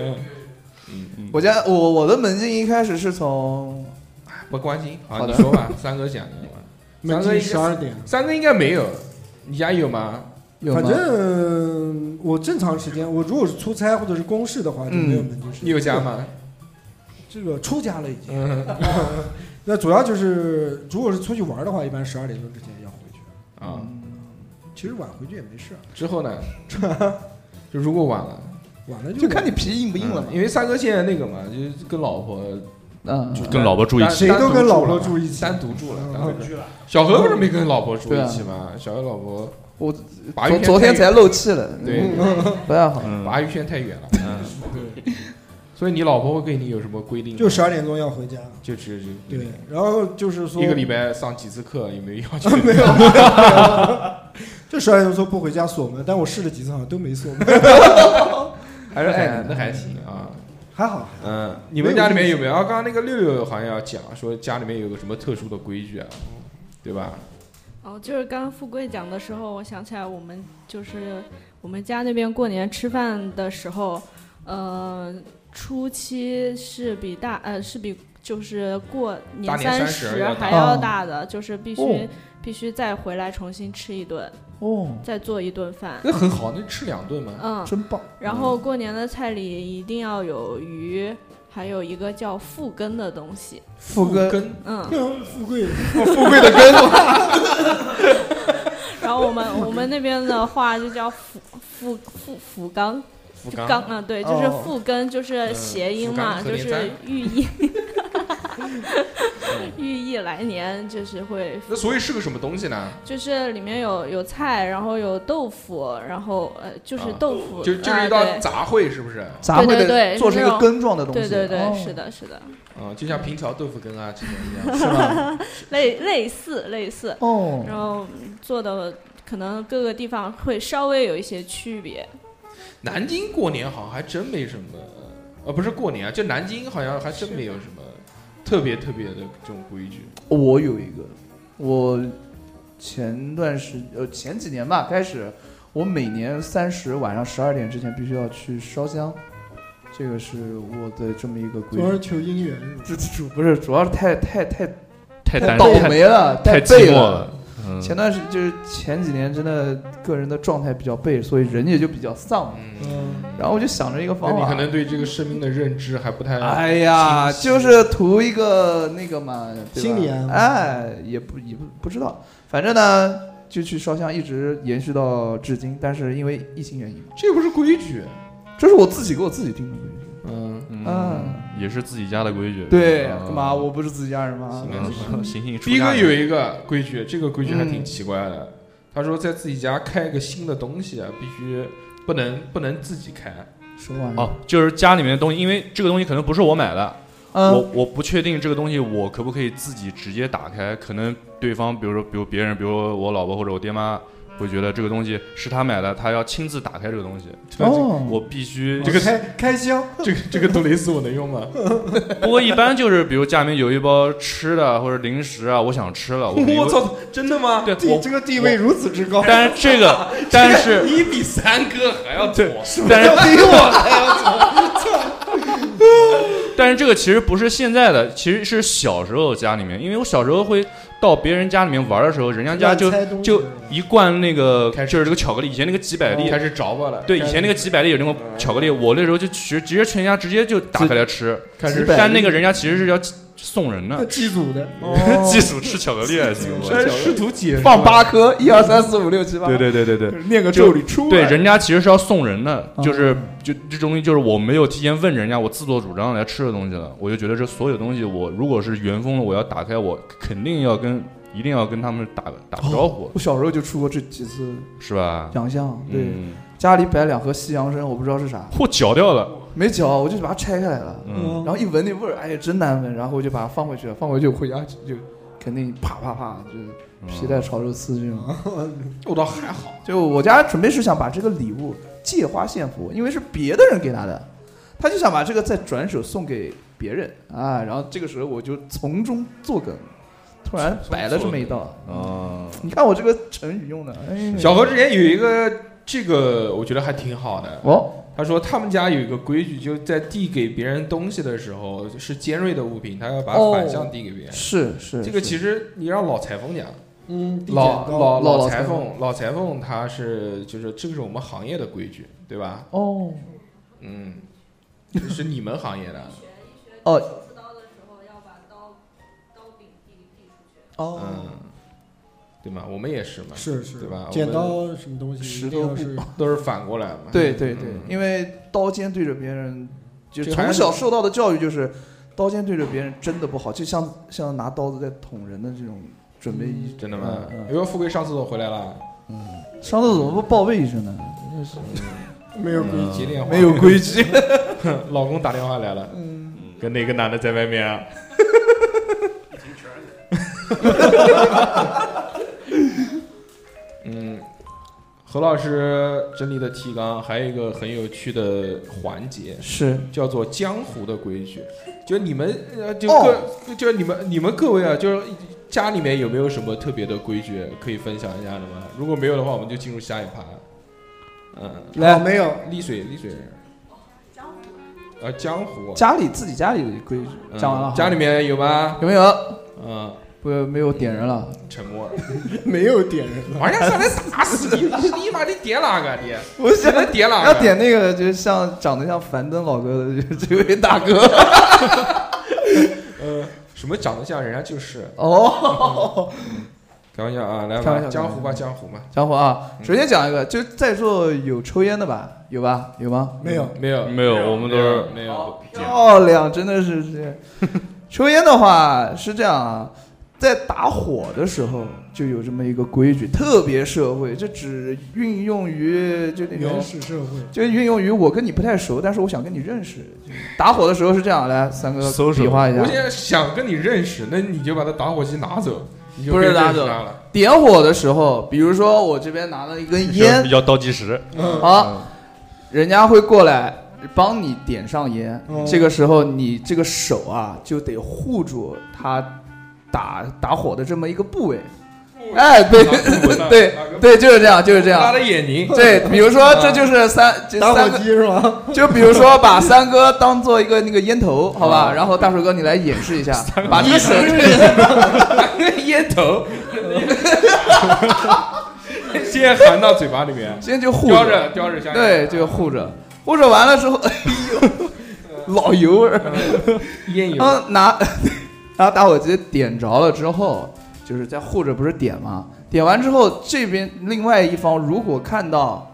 B: 嗯
D: 我家我我的门禁一开始是从
B: 不关心。好，
D: 好
B: 你
D: 的
B: 说吧，三哥讲的吧。
C: 门
B: 三哥
C: 禁
B: 应
C: 十
B: 该，
C: 二点，
B: 三哥应该没有，你家有吗？
D: 有吗
C: 反正我正常时间，我如果是出差或者是公事的话，就没有门禁时
D: 嗯
C: 间。
B: 你有家？吗？
C: 这个出家了已经。 [LAUGHS]
B: 嗯
C: 那主要就是，如果是出去玩的话，一般十二点钟之前要回去。
B: 啊，
D: 嗯
C: 其实晚回去也没事，
B: 之后呢， [LAUGHS] 就如果晚了，
C: 晚了
D: 就看
C: 晚
D: 你皮硬不硬了嘛
B: 嗯。因为三哥现在那个嘛，就是跟老婆
D: 嗯，
E: 跟老婆住一起，
C: 谁都跟老婆住一
B: 起，
C: 起
B: 单独住了。单独
C: 嗯
B: 住了小何不是没跟老婆住
D: 对
B: 一
D: 啊
B: 起吗？小何老婆，
D: 我
B: 鲅鱼
D: 昨
B: 圈
D: 昨天
B: 太
D: 才漏气了，
B: 对，
D: 不太好。
E: 嗯，
B: 鲅鱼圈太远了。
E: 嗯
B: [LAUGHS] 所以你老婆会给你有什么规定吗？
C: 就十二点钟要回家。
B: 就是就
C: 对，然后就是说
B: 一个礼拜上几次课，有 [LAUGHS] 没有要求？
C: 没有，就十二点钟说不回家锁门，但我试了几次好像都没锁门，
B: 还是 [LAUGHS] 爱你，那还行啊。
C: 还好。
B: 嗯，你们家里面有没有？啊，刚刚那个六六好像要讲说家里面有个什么特殊的规矩啊，对吧？
G: [LAUGHS] 哦，就是刚刚富贵讲的时候，我想起来我们就是我们家那边过年吃饭的时候，呃，初七是比大呃是比就是过
B: 大
G: 年
B: 年
G: 三
B: 三十
G: 十 [LAUGHS]
B: 要
G: 还
D: 大
G: 要
D: 哦
G: 大的，就是必须、
D: 哦
G: 必须再回来重新吃一顿，
D: 哦，
G: 再做一顿饭。
B: 那很好，那吃两顿嘛。
G: 嗯，
D: 真棒！
G: 然后过年的菜里一定要有鱼，还有一个叫复根的东西。
D: 富哥，
B: 跟
G: 嗯，
C: 富贵
D: 富贵的根，
G: 然后我们我们那边的话就叫腐腐腐腐缸，
B: 福
G: 就
B: 冈
G: 缸啊，对，就是
D: 哦
G: 复根，就是谐音嘛，
B: 嗯福冈和
G: 就
B: 年斋
G: 是寓
B: [LAUGHS]
G: 意，寓意来年就是会，
B: 嗯那所以是个什么东西呢？
G: 就是里面有有菜，然后有豆腐，然后呃，就是
B: 啊
G: 豆腐，
B: 就就是
G: 啊
B: 一道
G: 对
B: 杂烩，是不是？
D: 杂烩
G: 对对对
D: 的，做成一
G: 是那
D: 个
G: 种
D: 根状的东
G: 对
D: 西。
G: 对对，
D: 哦
G: 是，的，是的，
B: 嗯，就像平桥豆腐羹啊这种一样。
D: 是吧？
G: 类类似类似，
D: 哦，
G: 然后做的可能各个地方会稍微有一些区别，
B: 南京过年好像还真没什么，呃，不是过年啊，就南京好像还真没有什么特别特别的这种规矩。
D: 我有一个，我前段时呃前几年吧开始，我每年三十晚上十二点之前必须要去烧香，这个是我的这么一个规
C: 主要
D: 矩
C: 是。求姻缘是吧？
D: 这主不是主要是太太太
E: 太单
D: 倒
E: 太
D: 霉了，
E: 太寂
D: 背
E: 寞
D: 了。
E: 了，嗯，
D: 前段时就是前几年真的个人的状态比较背，所以人也就比较丧。
B: 嗯，
C: 嗯，
D: 然后我就想着一个
B: 那
D: 方
B: 你
D: 法，
B: 可能对这个生命的认知还不太……
D: 哎呀，
B: 清晰
D: 就是图一个那个嘛，对吧
C: 心理安慰
D: 哎，也不也不不知道，反正呢就去烧香，一直延续到至今。但是因为疫情原因嘛，
B: 这不是规矩。
D: 这是我自己给我自己定的规矩。
B: 嗯，
D: 嗯，
E: 也是自己家的规矩，
D: 对，
E: 嗯
D: 干嘛？我不是自己家人吗？
E: 嗯行行，出
B: 逼
E: 家
B: 哥
E: 人
B: 有一个规矩，这个规矩还挺奇怪的。他说在自己家开个新的东西啊，必须不能不能自己开。
C: 嗯
D: 什么玩意儿？
E: 哦，就是家里面的东西，因为这个东西可能不是我买的，我
D: 嗯，
E: 我不确定这个东西我可不可以自己直接打开，可能对方，比如说，比如别人，比如说我老婆或者我爹妈，会觉得这个东西是他买的，他要亲自打开这个东西，
D: 哦，
E: 我必须。
B: 这个
C: 开开箱，
B: 这个这个杜蕾斯我能用吗？
E: 不过一般就是，比如家里面有一包吃的或者零食啊，我想吃了，我
B: [LAUGHS]
E: 肯定
B: 我
E: 会，
B: 操，真的吗？
E: 对
C: 地
E: 我，
C: 这个地位如此之高，
E: 但是这个，但是
B: 你比三哥还要
E: 对
B: 妥。，
E: 但是 [LAUGHS] 比我还要但是这个其实不是现在的，其实是小时候家里面，因为我小时候会到别人家里面玩的时候，人家家就
C: 乱猜东西
E: 就一罐那个
B: 开始
E: 就是这个巧克力，以前那个几百粒，
B: 开始着吧了，
E: 对，以前那个几百粒有那种巧克力，我那时候就直直接全家直接就打开来吃，
B: 开始
D: 几百
E: 但那个人家其实是要送人 [LAUGHS] 的，
C: 祭祖的，
E: [LAUGHS] 寄宿吃巧克力啊，这个
B: 开始哎试图解释
D: 哦 [LAUGHS] 放八颗，一二三四五六七
E: [LAUGHS]
D: 八，
E: 对对对对对。
D: 念个咒里出啊
E: 对，
D: 来
E: 人家其实是要送人的，
D: 哦
E: 就是就这东西就是我没有提前问人家，我自作主张来吃的东西了，我就觉得这所有东西我如果是原封的，我要打开，我肯定要跟一定要跟他们打个打个招呼，
D: 我小时候就出过这几次
E: 是吧？
D: 洋相，哦对，
E: 嗯，
D: 家里摆两盒西洋参，我不知道是啥，
E: 嚯，嚼掉了，
D: 没嚼，我就把它拆开来了。
E: 嗯，
D: 然后一闻那味儿，哎呀，真难闻。然后我就把它放回去了，放回去我回家就就肯定啪啪啪，
B: 嗯
D: 就
E: 嗯
D: 皮带炒肉丝这种。
B: 我倒还好，
D: 就我家准备是想把这个礼物借花献佛，因为是别的人给他的，他就想把这个再转手送给别人啊。然后这个时候我就从中作梗，突然摆了这么一道。
E: 啊，
D: [LAUGHS] 你看我这个成语用的，哎，
B: 小何之前有一个这个，我觉得还挺好的。
D: 哦，
B: 他说他们家有一个规矩，就在递给别人东西的时候，是尖锐的物品，他要把它
D: 哦
B: 反向递给别人。
D: 是是，
B: 这个
D: 是
B: 其实你让老裁缝讲，
C: 嗯，地
B: 老
C: 剪刀
B: 老
D: 老
B: 老
D: 老
B: 裁
D: 裁缝
B: 缝，老裁缝他是就是这个是我们行业的规矩，对吧？
D: 哦
B: 嗯，这是你们行业
D: [LAUGHS]
B: 的，
D: 哦
G: 刀的时候要把刀刀柄递递出去。
D: 哦，
B: 嗯，对吗？我们也是嘛，
C: 是是，
B: 对吧
C: 剪
B: 我
C: 刀什么东西，
D: 石
C: 一定要
D: 头布
C: 是
B: 都是反过来嘛。
D: 对对对
B: 嗯，
D: 因为刀尖对着别人，就
B: 这个还
D: 从
B: 是
D: 小受到的教育就是，刀尖对着别人真的不好，就像像拿刀子在捅人的这种准备一。
B: 真的吗
D: 嗯？嗯
B: 因为富贵上厕所回来了，
D: 上厕所不报备一声呢？
C: 没有规矩。
B: 几点
D: 没有规矩。
B: [LAUGHS] 老公打电话来了，跟哪个男 [LAUGHS] 的在外面啊？嗯，何老师整理的提纲还有一个很有趣的环节，
D: 是，
B: 叫做江湖的规矩。就你们呃，就各、
D: 哦
B: 就你们你们各位啊，就是家里面有没有什么特别的规矩可以分享一下的吗？如果没有的话，我们就进入下一盘。嗯，
C: 来，哦没有，
B: 丽水，丽水，呃，江湖，
D: 家里自己家里的规矩
B: 嗯
D: 讲完了哈。
B: 家里面有吗？
D: 有没有？
B: 嗯，
D: 不，没有点人
B: [LAUGHS]
D: 了。
B: 沉默。
C: 没有点人了。
B: 马上上来打死你！你妈的点哪个？你
D: 我
B: 你
D: 想
B: 能点哪个？
D: 要点那个，就是像长得像樊登老哥的就这位大哥。
B: [LAUGHS] 呃，什么长得像人家就是，
D: 哦，
B: 开玩笑啊，来
D: 开玩
B: 吧，
D: 笑
B: 江湖吧，江湖吧，
D: 小伙啊，
B: 嗯
D: 首先讲一个，就在座有抽烟的吧？有吧？有吗？
C: 没有，
B: 没有，
E: 没有，我们都是
B: 没有，
D: 漂亮，真的是这样。抽烟的话是这样啊，在打火的时候就有这么一个规矩，特别社会，这只运用于就那
C: 原
D: 种。
C: 始社会，
D: 就运用于我跟你不太熟，但是我想跟你认识。就是打火的时候是这样，来三哥
E: Social
D: 比划一
B: 我
D: 下
B: 现。在想跟你认识，那你就把他打火机拿走，你就
D: 不
B: 可以
D: 是
B: 认识
D: 拿走
B: 他了。
D: 点火的时候，比如说我这边拿了一根烟
E: 要，要倒计时，
C: 嗯
D: 好，人家会过来帮你点上烟。
C: 嗯
D: 这个时候，你这个手啊就得护住他打打火的这么一个部位。哎，对 [LAUGHS] 对对，就是这样，就是这
B: 他
D: 样
B: 的。眼睛，
D: 对，比如说这就是三，这
C: 打
D: 三
C: 火
D: 个，
C: 机是吗？
D: 就比如说把三哥当做一个那个烟头，好吧？然后大手哥你来演示一下，把这个手
B: 烟头，先含到嘴巴里面，
D: 先就护
B: 叼着叼着香烟，
D: 对，就护着，护着完了之后，哎呦，老油味儿。
B: 烟
D: 然
B: 油，
D: 后拿 [LAUGHS] 拿打火机点着了之后，就是在护着不是点吗？点完之后，这边另外一方如果看到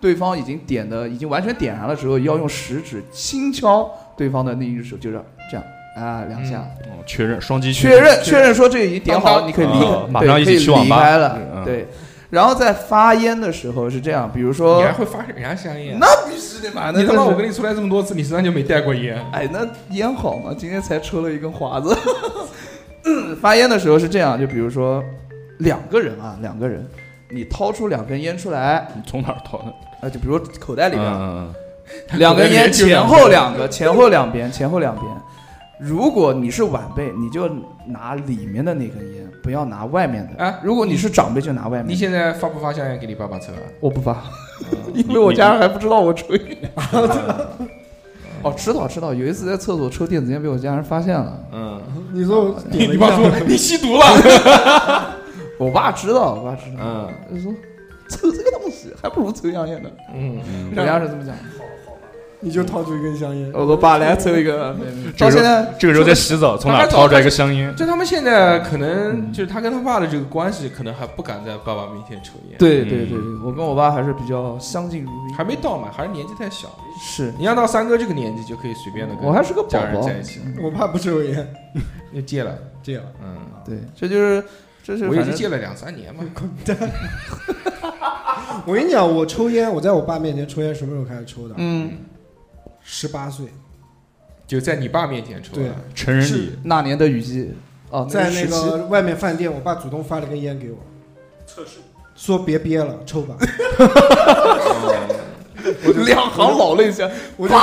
D: 对方已经点的已经完全点燃了之后，要用食指轻敲对方的那一只手，就是这样啊两下、
E: 嗯确认双击
D: 确认确认说这个已经点好了，
B: 当
D: 你可以离开，
E: 啊
D: 对
E: 马上一起
D: 可以
E: 去网吧
D: 离开了，
E: 嗯
D: 对。然后在发烟的时候是这样，比如
B: 你
D: 说
B: 还会发人家香烟？
D: 那必须的嘛，那
B: 你他妈，
D: 就是
B: 我跟你出来这么多次，你身上就没带过烟。
D: 哎，那烟好嘛，今天才抽了一根华子。嗯发烟的时候是这样，就比如说两个人啊，两个人，你掏出两根烟出来，
E: 你嗯从哪儿倒的？
D: 啊，就比如口袋里边、
E: 嗯，嗯
D: 两根烟，
B: 就
D: 前后两个，前后两边，前后两边。如果你是晚辈，你就拿里面的那根烟，不要拿外面的。
B: 啊
D: 如果哎你是长辈，就拿外
B: 你
D: 面的。
B: 现在发不发香烟给你爸爸抽啊？
D: 我不发，
E: 嗯
D: 因为我家人还不知道我抽 [LAUGHS] 烟。哦，知道知道，有一次在厕所抽电子烟被我家人发现了。
B: 嗯，
C: 你说我点了
B: 你
C: 一
B: 爸
C: 下，
E: [LAUGHS]
B: 说你吸毒了。
D: 我爸知道，我爸知道，
B: 嗯
D: 他说抽这个东西还不如抽香烟呢。
B: 嗯，
D: 人家是这么讲的。
C: 你就掏出一根香烟，
D: 我说爸，来抽一个。没没
E: 这个
D: 到
E: 时
D: 现
E: 候
D: 在，
E: 这个时候在洗澡，从哪儿掏出来一个香烟？
B: 就他们现在可能就是他跟他爸的这个关系，可能还不敢在爸爸面前抽烟。，
D: 对对对对，我跟我爸还是比较相敬如宾。
B: 还没到嘛，还是年纪太小。
D: 是，
B: 你要到三哥这个年纪，就可以随便的跟
D: 我还是个宝
B: 家人
D: 宝
B: 在。一起了，
C: 我爸不抽烟，
B: 又戒了。
C: 戒了。
B: 嗯，
D: 对，这就是这是
B: 我也
D: 反
B: 是
D: 正
B: 戒了两三年嘛。
C: 我跟你讲，我抽烟，我在我爸面前抽烟，什么时候开始抽的？
D: 嗯，
C: 十八
E: 哦
C: 岁，
B: 就在你爸面前抽
C: 对
B: 了。
E: 成人
C: 是
E: 礼，
D: 那年的雨季哦，
C: 在那
D: 时期
C: 个外面饭店，我爸主动发了根烟给我，
F: 测试
C: 说别憋了，
E: [LAUGHS]
C: 抽吧。
D: [LAUGHS] 两行老泪下，
B: 嗯
C: 我就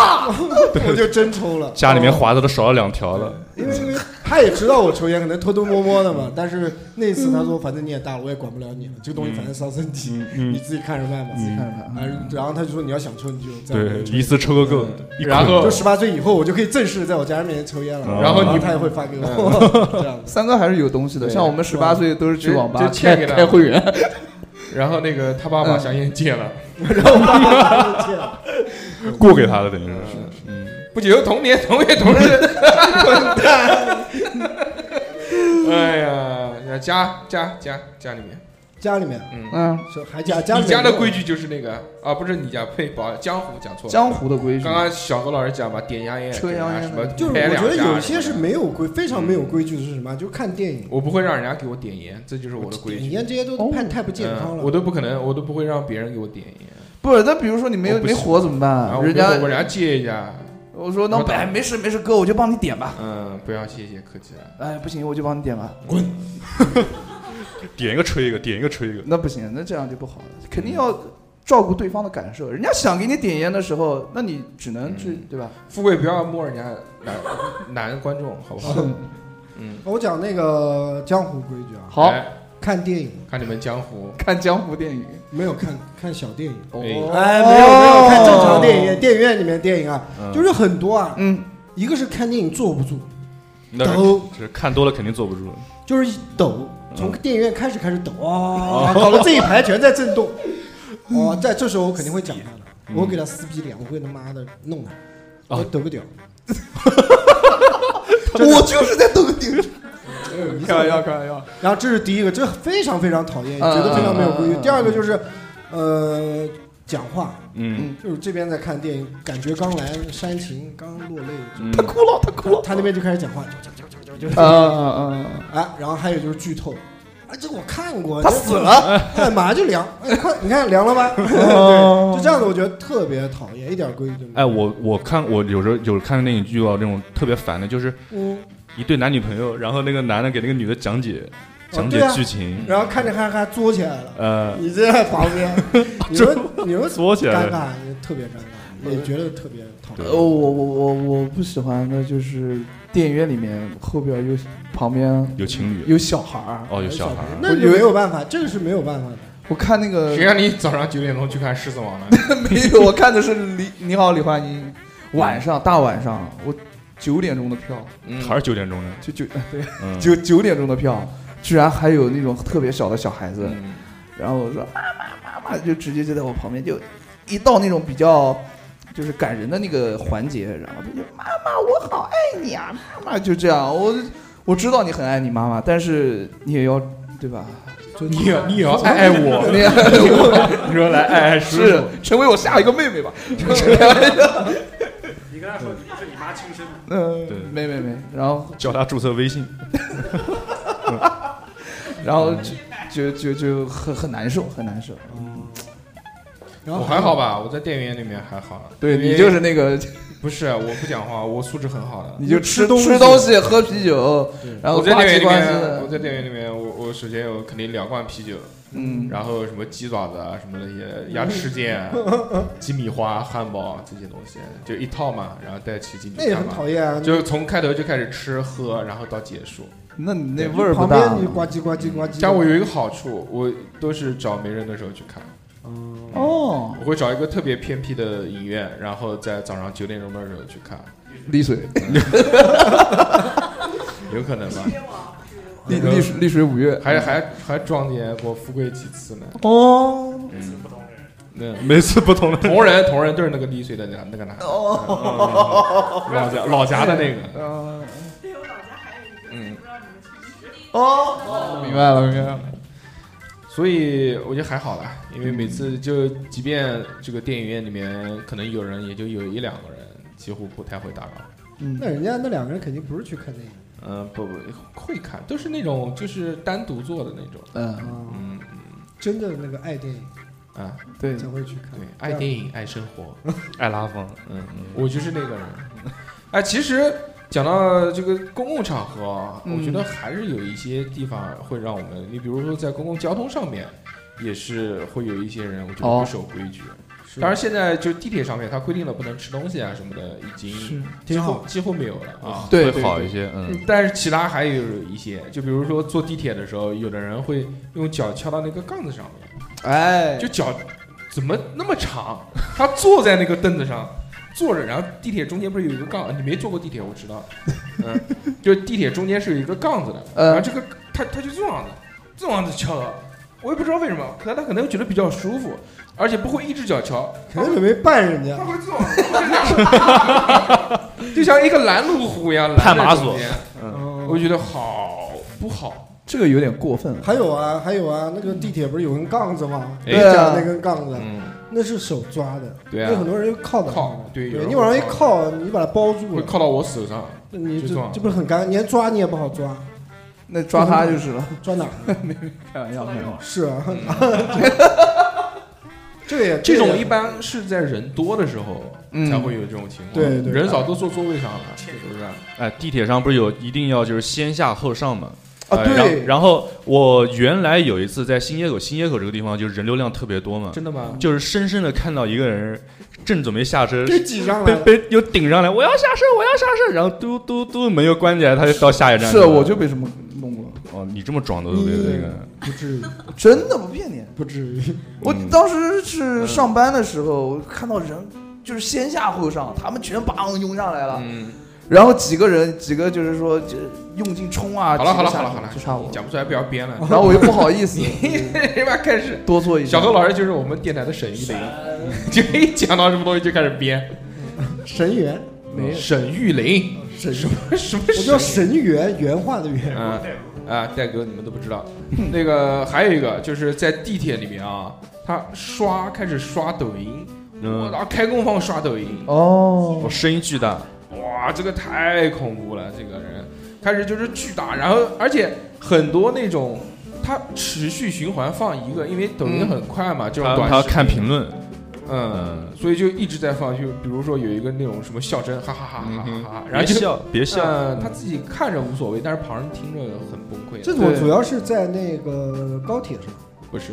C: [LAUGHS] 我就真抽了，哦
E: 家里面华子都少了两条了，
C: 因为因为他也知道我抽烟，可能偷偷摸摸的
E: 嗯
C: 嘛。但是那次他说，反正你也大了，我也管不了你了，这个东西
E: 嗯
C: 反正伤身体，你自己看着办吧。
D: 看看啊，
C: 啊，然后他就说你要想抽你就在我
E: 对
C: 面，前
E: 一次抽个够，一口
B: 然后
C: 就十八岁以后，我就可以正式在我家人面前抽烟了。
E: 嗯
C: 然后
B: 然后
C: 他也会发给我， [LAUGHS] 这样子。
D: 三哥还是有东西的，
B: 对嗯
D: 像我们十八岁都是去
B: 就
D: 网吧
B: 就欠
D: 开
B: 给他
D: 开会员。
B: 然后那个他爸
D: 嗯
B: 把香烟戒了。
C: 然后我爸爸就这样，
E: 过给他了，等于说是。
B: 不久同年同月
D: [LAUGHS]
B: 同日，滚蛋！哎呀，家家家家里面，
C: 家里面
D: 嗯，
C: 就还家家里
B: 你
C: 面
B: 家的
C: 有
B: 规矩就是那个啊，不是你家呸，把江湖讲错了。
D: 江湖的规矩
B: 刚，刚小何老师讲嘛，点香烟、
D: 抽香烟
B: 什么，
C: 就是
B: 拍
C: 我
B: 两
C: 觉得
B: 下
C: 有些
B: 什
C: 是
B: 么的
C: 没有规，非常没有规矩的是什么？就是看电影，
B: 我不会让人家给我点烟，这就是我的规
C: 点
B: 矩。
C: 烟这些都
D: 哦
C: 太太不健
B: 嗯
C: 康了。
B: 我都不可能，我都不会让别人给我点烟。
D: 不是？那比如说你没有
B: 我不
D: 没
B: 行
D: 火怎么
C: 啊
B: 然
D: 办？
B: 后我
D: 人
B: 跟
D: 家
B: 我跟人家借一下，
D: 我说那我
B: 我打
D: 哎没事没事哥，我就帮你点吧。
B: 嗯，不要谢谢，客气啊了。
D: 哎不行我就帮你点吧。
E: 点一个吹一个，点一个吹一个。
D: 那不行，那这样就不好了，肯定要照顾对方的感受。人家想给你点烟的时候，那你只能去
B: 嗯
D: 对吧？
B: 富贵不要摸人家男男观众，好不好？嗯，
C: 我讲那个江湖规矩啊，
D: 好，
B: 来
C: 看电影
B: 看你们江湖，
D: 看江湖电影。
C: 没有看看小电影，
B: 哎
C: 哎，没有没有看正常电影院，电影院里面电影啊，就是很多啊，
D: 嗯，
C: 一个是看电影坐不住，
E: 那是
C: 抖
E: 就是看多了肯定坐不住。
C: 就是一抖，从电影院开始开始抖
D: 嗯哦
C: 啊，搞得这一排全在震动。哦，在这时候我肯定会讲他
D: 嗯
C: 的，我给他撕逼脸，我会他妈的弄他，我抖个
D: [LAUGHS]
C: 屌。
D: 哦我就是在抖个顶。开玩笑，开玩笑。
C: 然后这是第一个，这非常非常讨厌，
D: 嗯
C: 觉得非常没有规矩
D: 嗯嗯。嗯
C: 第二个就是，呃，讲话，
E: 嗯，
C: 就是这边在看电影，感觉刚来煽情，刚落泪，
E: 嗯
D: 他哭了，他哭了。
C: 他那边就开始讲话，
D: 嗯嗯嗯，
C: 哎，然后还有就是剧透，哎，这个我看过，
D: 他
C: 这
D: 死了。
C: 哎，马上就凉，哎，快，你看凉了吧？对，就这样子，我觉得特别讨厌，一点规矩都没有。
E: 哎，我我看我有时候有看电影剧啊，那种特别烦的，就是
C: 嗯，
E: 一对男女朋友，然后那个男的给那个女的讲解讲解
C: 对啊
E: 剧情，
C: 然后看着哈哈作起来了，
E: 呃，
C: 你这在旁边，你说你说
E: 缩起来
C: 尴
E: 了。
C: 尬，你特别尴尬，也觉得特别讨
E: 对
D: 呃，
C: 厌。
D: 我我我我不喜欢的就是电影院里面后边有旁边
E: 有情侣
D: 有小孩儿。
E: 哦，有小孩
C: 朋友
E: 儿，
C: 那你就没有办法，这个是没有办法的。
D: 我看那个
B: 谁让你早上九点钟去看《狮子王》呢？
D: [LAUGHS] 没有，我看的是李你好李焕英，晚上大晚上我九点钟的票，
B: 嗯
E: 还是九点钟呢？
D: [LAUGHS] 就九
E: 嗯，
D: 九九点钟的票，居然还有那种特别小的小孩子，
B: 嗯
D: 然后我说妈妈妈妈，就直接就在我旁边，就一到那种比较就是感人的那个环节，然后他就妈妈我好爱你啊，妈妈就这样，我我知道你很爱你妈妈，但是你也要对吧？
B: 你也你也
E: [LAUGHS]
B: 要爱爱我，
D: 你也
B: 你说来爱爱
E: 哎
B: 叔叔
D: 是成为我下一个妹妹吧？
F: 你跟他说你不是你妈亲生的，
D: 嗯、
E: 对
D: 没没没，然后
E: [LAUGHS] 叫他注册微信。
D: 然后就就就就很很难受，很难受。
C: 然后
B: 我还好吧，我在电影院里面还好。
D: 对
B: 因为
D: 你就是那 [LAUGHS] 个，
B: 不是我不讲话，我素质很好的。
D: 你就吃
C: 吃东西
D: 吃东西、喝啤酒，
C: 呃
D: 然后
B: 我在
D: 呱
B: 电影
D: 唧
B: 里
D: 呱
B: 面，我
D: 唧的。
B: 在电影里面，我我首先我肯定两罐啤酒，
D: 嗯，
B: 然后什么鸡爪子啊，什么那些鸭
C: [LAUGHS]
B: 翅尖啊、鸡米花、汉堡啊这些东西，就一套嘛，然后带起进
C: 那
B: 去
C: 也
B: 看
C: 很
B: 嘛。
C: 讨厌啊，
B: 就从开头就开始吃喝，然后到结束。
D: 那你那
B: 对
D: 味儿不
C: 旁
D: 大
C: 边你呱唧呱唧呱唧。
B: 但我有一个好处，我都是找没人的时候去看，
D: 哦，
B: 我会找一个特别偏僻的影院，然后在早上九点钟的时候去看，
D: 丽水
B: 有可能
C: [LAUGHS]
B: 吧？
D: 丽丽水丽水五月
B: 还还还撞见过富贵几次呢？
D: 哦
B: 那
E: 每次不同的，
B: 同人同人就是那个丽水的那个那个男的，嗯老 [LAUGHS] 家老家的那个，
D: 呃
B: 嗯，
D: 哦，明白了明白了。
B: 所以我觉得还好啦，因为每次就即便这个电影院里面可能有人，也就有一两个人，几乎不太会打扰。
D: 嗯
C: 那人家那两个人肯定不是去看电影
B: 嗯，不不会看，都是那种就是单独做的那种。
D: 嗯，
C: 啊，
B: 嗯
C: 真的那个爱电影
B: 啊，
D: 对
C: 才会去看
B: 对。，爱电影爱生活，
E: 爱拉风。
B: 嗯，我就是那个人。哎，其实讲到这个公共场合啊，
D: 嗯
B: 我觉得还是有一些地方会让我们，你比如说在公共交通上面，也是会有一些人我觉得
D: 哦
B: 不守规矩。当然，现在就地铁上面，它规定了不能吃东西啊什么的，已经几
C: 挺
B: 乎
C: 好
B: 几乎没有了啊。
D: 对
E: 会好一些，嗯，
B: 但是其他还有一些，就比如说坐地铁的时候，有的人会用脚敲到那个杠子上面，
D: 哎，
B: 就脚怎么那么长？他坐在那个凳子上坐着，然后地铁中间不是有一个杠？你没坐过地铁，我知
C: [LAUGHS]
B: 道。嗯，就地铁中间是有一个杠子的，
D: 嗯
C: 呃
B: 然后这个他他就这样子，这样子敲，我也不知道为什么，可能他可能觉得比较舒服，而且不会一只脚敲，
C: 肯定准备绊人
B: 他
C: 家，
B: 会 [LAUGHS] 这样子，就像一个拦路虎一样，
E: 探马索
B: 嗯拦在中间我觉得好不好？
D: 这个有点过分了。
C: 还有啊，还有啊，那个地铁不是有根杠子吗？
B: 哎
C: 一
D: 对啊
C: 讲那根杠子，
B: 嗯，
C: 那是手抓的，
B: 对啊
C: 那很多人就靠的，
B: 靠，对，有
C: 对
B: 人
C: 你往上一
B: 会靠，
C: 靠，你把它包住
B: 会
C: 了，
B: 靠到我手上，
C: 你
B: 就
C: 这
B: 撞了
C: 这不是很尴尬？你连抓你也不好抓，
D: 那抓他就是了，
C: 抓哪儿？
D: 开玩笑，开玩笑。
C: 是啊，
B: 嗯
C: [LAUGHS] 这个也
B: 这种一
C: 也
B: 般是在人多的时候
D: 嗯
B: 才会有这种情况，
C: 对对
B: 人少都坐座位上了，是不是？啊
E: 哎，地铁上不是有一定要就是先下后上嘛？
D: 啊，
E: 哎然
D: 对，
E: 然后我原来有一次在新街口，新街口这个地方就是人流量特别多嘛，
B: 真的吗？
E: 就是深深的看到一个人正准备下车，
C: 给挤上来
E: 被
C: 了，
E: 被又顶上来，我要下车，我要下车，然后嘟嘟嘟门又关起来，他就到下一站去
D: 是啊
E: 了。
D: 我就被什么弄过，
E: 哦，你这么壮的都被那个
C: 不至于，
D: 真的不骗你。
C: 不至于。
D: 我
E: 嗯
D: 当时是上班的时候，我看到人就是先下后上，他们全梆涌上来了，
B: 嗯，
D: 然后几个人几个就是说就用劲冲啊，
B: 好了
D: 几
B: 好
D: 个
B: 了
D: 下
B: 好了好
D: 去
B: 了，
D: 就差我，
B: 讲不出来不要编了。
D: 然 [LAUGHS] 后我又不
B: [LAUGHS]
D: 好意思
B: 这边开始，
D: 多做一下。
B: 小何老师就是我们电台的沈玉琳，就一讲到什么东西就开始编。
C: 神元，
D: 没
B: 沈玉琳，
C: 神
B: 什么 [LAUGHS] 什么
C: 我叫
B: 沈？
C: 神元，原话的原。
B: 啊啊，戴哥你们都不知道。那个还有一个就是在地铁里面啊，他刷开始刷抖音，我
E: 嗯，
B: 操，开功放刷抖音，
D: 哦
E: 我，声音巨大，
B: 哇，啊这个太恐怖了，这个人开始就是巨大，然后而且很多那种。他持续循环放一个，因为抖音
D: 嗯
B: 很快嘛，这种
E: 他
B: 短
E: 他要
B: 视
E: 看
B: 频
E: 评论，
B: 嗯
E: 嗯，
B: 所以就一直在放，就比如说有一个那种什么笑声，哈哈哈哈哈哈，然后
E: 嗯别
B: 就
E: 笑别笑，
B: 嗯，他自己看着无所谓，但是旁人听着很崩溃。
C: 这种主要是在那个高铁上，
B: 不是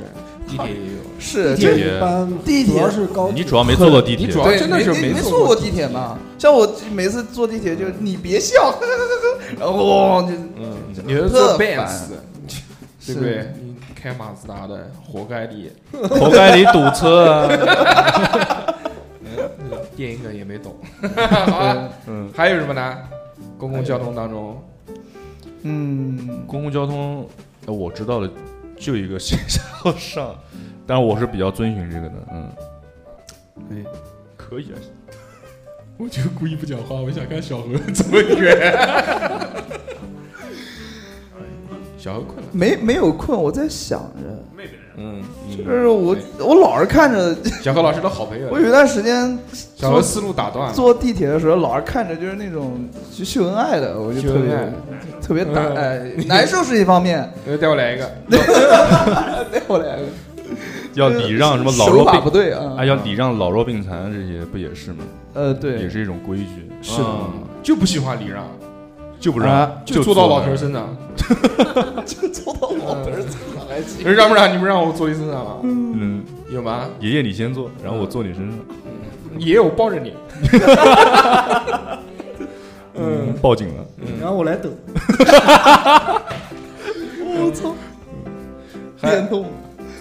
B: 地铁也有，
D: 是
C: 地
D: 这
E: 这
C: 铁一般
D: 呃地铁
C: 主要是高
E: 你
C: 铁
E: 主。要没坐过地
B: 呃你
E: 铁
B: 主，要
D: 对
B: 真的是
D: 没没
B: 坐
D: 坐过地铁嘛？像我每次坐地铁就你别笑， [LAUGHS] 呵呵呵呵，然后哇就
B: 嗯，你是坐
D: 特烦
B: Benz，对不
D: 是
B: 对？你开马自达的，活该你。
E: 活该你堵车
B: [LAUGHS]
E: 啊。
B: 电影梗也没懂。 [LAUGHS] 好啊，
E: 嗯，
B: 还有什么呢？公共交通当中，
D: 嗯，
E: 公共交通呃我知道的就一个先下后上，但是我是比较遵循这个的，嗯，可以，可以啊。
B: 我就故意不讲话，我想看小何怎么圆。 [LAUGHS] 小何
D: [LAUGHS]
B: 困了，
D: 没没有困，我在想着，
B: 嗯，
D: 就是我我老是看着，
B: 小何老师的好朋友
D: 我，有一段时间
B: 小何思路打断了。
D: 坐地铁的时候，老是看着就是那种就秀恩爱的，我就特
B: 秀恩
D: 别特别难
B: 嗯
D: 哎，难受是一
B: [LAUGHS]
D: 方面，
B: 呃，带我来一个，
D: 对我来
E: 要礼让什么老
D: 手
E: 弱
D: 法不
E: 病，
D: 对啊
B: 哎
E: 啊，，要礼让老弱病残这些不也是吗？
D: 呃，
E: 也
D: 对，
E: 是一种规矩，
D: 是的
E: 嗯
B: 就不喜欢礼让，
E: 就不
D: 啊
E: 让，
B: 就
E: 坐
B: 坐到
E: 那
B: 老头
E: 儿
B: 儿身上。
D: 就坐到老头儿上来去。
B: 让不让？ [LAUGHS] 你不让我坐你身上啊？
E: 嗯，
B: 有吗？
E: 爷爷你先坐，然后我坐你身上，
B: 也有抱着你。嗯，
E: 报警了。
C: 然后我来抖，
D: 我操，
B: 还
D: 电动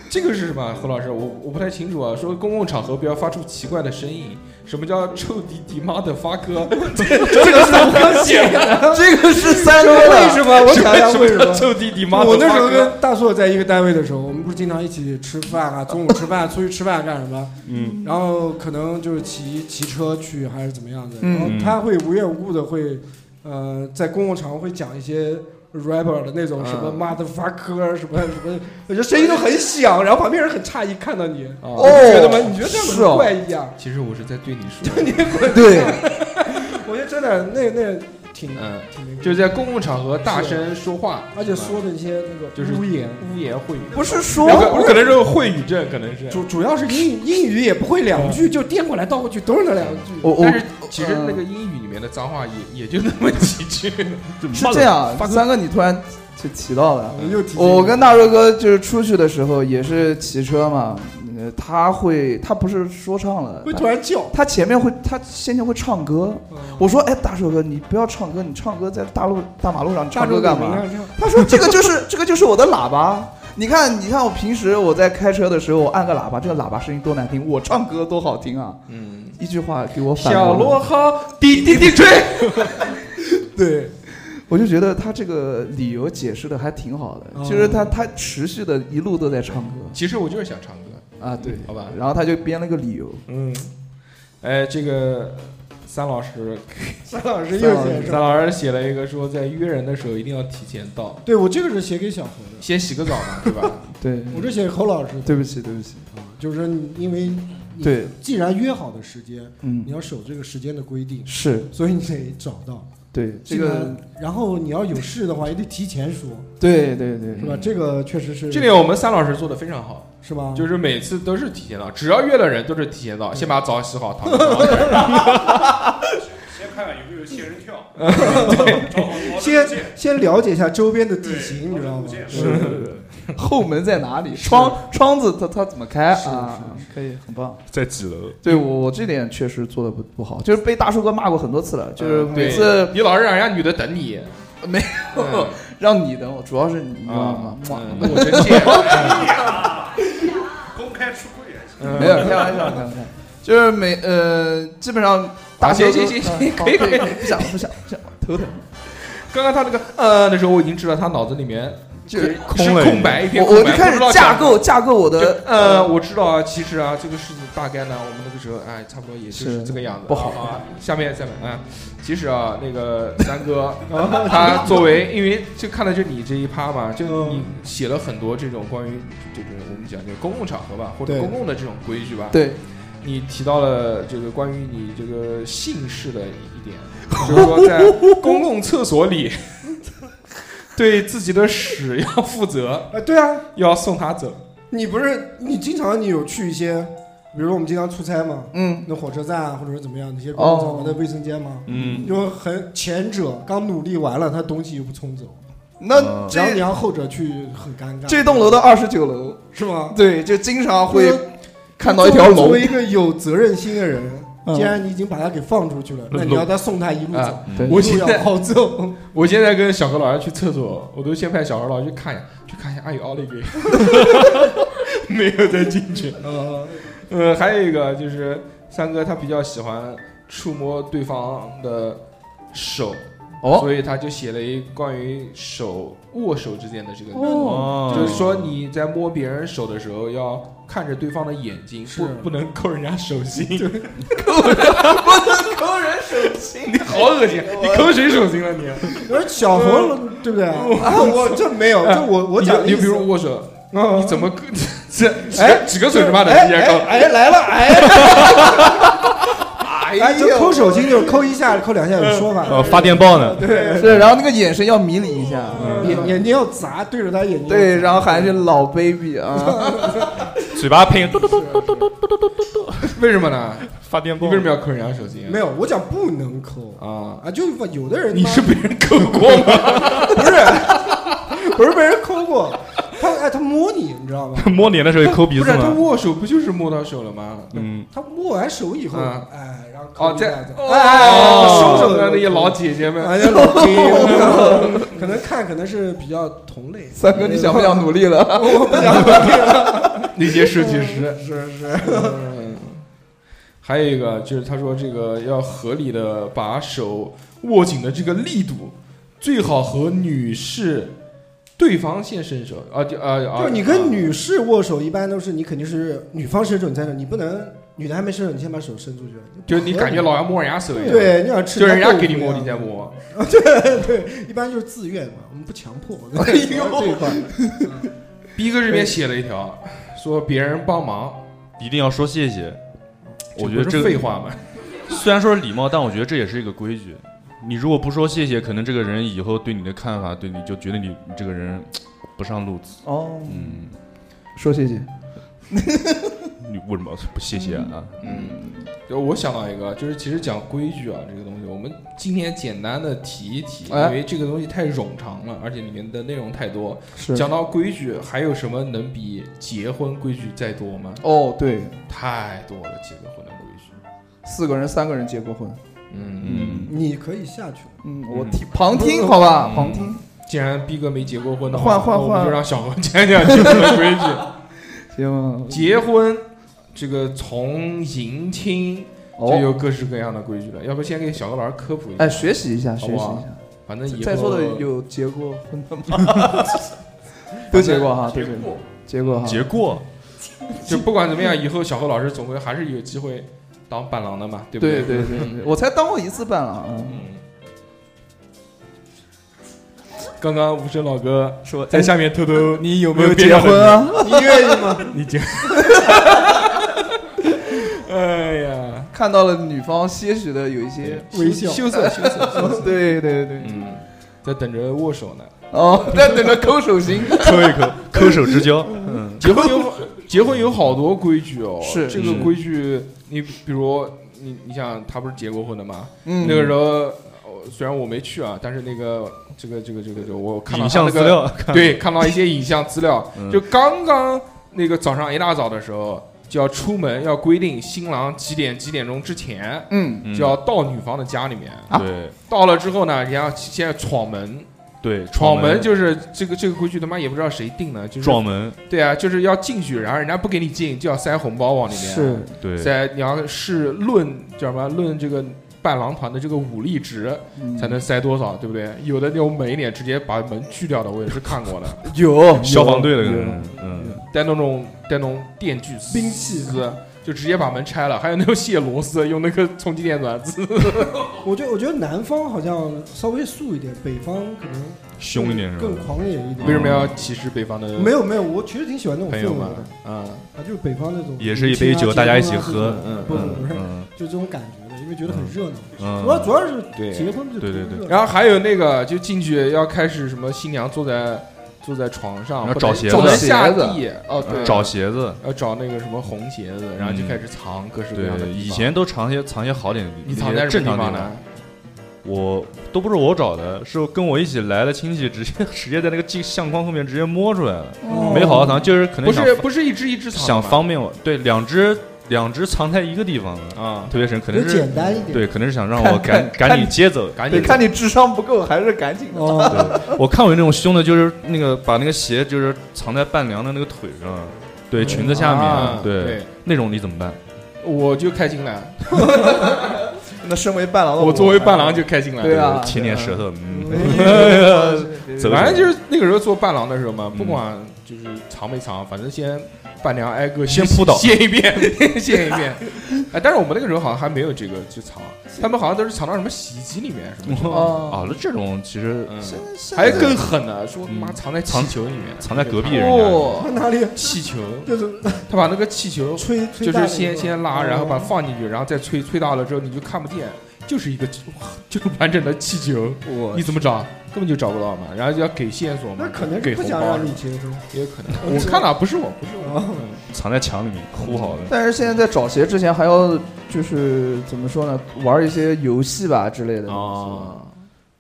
B: 这个是什么？何老师，我我不太清楚啊。说公共场合不要发出奇怪的声音。什么叫臭迪迪妈的发哥？这这个是怎么写的？
D: [LAUGHS] 这个是三哥
C: 为什
D: 的，
C: 么？我想想为什
B: 么
E: [LAUGHS]
B: 叫
C: 么。
B: 臭迪迪妈的发哥？
C: 我那时候跟大硕在一个单位的时候，我们不是经常一起吃饭啊，中午吃饭，出去吃饭干什么？
E: 嗯，
C: 然后可能就是骑骑车去还是怎么样的，
D: 嗯
C: 然后他会无缘无故的会，呃，在公共场合会讲一些 rapper 的那种什么
B: 嗯
C: motherfucker 啊什么什么，我觉得声音都很响，然后旁边人很诧异看到你，
B: 哦
C: 你觉得吗？你觉得这样
D: 是
C: 很
D: 哦
C: 怪异啊？
B: 其实我是在对你说，
D: 对，
C: 我觉得真的那那挺
B: 嗯，
C: 挺那个，
B: 就是在公共场合大声说话，
C: 而且说的一些那个
B: 就是嗯
C: 污言，
B: 污言秽语，
D: 不是
B: 然后
D: 说
B: 可可能是秽语症，可能是。
C: 主主要是英语英语也不会两句，就颠过来倒过去都是那两句。
D: 我我
B: 但是其实那个英语里面的脏话也也就那么几句。 [LAUGHS]
D: 是这样，三哥你突然就提到了。
C: 我啊又提醒你
D: 我跟大肉哥就是出去的时候也是骑车嘛，呃他会他不是说唱了，
C: 会突然叫，
D: 他前面会，他先前会唱歌。我说：“哎，大帅哥，你不要唱歌，你唱歌在大路大马路上
C: 大
D: 唱
C: 众
D: 歌干嘛？”？他说：“这个就是这个就是我的喇叭。你看，你看我平时我在开车的时候，我按个喇叭，这个喇叭声音多难听，我唱歌多好听啊！
B: 嗯，
D: 一句话给我反
B: 小
D: 驳
B: 螺
D: 了，
B: 号滴滴滴吹。
C: 对，
D: 我就觉得他这个理由解释的还挺好的，就是他他持续的一路都在唱歌
B: 其实我就是想唱歌。
D: 啊，对，
B: 好吧
D: 然后他就编了个理由，
B: 嗯，哎，这个三老师，
C: 三老师又写
B: 三
C: 上，
B: 老师写了一个说，在约人的时候一定要提前到，
C: 对我这个是写给小侯的，
B: 先洗个澡 [LAUGHS] 嘛，对吧？
D: 对，
C: 我这写给侯老师的，
D: 对不起，对不起，
C: 啊就是你因为你
D: 对，
C: 既然约好的时间，你
D: 嗯，
C: 要守这个时间的规定，
D: 是
C: 所以你得找到
D: 对这 [LAUGHS] 个，，
C: 然后你要有事的话也得提前说，
D: 对对对
C: 是，吧？这个确实是
B: 嗯这点我们三老师做的非常好，
C: 是吧？
B: 就是是每次都是提前到，只要约了人都是提前到，先把澡洗好，躺 [LAUGHS] 着床上。
E: 先看看有没有仙人跳，
C: 先先了解一下周边的地形，你知道吗？是
D: [LAUGHS] 后门在哪里？窗窗子它它怎么开啊？可以，很棒。
E: [LAUGHS] 在几楼？
D: 对我我这点确实做的不不好，就是被大叔哥骂过很多次了，就是每次
B: 对你老是让人家女的等你，嗯
D: 没
B: 有
D: 让你等我，主要是你知道
B: 啊
D: 吗？，哇
B: 嗯我真贱。
E: 公开出柜，
D: 没有开玩笑，开玩笑，就是每呃基本上大
B: 行
D: 家都
B: 行行
D: 嗯
B: 行
D: 好
B: 可以
D: [LAUGHS] 可
B: 可以
D: 不想不想不想头疼。
B: [LAUGHS] 刚刚他那个呃的时候，我已经知道他脑子里面
D: 就是
B: 是
E: 空了
B: 空白一片
D: 我
B: 空白，
D: 我就开始
B: 不知道讲
D: 架构架构我
B: 就
D: 的
B: 呃，我知道啊，其实啊，这个事情大概呢，我们那个时候哎，差不多也就是
D: 是
B: 这个样子，
D: 不好
B: 啊。下面下面啊，其实啊，那个三哥 [LAUGHS] 他作为，因为就看了就你这一趴嘛，就
C: 嗯
B: 你写了很多这种关于这个我们讲这个公共场合吧，或者
C: 对
B: 公共的这种规矩吧，
D: 对
B: 你提到了这个关于你这个姓氏的一
D: [LAUGHS]
B: 点，就是说在
C: [LAUGHS]
B: 公共厕所里对自己的屎要负责，
C: 啊，对啊，
B: 要送他走。
C: 你不是你经常你有去一些，比如说我们经常出差嘛，
D: 嗯
C: 那火车站啊，或者是怎么样，那些公共
D: 哦
C: 场合的卫生间嘛，
B: 嗯，
C: 就很前者刚努力完了，他东西又不冲走，哦
D: 那
C: 然后你
D: 这
C: 让后者去很尴尬，
D: 这栋楼的二十九楼，
C: 是吗？
D: 对，就经常
C: 就
D: 会
C: 是
D: 看到一条
C: 作
D: 龙
C: 为。一个有责任心的人，
D: 嗯
C: 既然你已经把他给放出去了，那你要再送他一路走
B: 啊，
D: 对
B: 我
C: 一
B: 现
C: 路要
B: 在
C: 好
D: [LAUGHS]
C: 走。
B: 我现在跟小何老师去厕所，我都先派小何老师去看一下，去看一下，啊有奥利给，没有再进去。
C: 呃，
B: 呃，还有一个就是三哥他比较喜欢触摸对方的手，
D: 哦，
B: 所以他就写了一关于手握手之间的这个
E: 哦
B: 就是说你在摸别人手的时候，要看着对方的眼睛，
C: 是
B: 不不能抠人家手心。
D: 抠人手心，
B: [LAUGHS] 你好恶心，你抠谁手心了啊你？
C: 而小红对不对？
D: 嗯
C: 啊，我这没有，这我我讲的
B: 你
C: 意
B: 就比
C: 思
B: 如握手，
C: 嗯
B: 你怎么这
C: 哎
B: 这几个嘴他妈的
C: 哎
B: 直接
C: 哎
B: 抠？
C: 哎来了哎
D: 哎
C: 哎，就抠手心就是抠一下抠两下有说法，
B: 嗯
E: 呃，发电报呢？
D: 是，然后那个眼神要迷离一下，
C: 眼眼睛要砸，对着他眼睛。
D: 对，然后喊一句老 baby 啊，
E: 嘴巴配嘟嘟嘟嘟嘟嘟
B: 为什么呢？
E: 发电
B: 你
E: 报
B: 为。什么要抠人家手心？
C: 哦没有，我讲不能抠
B: 啊，
C: 啊，就是有的人
B: 你
C: 妈
B: 是被人抠过吗？
C: 不是不是被人抠过，他哎他摸你，你知道吗？
E: [LAUGHS] 摸脸的时候抠鼻
B: 不
E: 子
B: 是他
E: 吗？
B: 握手不就是摸到手了吗？
E: 嗯，
C: 他摸完手以后，
B: 嗯
C: 哎，然后抠
B: 哦，
C: 一
B: 这
C: 下子
B: 哦，
C: 哎
B: 手
C: 收
B: 手
C: 手
B: 的那些老
C: 姐
B: 姐姐们，
C: 哎呀，
B: [LAUGHS]
C: 老姐，可能看可能是比较同类。
D: 三哥你想不想努力了？
C: 我不想努力了，
B: 那些设计师。
C: 是是，
B: 嗯，还有一个就是他说这个要合理的把手握紧的这个力度，最好和女士对方先伸手啊，就啊啊，
C: 就是你跟女士握手，一般都是你肯定是女方伸手，你才手，你不能女的还没伸手，你先把手伸出去，
B: 就是你感觉老要摸人家手一样，，
C: 对，你想吃
B: 就是人家
C: 豆腐
B: 给你摸
C: 一样
B: 你再，摸，
C: 一般就是自愿嘛，我们不强迫。这一块
B: 逼哥这边写了一条，说别人帮忙，
E: 一定要说谢谢。我觉
B: 不
E: 得
B: 是
E: 这个
B: 废话嘛，
E: 虽然说是礼貌，但我觉得这也是一个规矩。你如果不说谢谢，可能这个人以后对你的看法，对你就觉得你你这个人不上路子。
D: 哦，
E: 嗯，
D: 说谢谢，
E: 你为什么不谢谢啊？
B: 嗯。就我想到一个，就是其实讲规矩啊，这个东西，我们今天简单的提一提，
D: 哎
B: 因为这个东西太冗长了，而且里面的内容太多，
D: 是
B: 讲到规矩，还有什么能比结婚规矩再多吗？
D: 哦，对，
B: 太多了，结个婚的规矩。
D: 四个人三个人结过婚，
B: 嗯嗯，
E: 嗯，
C: 你可以下去，
D: 嗯，我
E: 嗯
D: 听旁听好吧，
E: 嗯
D: 旁听，
B: 既然逼哥没结过婚的话，
D: 换啊换
B: 那我们
D: 换
B: 就让小何讲讲结婚的规
D: [LAUGHS]
B: 矩。
D: 行吗？
B: 结婚，这个从迎亲，这
D: 哦，
B: 有各式各样的规矩了。要不先给小何老师科普一下？
D: 哎，学习一下，
B: 好
D: 学习
B: 不
D: 一
B: 好
D: 下。
B: 反正以后
D: 在座的有结过婚的吗？ [LAUGHS] 都结过哈，都结过，结过哈。
E: 嗯结过
B: 就不管怎么样，以后小何老师总归还是有机会当伴郎的嘛，对不
D: 对
B: 对
D: 对对，对我才当过一次伴郎。嗯
B: 嗯。刚刚无声老哥
D: 说
B: 在下面偷偷，你有
D: 有没有结婚？啊？
C: 你愿意吗？
B: 你结。哎呀，
D: 看到了女方些许的有一些
C: 微笑
D: 羞
C: [LAUGHS]
D: 涩羞涩。羞涩对对对，
B: 嗯，在等着握手呢。
D: 哦，在等着抠手心。
E: 抠一
B: [LAUGHS]
E: 抠，抠手之交。嗯，
B: 结婚有结婚有好多规矩哦，
D: 是
B: 这
E: 是
B: 个规矩，你比如你你想他不是结过婚的吗？
D: 嗯，
B: 那个时候呃虽然我没去啊，但是那个这个这个这个这个我看到
E: 影
B: 他
E: 像
B: 那
E: 资
B: 个
E: 料， [LAUGHS] 看
B: 对看到一些影像资料，
E: 嗯
B: 就刚刚那个早上一大早的时候就要出门，要规定新郎几点几点钟之前
D: 嗯，
E: 嗯
B: 就要到女方的家里面，
D: 啊
E: 对
B: 到了之后呢，人家先要闯门，
E: 对，
B: 闯门就是这个这个规矩他妈也不知道谁定的，就是
E: 撞门，
B: 对啊，就是要进去，然后人家不给你进，就要塞红包往里面。
D: 是，
E: 对，
B: 在你要是论叫什么论这个伴郎团的这个武力值，
D: 嗯
B: 才能塞多少，对不对？有的那种美脸直接把门锯掉的，我也是看过的，
D: 有
E: 消防队的
D: 有
E: 可能，嗯，
B: 带那种带那种电锯、兵器子，就直接把门拆了。还有 [LAUGHS] 那种卸螺丝，用那个冲击电
E: 嗯
B: 钻子。
C: 我觉得我觉得南方好像稍微素一点，北方可能
E: 凶一点是
C: 更
E: 吧？
C: 狂野一点。
B: 为什么要歧视北方的
C: 没有没有，我其实挺喜欢那种
B: 朋
C: 氛
B: 友
C: 围
B: 们
C: 的，？
B: 嗯，
C: 啊，就是北方那种
E: 也是一杯酒，大家一起喝，
C: 嗯
E: 嗯，
C: 不不不是，
E: 嗯
C: 就这种感觉的，因为觉得很热闹。
E: 嗯，
C: [LAUGHS] 主要主要是
B: 对
C: 结婚就
E: 对对对
B: 然后还有那个，就进去要开始什么，新娘坐在坐在床上，
E: 要
B: 不
E: 找
B: 能
E: 鞋
B: 不
E: 子
B: 能下
D: 鞋子
B: 地哦，对，
E: 找鞋子，
B: 要找那个什么红鞋子，然后就开始藏各式各
E: 对
B: 样的地，方。
E: 以前都藏些藏些好点的，
B: 你藏在什
E: 正
B: 么地
E: 常
B: 方
E: 地方
B: 呢？
E: 我都不是我找的，是跟我一起来的亲戚直接直接在那个镜相框后面直接摸出来了，
C: 哦
E: 没好好藏，就是可能
B: 不
E: 想
B: 是不是一只一只藏的
E: 想
B: 吗
E: 方便我，对，两只两只藏在一个地方了，
B: 啊，
E: 特别神，可
C: 就
E: 能是
C: 简单一点。
E: 对，可能是想让
D: 看
E: 我赶
D: 看
E: 赶紧接走。
B: 赶
D: 对，
B: 紧
D: 看你智商不够，还是赶紧的。
C: 哦，
E: 对，我看过有那种凶的，就是那个把那个鞋就是藏在伴娘的那个腿上，对，裙子下
B: 啊
E: 面，对，
B: 对，
E: 那种你怎么办？
B: 我就开心了，
D: 那身为伴郎
E: 哦
D: 的
B: 我作为伴郎就开心了。
D: 对啊，
E: 舔舔舌头，嗯，
D: 嗯，
E: 走
B: 反正就是那个时候做伴郎的时候嘛，不
E: 嗯
B: 管就是藏没藏，反正先伴娘挨个
E: 先
B: 先
E: 扑倒
B: 掀一遍，掀一遍。哎，但是我们那个时候好像还没有这个去藏，他们好像都是藏到什么洗衣机里面什么的。
E: 啊，
D: 哦，
E: 那这种其实
B: 嗯，
D: 现在现在
B: 还有更狠的，说他妈
E: 嗯
B: 藏在气
E: 藏
B: 球里面，
E: 藏在隔壁人家。
D: 哦，
C: 哪里
B: 气球，
C: 就是
B: 他把那个气球
C: 吹吹
B: 就
C: 大
B: 是
C: 了
B: 先
C: 以后
B: 先拉，然后把它
C: 哦
B: 放进去，然后再吹，吹大了之后你就看不见，就是一 [LAUGHS] 个哇就是完整的气球，
D: 我
E: 哦
B: 你怎么找？根本就找不到嘛。然后就要给线索嘛，
C: 那可能
B: 给
C: 是不
B: 红
C: 想
B: 包
C: 让，你结婚。
B: 也有可能。
C: [LAUGHS]
B: 我看了，不是我，不是
C: 哦
B: 我，
E: 藏在墙里面，哭好的。
D: 但是现在在找鞋之前还要就是怎么说呢，玩一些游戏吧之类的东西
B: 哦，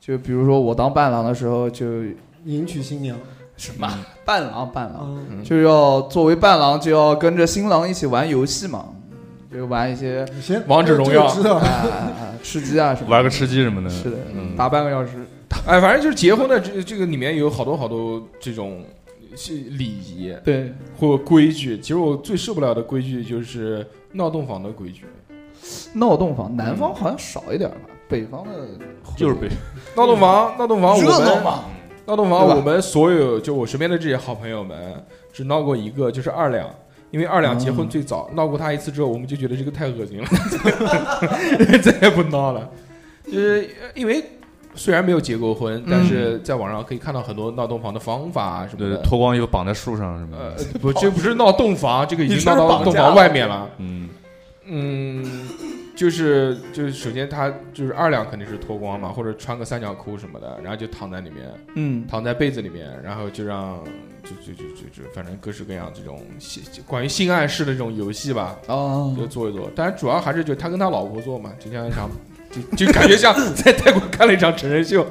D: 就比如说我当伴郎的时候就
C: [LAUGHS] 迎娶新娘，
D: 什么伴郎伴郎，
C: 嗯，
D: 就要作为伴郎就要跟着新郎一起玩游戏嘛，就玩一些
C: 你先
B: 王者荣耀
C: 这个知道
D: 啊啊啊吃鸡啊什么的，
E: 玩个吃鸡什么的，
D: 是的，
E: 嗯
D: 打半个小时，
B: 哎，反正就是结婚的这这个里面有好多好多这种是礼仪
D: 对，
B: 或规矩。其实我最受不了的规矩就是闹洞房的规矩。
D: 闹洞房，南方好像少一点吧，北方的
E: 就是被
B: 闹洞房，闹洞房，我
D: 热
B: 们
D: 闹嘛，
B: 闹洞房，
D: 对吧
B: 我们所有就我身边的这些好朋友们，只闹过一个，就是二两。因为二两结婚最早，闹过他一次之后，我们就觉得这个太恶心了， [LAUGHS] 再也不闹了。就是因为虽然没有结过婚，但是在网上可以看到很多闹洞房的方法啊什么
E: 对
B: 的。
E: 脱光衣服绑在树上什么
B: 呃
E: 的，，
B: 不，这不是闹洞房，啊这个已
D: 你
B: 经
D: 是
B: 闹
D: 不是
B: 到
D: 绑
B: 洞
D: 架
B: 房
D: 了
B: 外面了。
E: 嗯，
B: 嗯，就是就是，首先他就是二两肯定是脱光嘛，或者穿个三角裤什么的，然后就躺在里面。
D: 嗯，
B: 躺在被子里面，然后就让就就就就就反正各式各样这种性关于性暗示的这种游戏吧，
D: 哦，
B: 就做一做。当然主要还是就他跟他老婆做嘛，就像一场就就感觉
D: [LAUGHS]
B: 像在泰国看了一场成人秀，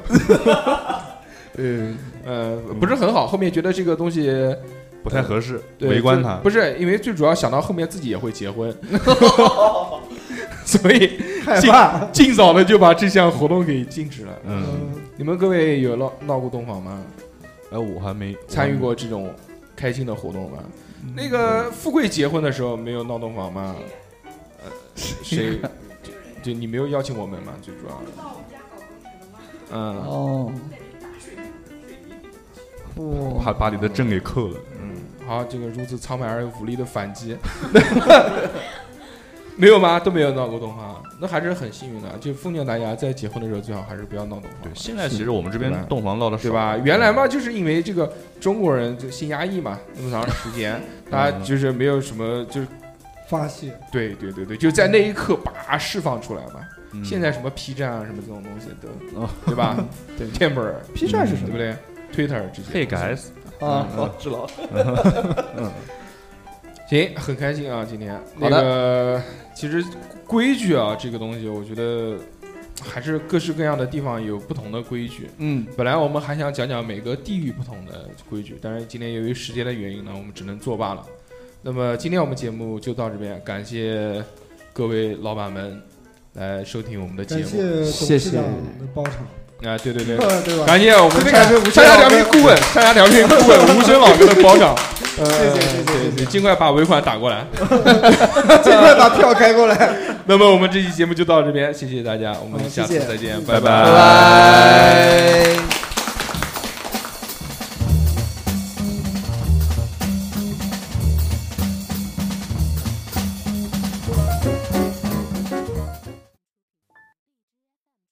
B: [LAUGHS]
D: 嗯，
B: 呃，不是很好。后面觉得这个东西
E: 不太合适，
B: 对
E: 围观
B: 就
E: 他，
B: 不是因为最主要想到后面自己也会
E: [LAUGHS]
B: 结婚， [LAUGHS] 所以
C: 害
B: 尽
C: 怕。
B: [LAUGHS] 尽早的就把这项活动给禁止了。
E: 嗯，
C: 嗯
B: 你们各位有闹闹过洞房吗？
E: 哎，我还没
B: 参与，过这种开心的活动吗？
E: 嗯
B: 那个富贵结婚的时候没有闹洞房吗？
E: [LAUGHS]
B: 呃，谁？就你没有邀请我们吗？最主要的。嗯，
D: 哦，
E: 我
D: 哇，
E: 怕把你的证给扣了，
B: 好，这个如此苍白而无力的反击。没有吗？都没有闹过动画，那还是很幸运的。就奉劝大家，在结婚的时候最好还是不要闹动画。
E: 对，现在其实我们这边
B: 对吧
E: 洞房闹的
B: 对吧？原来嘛，就是因为这个中国人就性压抑嘛，那么长时间，大
E: 嗯
B: 家就是没有什么，就是
C: 发泄，
B: 对对对对，就在那一刻把释放出来嘛。
E: 嗯
B: 现在什么 P 站啊，什么这种东西都
E: 哦，嗯
B: 对
E: [LAUGHS]
B: 吧？对，Tumblr，
D: P 站是什
B: 对不
D: 么
B: 对？Twitter 这些。
E: Hey guys，
D: 啊？
E: 嗯
D: 哦，知道了。
B: 行，很开心啊，今天那
D: 好的
B: 个其实规矩啊，这个东西我觉得还是各式各样的地方有不同的规矩。
D: 嗯，
B: 本来我们还想讲讲每个地域不同的规矩，但是今天由于时间的原因呢，我们只能作罢了。那么今天我们节目就到这边，感谢各位老板们来收听我们的节
C: 感谢嗯
B: 目。
C: 董
D: 谢
C: 事
D: 谢
C: 长的包场，
B: 啊，对对对，
C: 对吧？
B: 感嗯谢我们
C: 非 [LAUGHS]
B: 山
C: 常感谢吴
B: 山
C: 声
B: 下
C: 老
B: 调
C: 哥
B: 频顾问、山下调频顾问吴声老哥的包
C: [LAUGHS]
B: 场。呃，
C: 谢谢谢谢
B: 对
C: 谢谢
B: 你尽快把尾款打过来。
C: 尽快 [LAUGHS] 把票开过来，
B: 那么我们这期节目就到这边，谢谢大家，我们嗯
C: 好
B: 下次
C: 谢谢
B: 再见，
E: 拜
B: 拜
D: 拜拜。